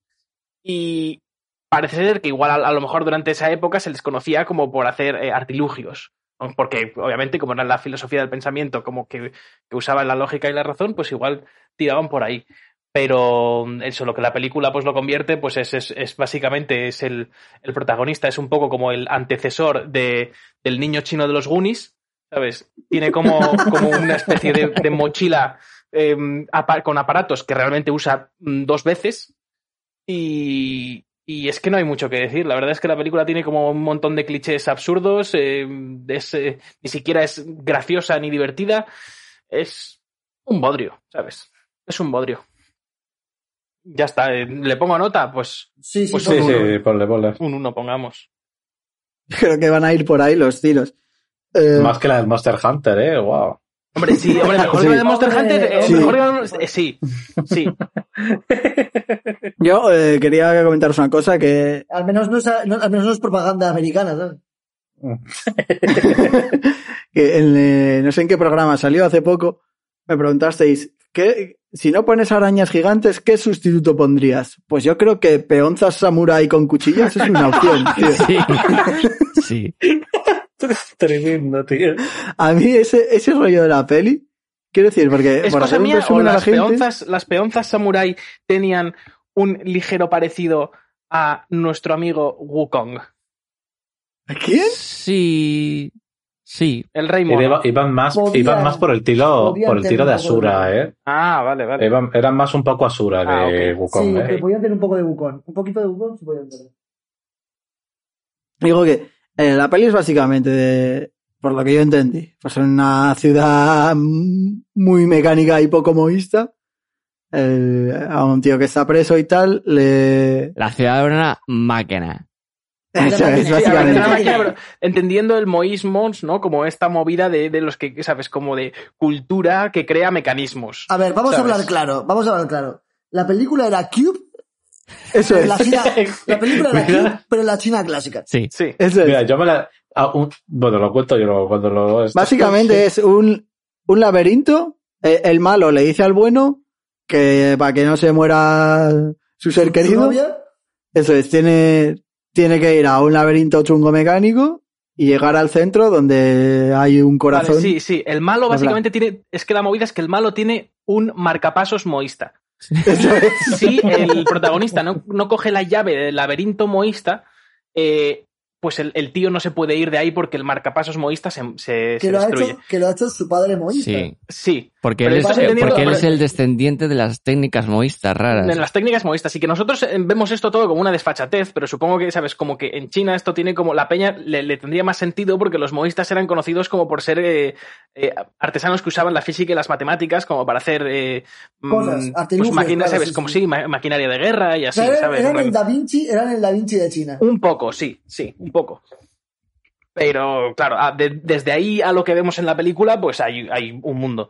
E: Y parece ser que igual a, a lo mejor durante esa época se les conocía como por hacer eh, artilugios. ¿no? Porque obviamente como era la filosofía del pensamiento, como que, que usaban la lógica y la razón, pues igual tiraban por ahí. Pero mm, eso, lo que la película pues lo convierte, pues es, es, es básicamente, es el, el protagonista, es un poco como el antecesor de, del niño chino de los Goonies, ¿sabes? Tiene como, como una especie de, de mochila eh, apa- con aparatos que realmente usa mm, dos veces y, y es que no hay mucho que decir. La verdad es que la película tiene como un montón de clichés absurdos, eh, es, eh, ni siquiera es graciosa ni divertida, es un bodrio, ¿sabes? Es un bodrio. Ya está, eh, le pongo nota, pues
D: Sí, sí,
E: Pues
D: todo
C: ¿eh? Sí,
D: uno.
C: sí, ponle, ponle.
E: un uno pongamos.
A: Creo que van a ir por ahí los tiros. Eh,
C: Más que la del Monster Hunter, eh, wow.
E: Hombre, sí, hombre, mejor
A: Sí.
E: que la de Monster Hunter, eh,
A: Sí.
E: mejor que la de- eh, sí, sí.
A: yo eh, quería comentaros una cosa que
D: Al menos no es, no- al menos no es propaganda americana, ¿sabes?
A: que en, eh, no sé en qué programa salió hace poco, me preguntasteis, ¿qué, si no pones arañas gigantes, ¿qué sustituto pondrías? Pues yo creo que peonzas samurai con cuchillas es una opción, tío.
B: sí. sí.
C: Tremendo, tío.
A: A mí ese, ese rollo de la peli, quiero decir, porque
E: ¿Es
A: por
E: cosa
A: hacer un
E: mía o
A: resumen a la
E: las
A: gente-
E: peonzas, las peonzas samurai tenían un ligero parecido a nuestro amigo Wukong?
A: ¿A ¿Quién?
B: Sí. Sí.
E: El rey
C: Era-
E: mono.
C: Iban, más,
D: Podía-
C: iban más por el tiro,
D: podían
C: por el tiro de
D: tener un poco de
C: Asura, eh.
E: Ah, vale, vale.
C: Iban- eran más un poco Asura
E: Ah,
C: de
E: ok.
C: Wukong,
D: sí,
C: eh.
D: que podían tener un poco de bucón. Un poquito de bucón sí podían tener.
A: Digo que eh, la peli es básicamente de, por lo que yo entendí, pues en una ciudad mm, muy mecánica y poco movista, el- a un tío que está preso y tal, le...
B: La ciudad era una máquina.
A: Eso es,
E: Sí, a ver,
A: básicamente.
E: nada más que- pero entendiendo el moísmo, ¿no? Como esta movida de, de los que, ¿sabes? Como de cultura que crea mecanismos.
A: Ah.
D: A ver, vamos
E: ¿Sabes?
D: a hablar claro, vamos a hablar claro. La película era Cube,
A: Eso
D: pero
A: es,
D: la, China, la película era
C: Mira.
D: Cube, pero la China clásica.
B: Sí.
E: Sí.
A: eso es.
C: Mira, yo me la. ah, un- bueno, lo cuento yo luego cuando lo.
A: Básicamente es un, un laberinto. Eh, El malo le dice al bueno que para que no se muera su ser
D: ¿Su
A: querido.
D: novia?
A: Eso es, tiene, tiene que ir a un laberinto chungo mecánico y llegar al centro donde hay un
E: Vale,
A: corazón.
E: sí, sí. El malo básicamente tiene. Es que la movida es que el malo tiene un marcapasos moísta.
A: Eso es.
E: Si el protagonista no, no coge la llave del laberinto moísta, eh, pues el, el tío no se puede ir de ahí porque el marcapasos moísta se, se-
D: Que
E: se
D: lo, ha
E: destruye.
D: hecho, que lo ha hecho su padre moísta.
B: Sí.
E: Sí.
B: Porque
E: Pero
B: él, es,
E: estás
B: eh,
E: entendiendo-
B: porque él es
E: pero-
B: el descendiente de las técnicas moístas raras.
E: En las técnicas movistas. Y que nosotros eh, vemos esto todo como una desfachatez, pero supongo que, ¿sabes? Como que en China esto tiene como. La peña le, le tendría más sentido porque los movistas eran conocidos como por ser eh, eh, artesanos que usaban la física y las matemáticas como para hacer. eh, mm,
D: Cosas, artilugios,
E: Pues máquina-
D: claro,
E: ¿sabes?
D: sí,
E: como
D: sí.
E: sí, ma- maquinaria de guerra y
D: O
E: así,
D: sea, eran,
E: ¿sabes? En
D: eran
E: plan-
D: el Da Vinci, eran el Da Vinci de China.
E: un poco, sí, sí, un poco. Pero, claro, a- de- desde ahí a lo que vemos en la película, pues hay, hay un mundo.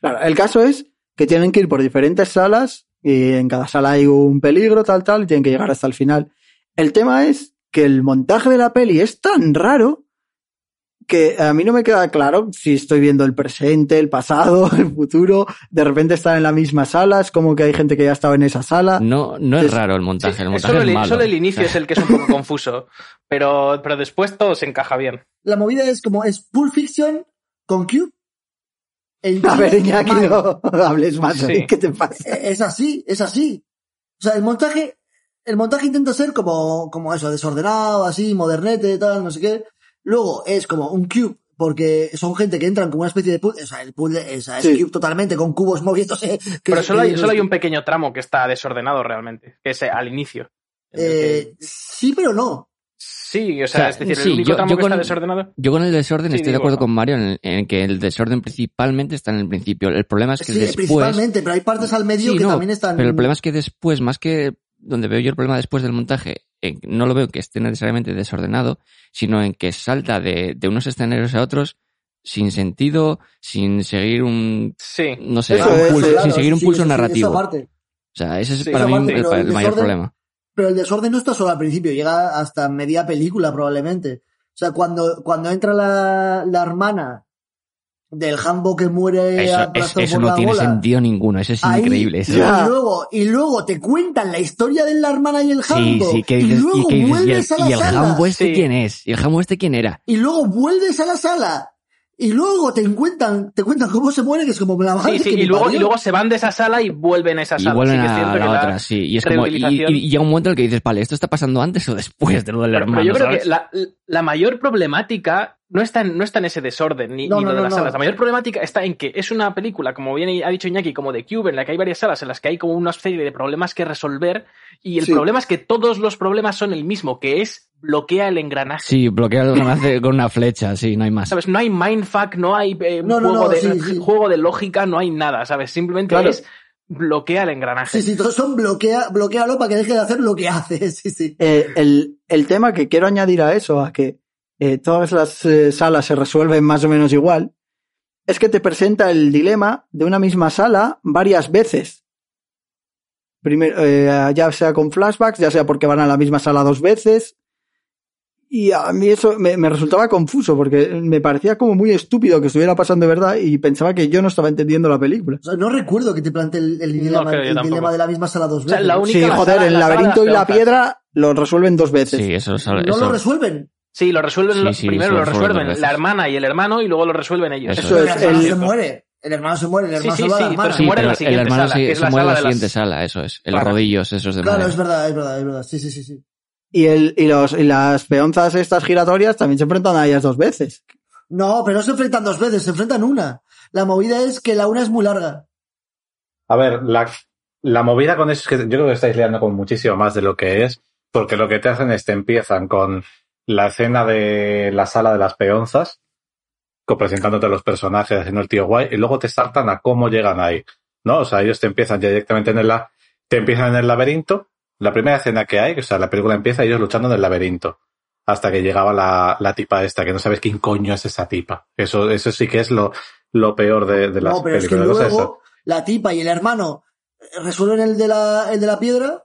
A: Claro, el caso es que tienen que ir por diferentes salas y en cada sala hay un peligro, tal, tal, y tienen que llegar hasta el final. El tema es que el montaje de la peli es tan raro que a mí no me queda claro si estoy viendo el presente, el pasado, el futuro. De repente están en la misma sala, es como que hay gente que ya estaba en esa sala.
B: No, no es
A: Entonces,
B: raro el montaje, el
E: es
B: montaje
E: solo,
B: es
E: el,
B: malo.
E: solo el inicio es el que es un poco confuso, pero, pero después todo se encaja bien.
D: La movida es como, es Pulp Fiction con Cube. En
A: A ver,
D: Chile,
A: Iñaki,
D: mal.
A: no hables más.
E: Sí.
A: ¿Qué te pasa?
D: Eh, Es así, es así. O sea, el montaje, el montaje intenta ser como, como eso, desordenado, así, modernete, tal, no sé qué. Luego es como un cube, porque son gente que entran como una especie de puzzle, o sea, el puzzle es, es
A: Sí.
D: cube totalmente, con cubos moviéndose. que-
E: Pero solo
D: que-
E: hay, solo hay un pequeño tramo que está desordenado realmente, que es eh, al inicio. en el que-
D: Eh, sí, pero no.
E: sí, o
B: o
E: sea,
B: sea,
E: es decir,
B: sí,
E: el único
B: yo-
E: tramo
B: yo
E: que
B: con-
E: está desordenado.
B: Yo con el desorden
E: Sí,
B: estoy de
E: digo,
B: acuerdo
E: no.
B: con Mario en, en que el desorden principalmente está en el principio. El problema es que
D: Sí,
B: después...
D: principalmente, pero hay partes al medio
B: Sí,
D: que
B: no,
D: también están.
B: Pero el problema es que después, más que donde veo yo el problema después del montaje, en- no lo veo que esté necesariamente desordenado, sino en que salta de, de unos escenarios a otros sin sentido, sin seguir un,
E: Sí.
B: no sé,
A: Eso
B: un
A: es, eh,
B: pulso-
A: sí.
B: sin seguir un pulso
D: eso sí,
B: narrativo.
D: esa parte.
B: o sea, ese es
E: Sí,
B: para
E: esa
B: mí
E: parte,
B: el,
D: pero el
B: el mayor
D: desorden-
B: problema.
D: Pero el desorden no está solo al principio, llega hasta media película probablemente. O sea, cuando, cuando entra la, la hermana del jambo que muere
B: Eso, es-
D: aplastado
B: eso
D: por
B: no
D: la
B: tiene
D: bola,
B: sentido ninguno, eso es
D: ahí,
B: increíble. eso.
D: Y
A: Ya.
D: luego, y luego te cuentan la historia de la hermana y el
B: Sí,
D: jambo.
B: sí, que
D: y
B: dices,
D: luego
B: que dices, y el,
D: vuelves a la
B: y el
D: sala.
B: jambo este
E: Sí.
B: quién es, y el jambo este quién era.
D: Y luego vuelves a la sala. Y luego te cuentan, te cuentan cómo se muere, que es como la madre
E: Sí, sí,
D: Ah, que me
E: y luego,
D: parió.
E: y luego se van de esa sala y vuelven a esa
B: Y
E: sala.
B: vuelven
E: sí que es
B: a
E: cierto
B: la
E: que la-
B: otra, sí. Y es como, y,
E: reutilización-
B: y- y llega un momento en el que dices, vale, ¿esto está pasando antes o después de lo del
E: Pero,
B: hermano?
E: pero yo creo
B: ¿sabes?
E: que la, la mayor problemática no está, en, no está en ese desorden ni,
D: No,
E: ni
D: no,
E: lo de
D: no,
E: las
D: no.
E: salas. La mayor problemática está en que es una película, como bien ha dicho Iñaki, como de Cube, en la que hay varias salas, en las que hay como una serie de problemas que resolver. Y el
A: Sí.
E: problema es que todos los problemas son el mismo, que es bloquea el engranaje.
B: Sí, bloquea el enlace con una flecha, sí, no hay más.
E: ¿Sabes? No hay mindfuck, no hay eh,
D: No, no,
E: juego,
D: no,
E: de,
D: sí, sí.
E: juego de lógica, no hay nada, ¿sabes? Simplemente
A: Claro.
E: es bloquea el engranaje.
D: Sí, sí, todos son bloquea, bloquealo para que deje de hacer lo que hace. Sí, sí.
A: Eh, el, el tema que quiero añadir a eso, a que eh, todas las eh, salas se resuelven más o menos igual, es que te presenta el dilema de una misma sala varias veces. Primero, eh, ya sea con flashbacks, ya sea porque van a la misma sala dos veces. Y a mí eso me, me resultaba confuso porque me parecía como muy estúpido que estuviera pasando de verdad y pensaba que yo no estaba entendiendo la película.
D: O sea, no recuerdo que te plantee el, el
E: No
D: dilema,
E: creo yo
D: el
E: tampoco.
D: dilema de la misma sala dos
E: O sea,
D: veces.
E: la única
A: Sí,
E: la
A: joder,
E: sala-
A: el
E: la sala de las
A: laberinto y la
E: peonzas.
A: piedra lo resuelven dos veces.
B: Sí, eso, eso,
D: no lo
B: eso-
D: resuelven.
E: Sí, lo resuelven,
B: Sí,
E: lo-
B: sí,
E: primero
B: eso
E: lo
B: lo resuelven dos
E: resuelven
B: veces.
E: la hermana y el hermano y luego lo resuelven ellos.
B: Eso
A: Eso
D: el
A: es,
D: hermano
A: el-
D: se muere. El hermano se muere. El hermano
E: Pues Sí,
D: se
E: sí,
D: va a la
E: sí,
D: hermana.
E: se
B: Sí,
E: muere en
B: pero
E: la
B: el
E: siguiente
B: hermano
E: sala,
B: se,
E: que es
B: se
E: la
B: muere en
E: sala
B: la
E: de las-
B: siguiente sala, eso es. El
E: Claro.
B: rodillos, esos de
D: Claro,
B: madera.
D: es verdad, es verdad, es verdad. Sí, sí, sí, sí.
A: Y, el, y, los, y las peonzas estas giratorias también se enfrentan a ellas dos veces.
D: No, pero no se enfrentan dos veces, se enfrentan una. La movida es que la una es muy larga.
C: A ver, la, la movida con eso es que yo creo que estáis liando con muchísimo más de lo que es, porque lo que te hacen es te empiezan con la escena de la sala de las peonzas, co- presentándote a los personajes, haciendo el tío guay, y luego te saltan a cómo llegan ahí. ¿No? O sea, ellos te empiezan ya directamente en el, la- te empiezan en el laberinto. La primera escena que hay, o sea, la película empieza ellos luchando en el laberinto. Hasta que llegaba la, la tipa esta, que no sabes quién coño es esa tipa. Eso, eso sí que es lo, lo peor de, de las
D: No, pero es que
C: películas. No sé eso.
D: luego la tipa y el hermano resuelven el de la, el de la piedra.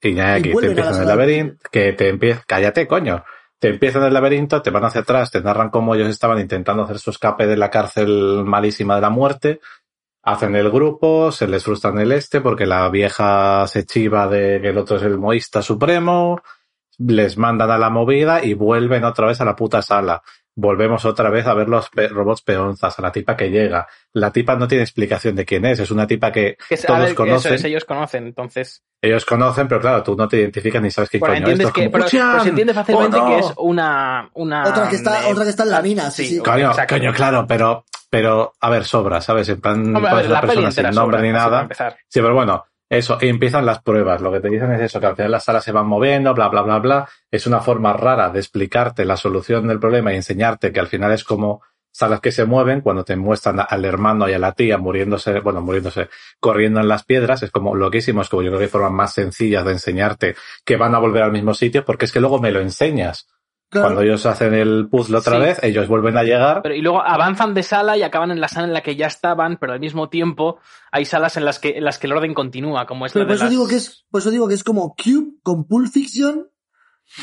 C: Iñaki,
D: Y
C: te
D: vuelven a
C: empiezan
D: la
C: en el
D: sala.
C: laberinto, que te empieza, cállate, coño. Te empiezan en el laberinto, te van hacia atrás, te narran cómo ellos estaban intentando hacer su escape de la cárcel malísima de la muerte, hacen el grupo, se les frustran el este porque la vieja se chiva de que el otro es el moísta supremo, les mandan a la movida y vuelven otra vez a la puta sala. Volvemos otra vez a ver los pe- robots peonzas, a la tipa que llega. La tipa no tiene explicación de quién es, es una tipa que
E: que es- a
C: todos
E: ver,
C: conocen.
E: Eso es, ellos conocen, entonces.
C: Ellos conocen, pero claro, tú no te identificas ni sabes qué
E: Bueno,
C: coño es.
E: entiendes
C: Esto
E: que,
C: es como,
E: pero,
C: "Puchian,
E: pero se entiende fácilmente
C: oh, no".
E: que es una, una. Ah,
D: Otra que está- otra que está en la mina, sí, sí.
C: Coño,
E: exacto.
C: coño, claro, pero, pero, a ver, sobra, ¿sabes? En plan,
E: Hombre, a
C: pones
E: ver,
C: una
E: la peli
C: persona sin
E: entera
C: nombre
E: sobra,
C: ni
E: así para
C: nada.
E: empezar.
C: Sí, pero bueno, eso, y empiezan las pruebas. Lo que te dicen es eso, que al final las salas se van moviendo, bla, bla, bla, bla. Es una forma rara de explicarte la solución del problema y enseñarte que al final es como salas que se mueven cuando te muestran a- al hermano y a la tía muriéndose, bueno, muriéndose, corriendo en las piedras. Es como loquísimo, es como yo creo que hay formas más sencillas de enseñarte que van a volver al mismo sitio porque es que luego me lo enseñas.
D: Claro.
C: Cuando ellos hacen el puzzle otra
E: Sí.
C: vez, ellos vuelven a llegar
E: Pero, y luego avanzan de sala y acaban en la sala en la que ya estaban, pero al mismo tiempo hay salas en las que, en las que el orden continúa, como es la
D: Pero por
E: de
D: eso
E: las-
D: digo que es, por eso digo que es como Cube con Pulp Fiction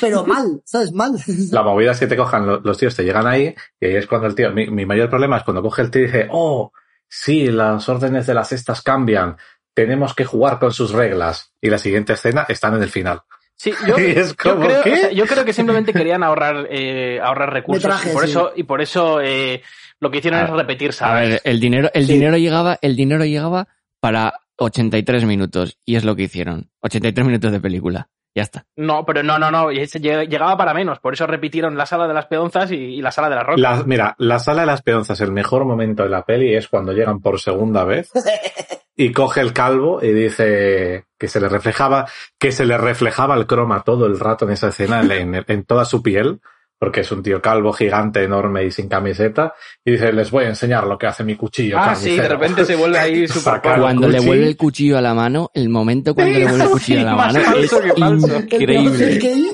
D: Pero mal, ¿sabes? Mal.
C: La movida es que te cojan lo- los tíos, te llegan ahí y ahí es cuando el tío, mi, mi mayor problema es cuando coge el tío y dice, oh, sí, las órdenes de las cestas cambian, tenemos que jugar con sus reglas. Y la siguiente escena están en el final.
E: Sí, yo,
C: Y es
E: yo
C: como,
E: creo,
C: ¿qué?
E: o sea, yo creo que simplemente querían ahorrar eh, ahorrar recursos
D: Metraje,
E: y por
D: sí.
E: eso y por eso eh, lo que hicieron
C: Ah,
B: A
E: es repetir,
B: A
C: eh.
E: ¿sabes?
B: ver, el dinero, el
A: Sí.
B: dinero llegaba, el dinero llegaba para 83 minutos y es lo que hicieron. 83 minutos de película. Ya está.
E: No, pero no, no, no, y ese lleg- llegaba para menos, por eso repitieron la sala de las pedonzas y, y la sala de las rocas.
C: La- mira, la sala de las peonzas, el mejor momento de la peli es cuando llegan por segunda vez y coge el calvo y dice que se le reflejaba, que se le reflejaba el croma todo el rato en esa escena, en, en- en toda su piel, porque es un tío calvo, gigante, enorme y sin camiseta, y dice, les voy a enseñar lo que hace mi cuchillo.
E: ah, sí,
C: carnicero".
E: de repente se vuelve ahí super
C: Saca Claro,
B: cuando le
C: cuchi.
B: vuelve el cuchillo a la mano, el momento cuando le vuelve el cuchillo a la
E: Más
B: mano es
E: falso que falso.
D: El peor
B: increíble.
D: CGI,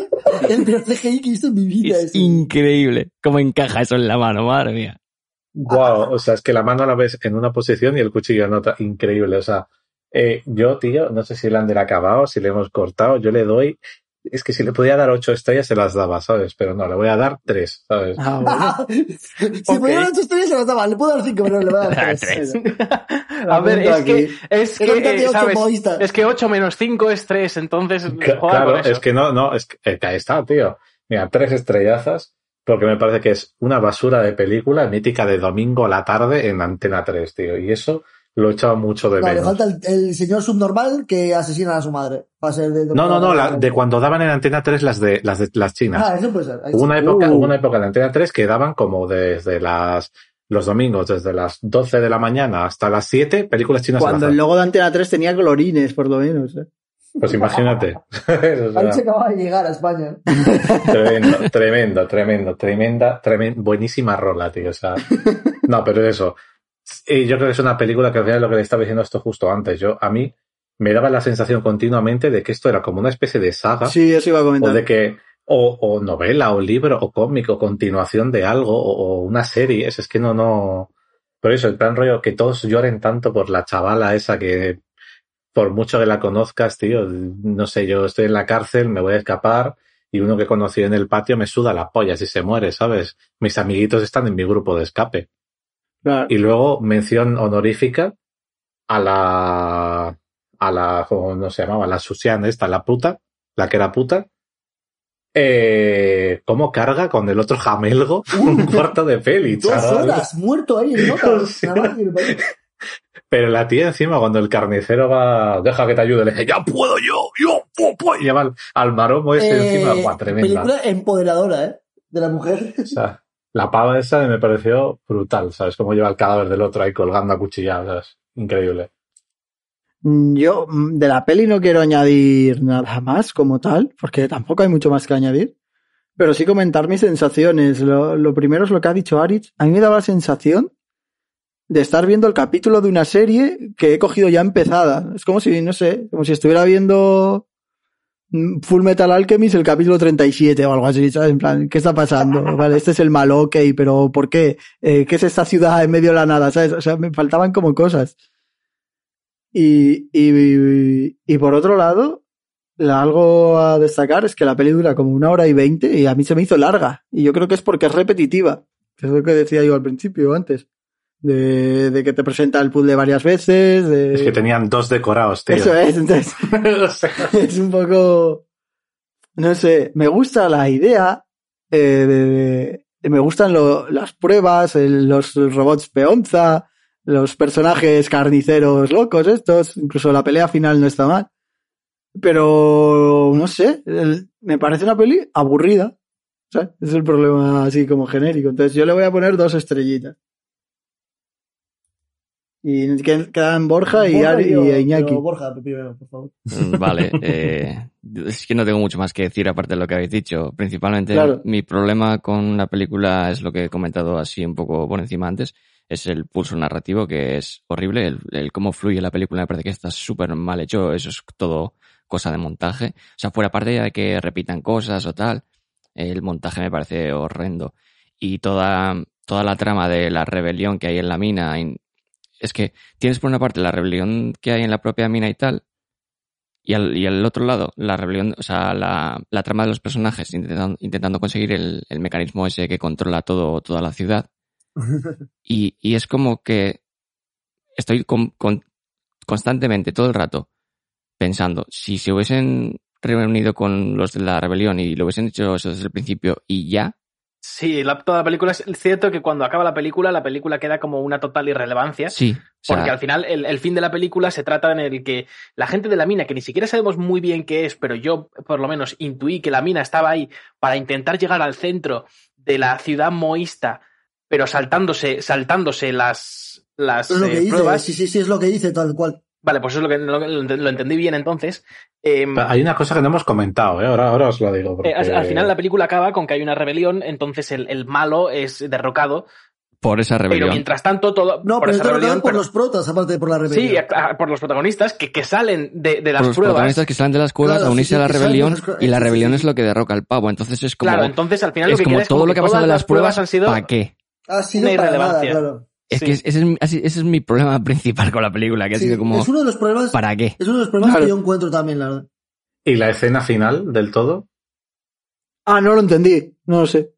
D: el peor CGI que he visto en mi vida.
B: Es
D: ese.
B: increíble cómo encaja eso en la mano, madre mía.
C: Wow, o sea, es que la mano la ves en una posición y el cuchillo en otra. Increíble, o sea, eh, yo, tío, no sé si le han del acabado, si le hemos cortado, yo le doy. Es que si le podía dar ocho estrellas se las daba, ¿sabes? Pero no, le voy a dar tres, ¿sabes?
A: Ah, bueno.
D: Ah, Si
E: Ok.
D: podía dar 8 estrellas, se las daba. Le puedo dar 5, pero no, le voy a dar 3.
E: a
A: Apunto
E: ver, es que,
A: aquí.
E: es que, eh,
D: Levántate 8
E: ¿sabes?
D: modista.
E: Es que 8 menos 5 es 3, entonces
C: Ca-
E: juega
C: Claro,
E: con eso.
C: es que no, no, es que eh, ahí está, tío. Mira, tres estrellazas, porque me parece que es una basura de película mítica de domingo a la tarde en Antena 3, tío. Y eso lo he echado mucho de
D: No, le
C: menos.
D: falta el, el señor subnormal que asesina a su madre. Para ser de
C: No, no, no, la- de cuando daban en Antena 3 las de las, de, las chinas.
D: Ah, eso puede ser. ahí
C: Hubo una
D: sí.
C: época,
A: Uh.
C: hubo una época en Antena 3 que daban como desde las los domingos, desde las 12 de la mañana hasta las 7, películas chinas al
A: Cuando
C: azar.
A: el logo de Antena 3 tenía colorines, por lo menos. ¿eh?
C: Pues imagínate. O sea,
D: Ahí se acababa de llegar a España.
C: tremendo, tremendo, tremendo, tremenda, tremen- buenísima rola, tío. O sea, no, pero eso. Y yo creo que es una película que al final lo que le estaba diciendo esto justo antes. Yo, a mí, me daba la sensación continuamente de que esto era como una especie de saga.
A: Sí, eso iba a
C: Ah. o
A: comentar.
C: de que o, o novela o libro o cómic o continuación de algo o, o una serie es, es que no no por eso el plan rollo que todos lloren tanto por la chavala esa que por mucho que la conozcas tío no sé yo estoy en la cárcel me voy a escapar y uno que conocí en el patio me suda la polla si se muere sabes mis amiguitos están en mi grupo de escape
A: Claro.
C: y luego mención honorífica a la. a la. como no se llamaba, la Susiana esta, la puta, la que era puta. Eh, ¿Cómo carga con el otro jamelgo un cuarto de peli,
D: Dos
C: chaval?
D: horas muerto ahí en
C: O
D: notas.
C: sea.
D: Nada más que el país.
C: Pero la tía encima, cuando el carnicero va, deja que te ayude, le dice, ya puedo yo, yo, puedo, puedo", y lleva al, al maromo ese encima,
D: Eh,
C: guau, tremenda.
D: película empoderadora, ¿eh? De la mujer.
C: O sea, la pava esa me pareció brutal, ¿sabes? Cómo lleva el cadáver del otro ahí colgando a cuchilladas, increíble.
A: Mm, Yo mm, de la peli no quiero añadir nada más como tal, porque tampoco hay mucho más que añadir. Pero sí comentar mis sensaciones. Lo, lo primero es lo que ha dicho Aritz. A mí me daba la sensación de estar viendo el capítulo de una serie que he cogido ya empezada. Es como si, no sé, como si estuviera viendo mm, Full Metal Alchemist, el capítulo 37 o algo así, ¿sabes? En plan, ¿qué está pasando? Vale, este es el mal, ok, pero ¿por qué? Eh, ¿Qué es esta ciudad en medio de la nada? ¿Sabes? O sea, me faltaban como cosas. Y, y, y por otro lado, la- algo a destacar es que la peli dura como una hora y veinte y a mí se me hizo larga. Y yo creo que es porque es repetitiva. Que es lo que decía yo al principio, antes. De, de que te presenta el puzzle varias veces. De...
C: Es que tenían dos decorados, tío.
A: Eso es, entonces
C: O sea,
A: es un poco. No sé, me gusta la idea. eh, de- de- de- me gustan lo- las pruebas, el- los robots peonza, los personajes carniceros locos estos, incluso la pelea final no está mal. Pero, no sé, el- me parece una peli aburrida. ¿sabes? Es el problema así como genérico. Entonces yo le voy a poner dos estrellitas. Y que- quedan Borja y,
D: Borja
A: Ari-
D: yo,
A: y Iñaki.
D: pero Borja, primero, por favor.
B: Mm, Vale, eh, es que no tengo mucho más que decir aparte de lo que habéis dicho. Principalmente
A: Claro.
B: mi problema con la película es lo que he comentado así un poco por encima antes, es el pulso narrativo que es horrible, el, el cómo fluye la película me parece que está súper mal hecho, eso es todo cosa de montaje. O sea, fuera parte de que repitan cosas o tal, el montaje me parece horrendo. Y toda, toda la trama de la rebelión que hay en la mina, en- es que tienes por una parte la rebelión que hay en la propia mina y tal, Y al, y al otro lado, la rebelión, o sea, la, la trama de los personajes intentan- intentando conseguir el, el mecanismo ese que controla todo, toda la ciudad. Y, y es como que estoy con- con- constantemente, todo el rato, pensando, si se hubiesen reunido con los de la rebelión y lo hubiesen hecho eso desde el principio y ya,
E: Sí, la, toda la película es cierto que cuando acaba la película, la película queda como una total irrelevancia.
B: sí. Ah. o sea,
E: Porque al final el, el fin de la película se trata en el que la gente de la mina, que ni siquiera sabemos muy bien qué es, pero yo por lo menos intuí que la mina estaba ahí para intentar llegar al centro de la ciudad moísta, pero saltándose, saltándose las, las
D: es lo
E: eh,
D: que dice,
E: pruebas.
D: sí, sí, sí, es lo que dice, tal cual.
E: Vale, pues eso es lo que lo, lo entendí bien entonces. Em,
C: Hay una cosa que no hemos comentado, ¿eh? ahora, ahora os lo digo.
E: eh,
C: Ah, porque-
E: al, al final la película acaba con que hay una rebelión, entonces el, el malo es derrocado,
B: por esa
E: pero
B: rebelión.
E: mientras tanto todo
D: No,
E: por
D: pero
E: esa
D: esto lo
E: rebelión,
D: dan por
E: pero-
D: los protas, aparte de por la rebelión.
E: sí, a- a- por los protagonistas que, que salen de, de
B: por
E: las
B: los
E: pruebas.
B: protagonistas que salen de las cuevas
D: Claro,
B: a unirse
D: sí, sí,
B: a la
D: que salen de
B: rebelión
D: las cuevas.
B: y la
D: Sí, sí,
B: rebelión
D: sí.
B: es lo que derroca al pavo. Entonces es como,
E: Claro, entonces al final lo
B: es
E: que
B: como
E: queda es
B: todo lo que ha pasado de
E: todas
B: las pruebas,
E: han sido
B: ¿para qué?
D: Ha sido
E: Una
D: Ah, para nada,
E: irrelevancia.
D: claro.
B: Es
E: Sí.
B: que ese es, mi- así- ese es mi problema principal con la película, que ha
D: Sí,
B: sido como,
D: es uno de los problemas,
B: ¿para qué?
D: es uno de los problemas
A: Claro.
D: que yo encuentro también, la verdad.
C: ¿Y la escena final del todo?
A: Ah, no lo entendí. No lo sé.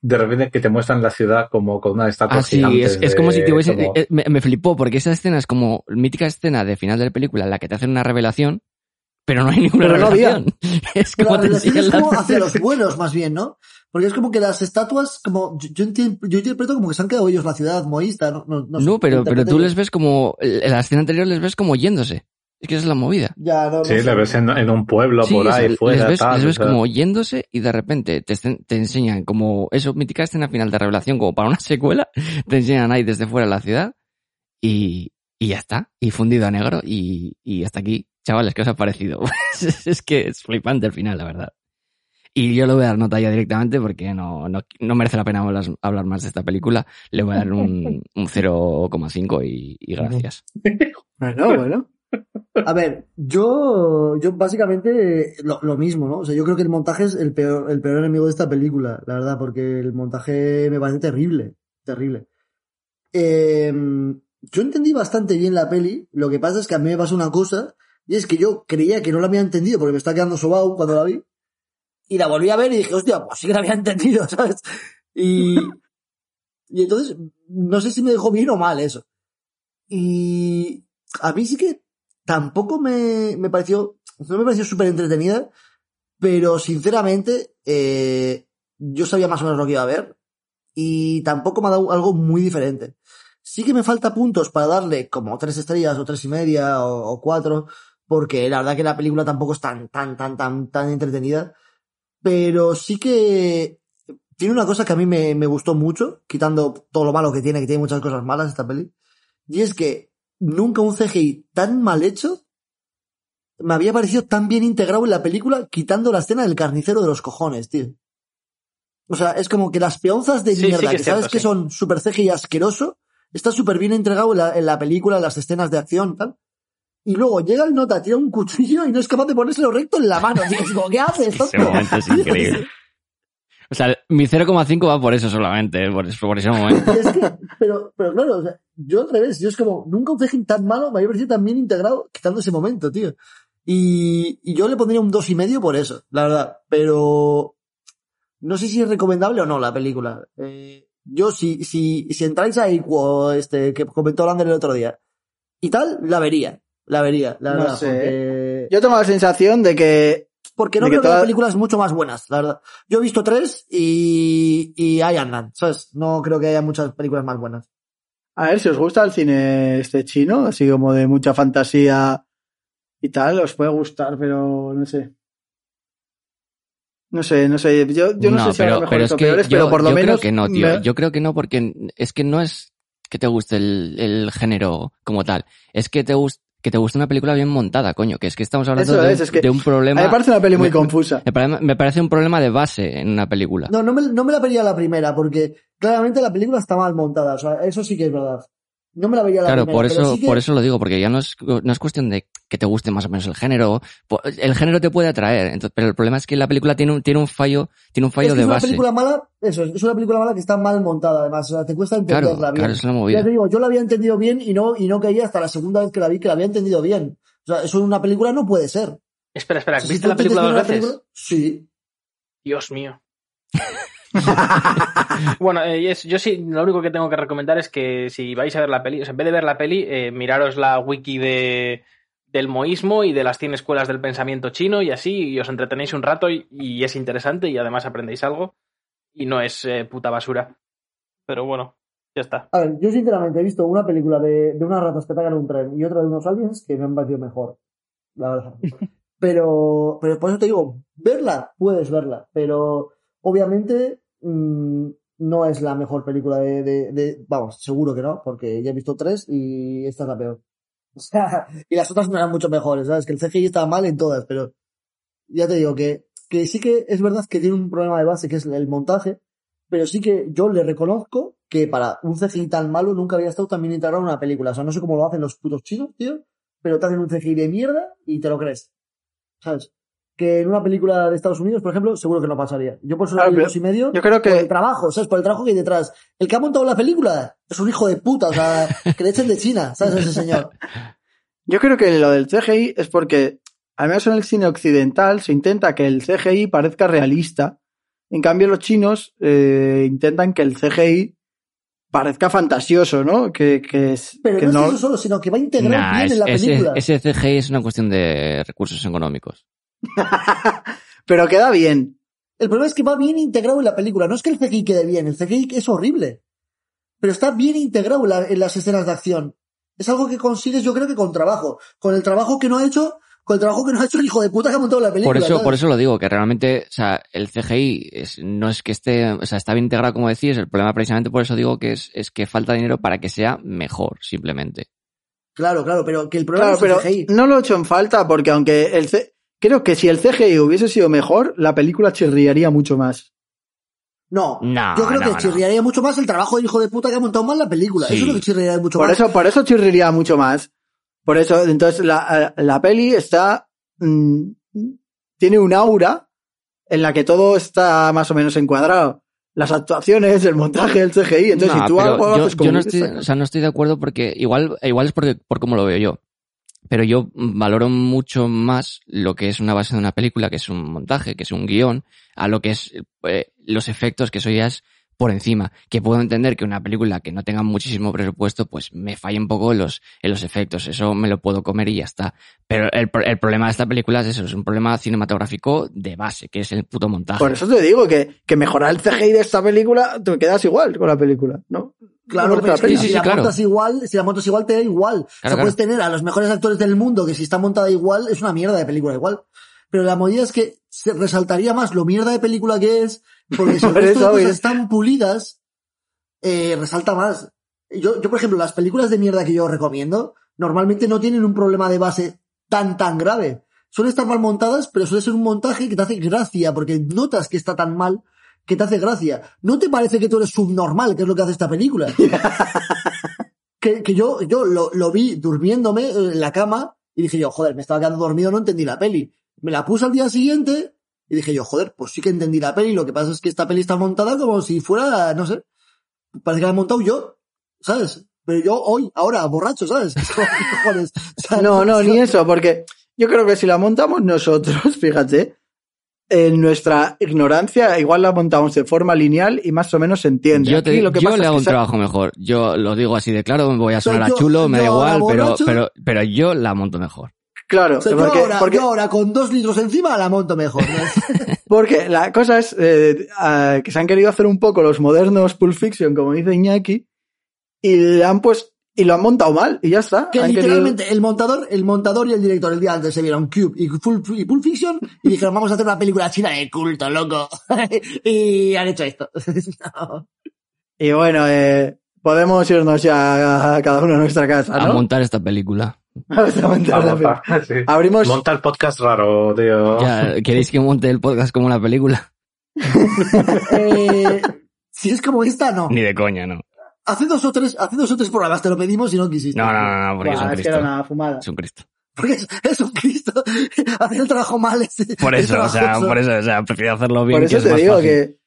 C: de repente que te muestran la ciudad como con una estatua
B: Ah, sí,
C: gigante
B: es, es como
C: de-
B: si te hubiese...
C: como-
B: eh, Me, me flipó, porque esa escena es como mítica escena de final de la película en la que te hacen una revelación, pero no hay ninguna
A: Pero no había.
B: revelación. es
D: Pero
B: como
D: la
B: te
D: relación
B: enseñan
D: es
B: la-
D: como hacia los buenos, más bien, ¿no? Porque es como que las estatuas, como, yo, yo entien- yo interpreto como que se han quedado ellos la ciudad moísta, ¿no? No, no sé,
B: No, pero, pero
D: interpreto
B: tú
D: yo.
B: les ves como... En la escena anterior les ves como yéndose. Es que esa es la movida.
D: Ya, no, no
C: Sí,
D: sé.
C: la ves en, en un pueblo
B: Sí,
C: por
B: o sea,
C: ahí fuera.
B: les ves,
C: tal,
B: les ves
C: o sea.
B: como yéndose y de repente te, estén- te enseñan como eso, mítica escena final de revelación como para una secuela, te enseñan ahí desde fuera de la ciudad y, y ya está, y fundido a negro y, y hasta aquí. Chavales, ¿qué os ha parecido? Pues es, es que es flipante el final, la verdad. Y yo le voy a dar nota ya directamente porque no, no, no merece la pena hablar, hablar más de esta película. Le voy a dar un, un 0,5 y, y gracias.
A: Bueno, bueno.
D: A ver, yo, yo básicamente eh, lo, lo mismo, ¿no? O sea, yo creo que el montaje es el peor, el peor enemigo de esta película, la verdad, porque el montaje me parece terrible, terrible. Eh, yo entendí bastante bien la peli, lo que pasa es que a mí me pasó una cosa, y es que yo creía que no la había entendido porque me está quedando sobao cuando la vi, y la volví a ver y dije, hostia, pues sí que la había entendido, ¿sabes? Y, y entonces, no sé si me dejó bien o mal eso. Y a mí sí que tampoco me, me pareció, no me pareció súper entretenida, pero sinceramente eh, yo sabía más o menos lo que iba a ver y tampoco me ha dado algo muy diferente. Sí que me falta puntos para darle como tres estrellas o tres y media o, o cuatro, porque la verdad que la película tampoco es tan, tan, tan, tan, tan entretenida, pero sí que tiene una cosa que a mí me, me gustó mucho, quitando todo lo malo que tiene, que tiene muchas cosas malas esta peli, y es que nunca un CGI tan mal hecho me había parecido tan bien integrado en la película, quitando la escena del carnicero de los cojones, tío. O sea, es como que las peonzas de
E: Sí, sí
D: mierda,
E: que
D: que,
E: es
D: sabes
E: cierto,
D: que
E: sí.
D: son super CGI asqueroso, está súper bien entregado en la, en la película, en las escenas de acción, tal. Y luego llega el nota, tira un cuchillo y no es capaz de ponérselo recto en la mano. Tío, es como, ¿qué haces?
B: Ese
D: tonto?
B: momento es increíble. O sea, mi 0,5 va por eso solamente, eh, por, es- por ese momento.
D: Y es que- pero, pero claro, o sea, yo al revés, yo es como, nunca un cejín tan malo me había parecido tan bien integrado quitando ese momento, tío. Y, y yo le pondría un dos y medio por eso, la verdad. Pero no sé si es recomendable o no la película. Eh, yo si, si, si entráis a Iquo, este, que comentó Lander el otro día, y tal, la vería. La vería, la
A: No
D: verdad.
A: sé. ¿eh?
D: Porque...
A: Yo tengo la sensación de que
D: Porque no
A: De que
D: creo que
A: toda-
D: haya películas mucho más buenas, la verdad. Yo he visto tres y, y ahí andan, ¿sabes? No creo que haya muchas películas más buenas.
A: A ver, si os gusta el cine este chino, así como de mucha fantasía y tal, os puede gustar, pero no sé. No sé, no sé. Yo, yo no, sé si habrá mejores o peores, pero por lo
B: yo
A: menos.
B: creo que no, tío.
A: me-
B: Yo creo que no porque es que no es que te guste el, el género como tal. Es que te, gus- que te guste una película bien montada, coño. Que es que estamos hablando
A: Eso
B: de,
A: es,
B: un-
A: es que
B: de un problema...
A: a mí me parece una peli muy
B: me-
A: confusa.
B: me pare- me parece un problema de base en una película.
D: No, no me, no me la vería la primera, porque claramente la película está mal montada, o sea, eso sí que es verdad. No me la vería la
B: Claro,
D: primera.
B: por
D: pero
B: eso,
D: sí que-
B: por eso lo digo, porque ya no es, no es cuestión de que te guste más o menos el género. Po- El género te puede atraer, entonces, pero el problema es que la película tiene un, tiene un fallo, tiene un fallo
D: es que
B: de
D: es una
B: base.
D: película mala, eso, es una película mala que está mal montada, además, o sea, te cuesta entenderla
B: claro,
D: bien.
B: claro, es una
D: ya
B: movida.
D: te digo, yo la había entendido bien y no, y no caía hasta la segunda vez que la vi, que la había entendido bien. O sea, eso en una película no puede ser.
E: Espera, espera,
D: Si
E: ¿viste
D: tú
E: la
D: te
E: película
D: tienes
E: dos
D: una
E: veces?
D: película- Sí.
E: Dios mío. bueno, eh, yes, yo sí, lo único que tengo que recomendar es que si vais a ver la peli, o sea, en vez de ver la peli, eh, miraros la wiki de, del moísmo y de las 100 escuelas del pensamiento chino y así, y os entretenéis un rato y, y es interesante y además aprendéis algo y no es eh, puta basura. Pero bueno, ya está.
D: A ver, yo sinceramente he visto una película de, de unas ratas que atacan un tren y otra de unos aliens que me han parecido mejor, la verdad. Pero, pero por eso te digo, verla, puedes verla, pero obviamente mm, no es la mejor película de, de- de- Vamos, seguro que no, porque ya he visto tres y esta es la peor. O sea, y las otras no eran mucho mejores, ¿sabes? Que el CGI estaba mal en todas, pero ya te digo que, que sí que es verdad que tiene un problema de base que es el montaje, pero sí que yo le reconozco que para un CGI tan malo nunca había estado tan bien integrado en una película. O sea, no sé cómo lo hacen los putos chinos, tío, pero te hacen un CGI de mierda y te lo crees. ¿Sabes? Que en una película de Estados Unidos, por ejemplo, seguro que no pasaría. Yo por eso la
A: Claro,
D: vi
A: pero
D: dos y medio
A: Yo creo
D: por el
A: que
D: trabajo, ¿sabes? Por el trabajo que hay detrás. El que ha montado la película es un hijo de puta, o sea, que le echen de China, ¿sabes? Ese señor.
A: Yo creo que lo del CGI es porque, al menos en el cine occidental, se intenta que el CGI parezca realista. En cambio, los chinos eh, intentan que el CGI parezca fantasioso, ¿no? Que, que, es-
D: Pero
A: que
D: no,
A: no-
D: es eso solo, sino que va a integrar
B: Nah,
D: bien
B: es-
D: en la
B: ese-
D: película.
B: ese CGI es una cuestión de recursos económicos.
A: Pero queda bien.
D: El problema es que va bien integrado en la película. No es que el CGI quede bien, el CGI es horrible. Pero está bien integrado en, la- en las escenas de acción. Es algo que consigues, yo creo que con trabajo. Con el trabajo que no ha hecho, con el trabajo que no ha hecho el hijo de puta que ha montado la película.
B: Por eso,
D: ¿sabes?
B: por eso lo digo, que realmente, o sea, el CGI es- no es que esté, o sea, está bien integrado como decís, el problema precisamente por eso digo que es, es que falta dinero para que sea mejor, simplemente.
D: Claro, claro, pero que el problema
A: Claro,
D: no
A: pero
D: es el CGI.
A: no lo he hecho en falta porque aunque el C- creo que si el CGI hubiese sido mejor, la película chirriaría mucho más.
D: No,
B: No,
D: yo creo
B: no,
D: que
B: no.
D: chirriaría mucho más el trabajo del hijo de puta que ha montado mal la película.
B: Sí.
D: Eso es lo que chirriaría mucho
A: Por
D: más.
A: eso, por eso chirriría mucho más. Por eso, entonces la, eh, la peli está mm, tiene un aura en la que todo está más o menos encuadrado. Las actuaciones, el montaje, el CGI. Entonces,
B: No,
A: si tú
B: pero
A: algo
B: yo,
A: haces como
B: yo no
A: esta
B: estoy, o sea, no estoy de acuerdo porque igual, igual es porque, por cómo lo veo yo. Pero yo valoro mucho más lo que es una base de una película, que es un montaje, que es un guión, a lo que es eh, los efectos, que eso ya es por encima. Que puedo entender que una película que no tenga muchísimo presupuesto, pues me falle un poco en los, en los efectos. Eso me lo puedo comer y ya está. Pero el, pro- el problema de esta película es eso, es un problema cinematográfico de base, que es el puto montaje.
A: Por eso te digo que, que mejorar el CGI de esta película, te quedas igual con la película, ¿no?
D: Claro,
A: No merece la
D: pero es que
A: pena.
B: sí,
D: si
B: sí,
D: la
B: claro.
D: montas igual, si la montas igual te da igual. o sea,
B: claro.
D: puedes tener a los mejores actores del mundo que si está montada igual es una mierda de película igual. Pero la movida es que se resaltaría más lo mierda de película que es, porque si el
A: Por
D: resto de
A: eso, oye.
D: cosas están pulidas, eh, resalta más. Yo, yo, por ejemplo, las películas de mierda que yo recomiendo normalmente no tienen un problema de base tan, tan grave. Suelen estar mal montadas, pero suele ser un montaje que te hace gracia, porque notas que está tan mal que te hace gracia. ¿No te parece que tú eres subnormal, que es lo que hace esta película? que, que yo, yo lo, lo vi durmiéndome eh, en la cama y dije yo, joder, me estaba quedando dormido, no entendí la peli. Me la puse al día siguiente y dije yo, joder, pues sí que entendí la peli, lo que pasa es que esta peli está montada como si fuera, no sé, parece que la he montado yo, ¿sabes? Pero yo hoy, ahora, borracho, ¿sabes? ¿Qué cojones? O sea,
A: No, no, ni eso, porque yo creo que si la montamos nosotros, fíjate, en nuestra ignorancia, igual la montamos de forma lineal y más o menos se entiende.
B: Yo, te-
A: Aquí lo que
B: yo
A: pasa
B: le
A: es
B: hago
A: que
B: un
A: sa-
B: trabajo mejor. Yo lo digo así de claro, me voy a
D: Soy
B: sonar a
D: yo-
B: chulo, me da
D: yo ahora
B: igual, pero,
D: borracho.
B: pero, pero yo la monto mejor.
A: Claro,
D: O sea, yo,
A: porque,
D: ahora,
A: porque-
D: yo ahora con dos litros encima la monto mejor. ¿no?
A: porque la cosa es eh, ah, que se han querido hacer un poco los modernos Pulp Fiction, como dice Iñaki, y le han pues y lo han montado mal, y ya está.
D: Que
A: Han querido-
D: literalmente el montador, el montador y el director el día antes se vieron Cube y Full y Pulp Fiction y dijeron vamos a hacer una película china de culto, loco. y han hecho esto. No.
A: Y bueno, eh, podemos irnos ya a cada uno a nuestra casa,
B: A
A: ¿Ah, ¿no?
B: montar esta película.
A: Hasta montar
C: A
A: la
C: montar, sí.
A: peli. Abrimos
C: Ah, Monta el podcast raro, tío.
B: Ya, ¿Queréis que monte el podcast como una película?
D: Eh, si es como esta, no.
B: Ni de coña, no.
D: Hace dos o tres, hace dos o tres programas te lo pedimos y no quisiste.
B: No, no, no, no, porque es
A: Buah,
B: un
A: es que era
B: Cristo.
A: una fumada.
B: Es un Cristo.
D: Porque es, es un Cristo. Hacer el trabajo mal es.
B: Por
D: es
B: eso, o sea,
D: trabajoso.
B: por eso, o sea, prefiero hacerlo bien.
A: Por eso
B: que es
A: te
B: más
A: digo
B: fácil.
A: que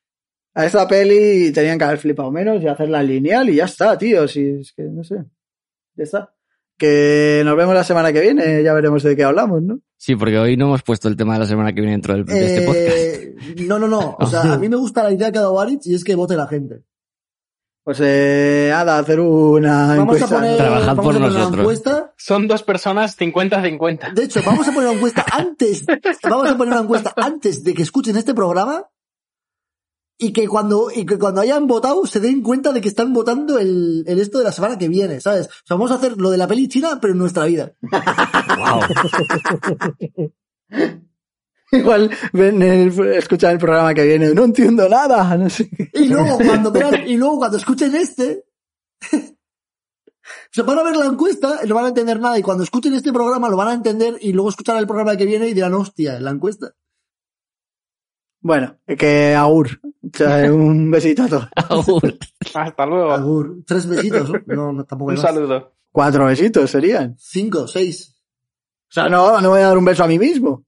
A: a esta peli tenían que haber flipado menos y hacerla lineal y ya está, tío. Si es que no sé. Ya está. Que nos vemos la semana que viene, ya veremos de qué hablamos, ¿no?
B: Sí, porque hoy no hemos puesto el tema de la semana que viene dentro del, de este podcast.
D: Eh, no, no, no. O sea, a mí me gusta la idea que ha dado Aritz y es que vote la gente.
A: Pues eh, Ada, hacer una
D: Vamos a
A: encuesta.
D: poner,
B: Trabajad por
D: vamos a poner una
B: nosotros.
D: encuesta.
E: Son dos personas 50-50.
D: De hecho, vamos a poner una encuesta antes. Vamos a poner una encuesta antes de que escuchen este programa y que cuando, y que cuando hayan votado se den cuenta de que están votando el, el esto de la semana que viene, ¿sabes? O sea, vamos a hacer lo de la peli china, pero en nuestra vida.
B: Wow.
A: Igual ven el- escuchan el programa que viene, no entiendo nada, no sé qué.
D: Y luego cuando vean- y luego cuando escuchen este, se van a ver la encuesta, no van a entender nada, y cuando escuchen este programa lo van a entender, y luego escucharán el programa que viene y dirán, hostia, la encuesta.
A: Bueno, que agur. O sea, un besito a todos.
B: Aún.
E: Hasta luego.
D: Agur. Tres besitos, ¿no? No, no, tampoco hay
E: Oh. Un
D: más.
E: saludo.
A: Cuatro besitos serían.
D: Cinco, seis.
A: O sea, no, no voy a dar un beso a mí mismo.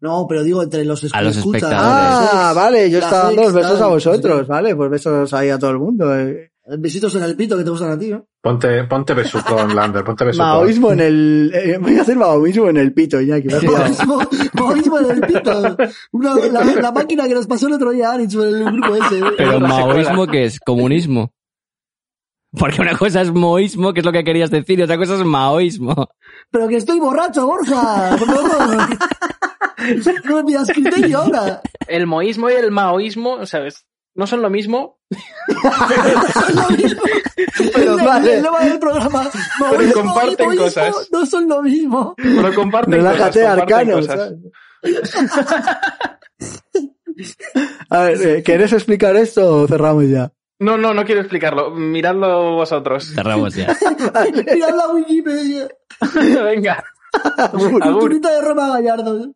D: No, pero digo, entre los
B: A los
D: escuchas,
B: espectadores.
A: Ah,
D: los ex,
A: vale, yo
D: las
A: estaba dando
D: ex,
A: los besos
D: tal,
A: a
D: no
A: vosotros,
D: sé
A: vale, pues besos ahí a todo el mundo. eh.
D: qué. Ah, Besitos en el pito que te gustan a ti, ¿no?
C: Ponte, ponte besucón, Lander, ponte besucón.
A: Maoísmo en el... eh, voy a hacer maoísmo en el pito, Iñaki, me has pillado.
D: Maoísmo- maoísmo en el pito. Una- la, la máquina que nos pasó el otro día, Aritz, en el grupo ese. ¿eh?
B: Pero
E: Otra
B: maoísmo
E: secuela.
B: que es comunismo. Porque una cosa es moísmo, que es lo que querías decir, y otra cosa es maoísmo.
D: Pero que estoy borracho, Borja. por favor. No me pidas criterio ahora.
E: El moísmo y el maoísmo, ¿sabes? No son lo mismo,
D: Es lo mismo.
A: Pero
D: Es el-
A: vale.
D: el lema del programa.
E: Pero
D: Maoísmo
E: comparten
D: y boísmo
E: cosas.
D: No son lo mismo.
E: pero comparten
A: Relájate,
E: cosas. comparten
A: Arcano.
E: cosas.
A: ¿sabes? A ver, eh, ¿quieres explicar esto o cerramos ya?
E: No, no, no quiero explicarlo. Miradlo vosotros.
B: Cerramos ya.
D: Mirad la Wikipedia.
E: Venga.
A: Agur.
E: Agur.
D: Culturita de Roma Gallardo.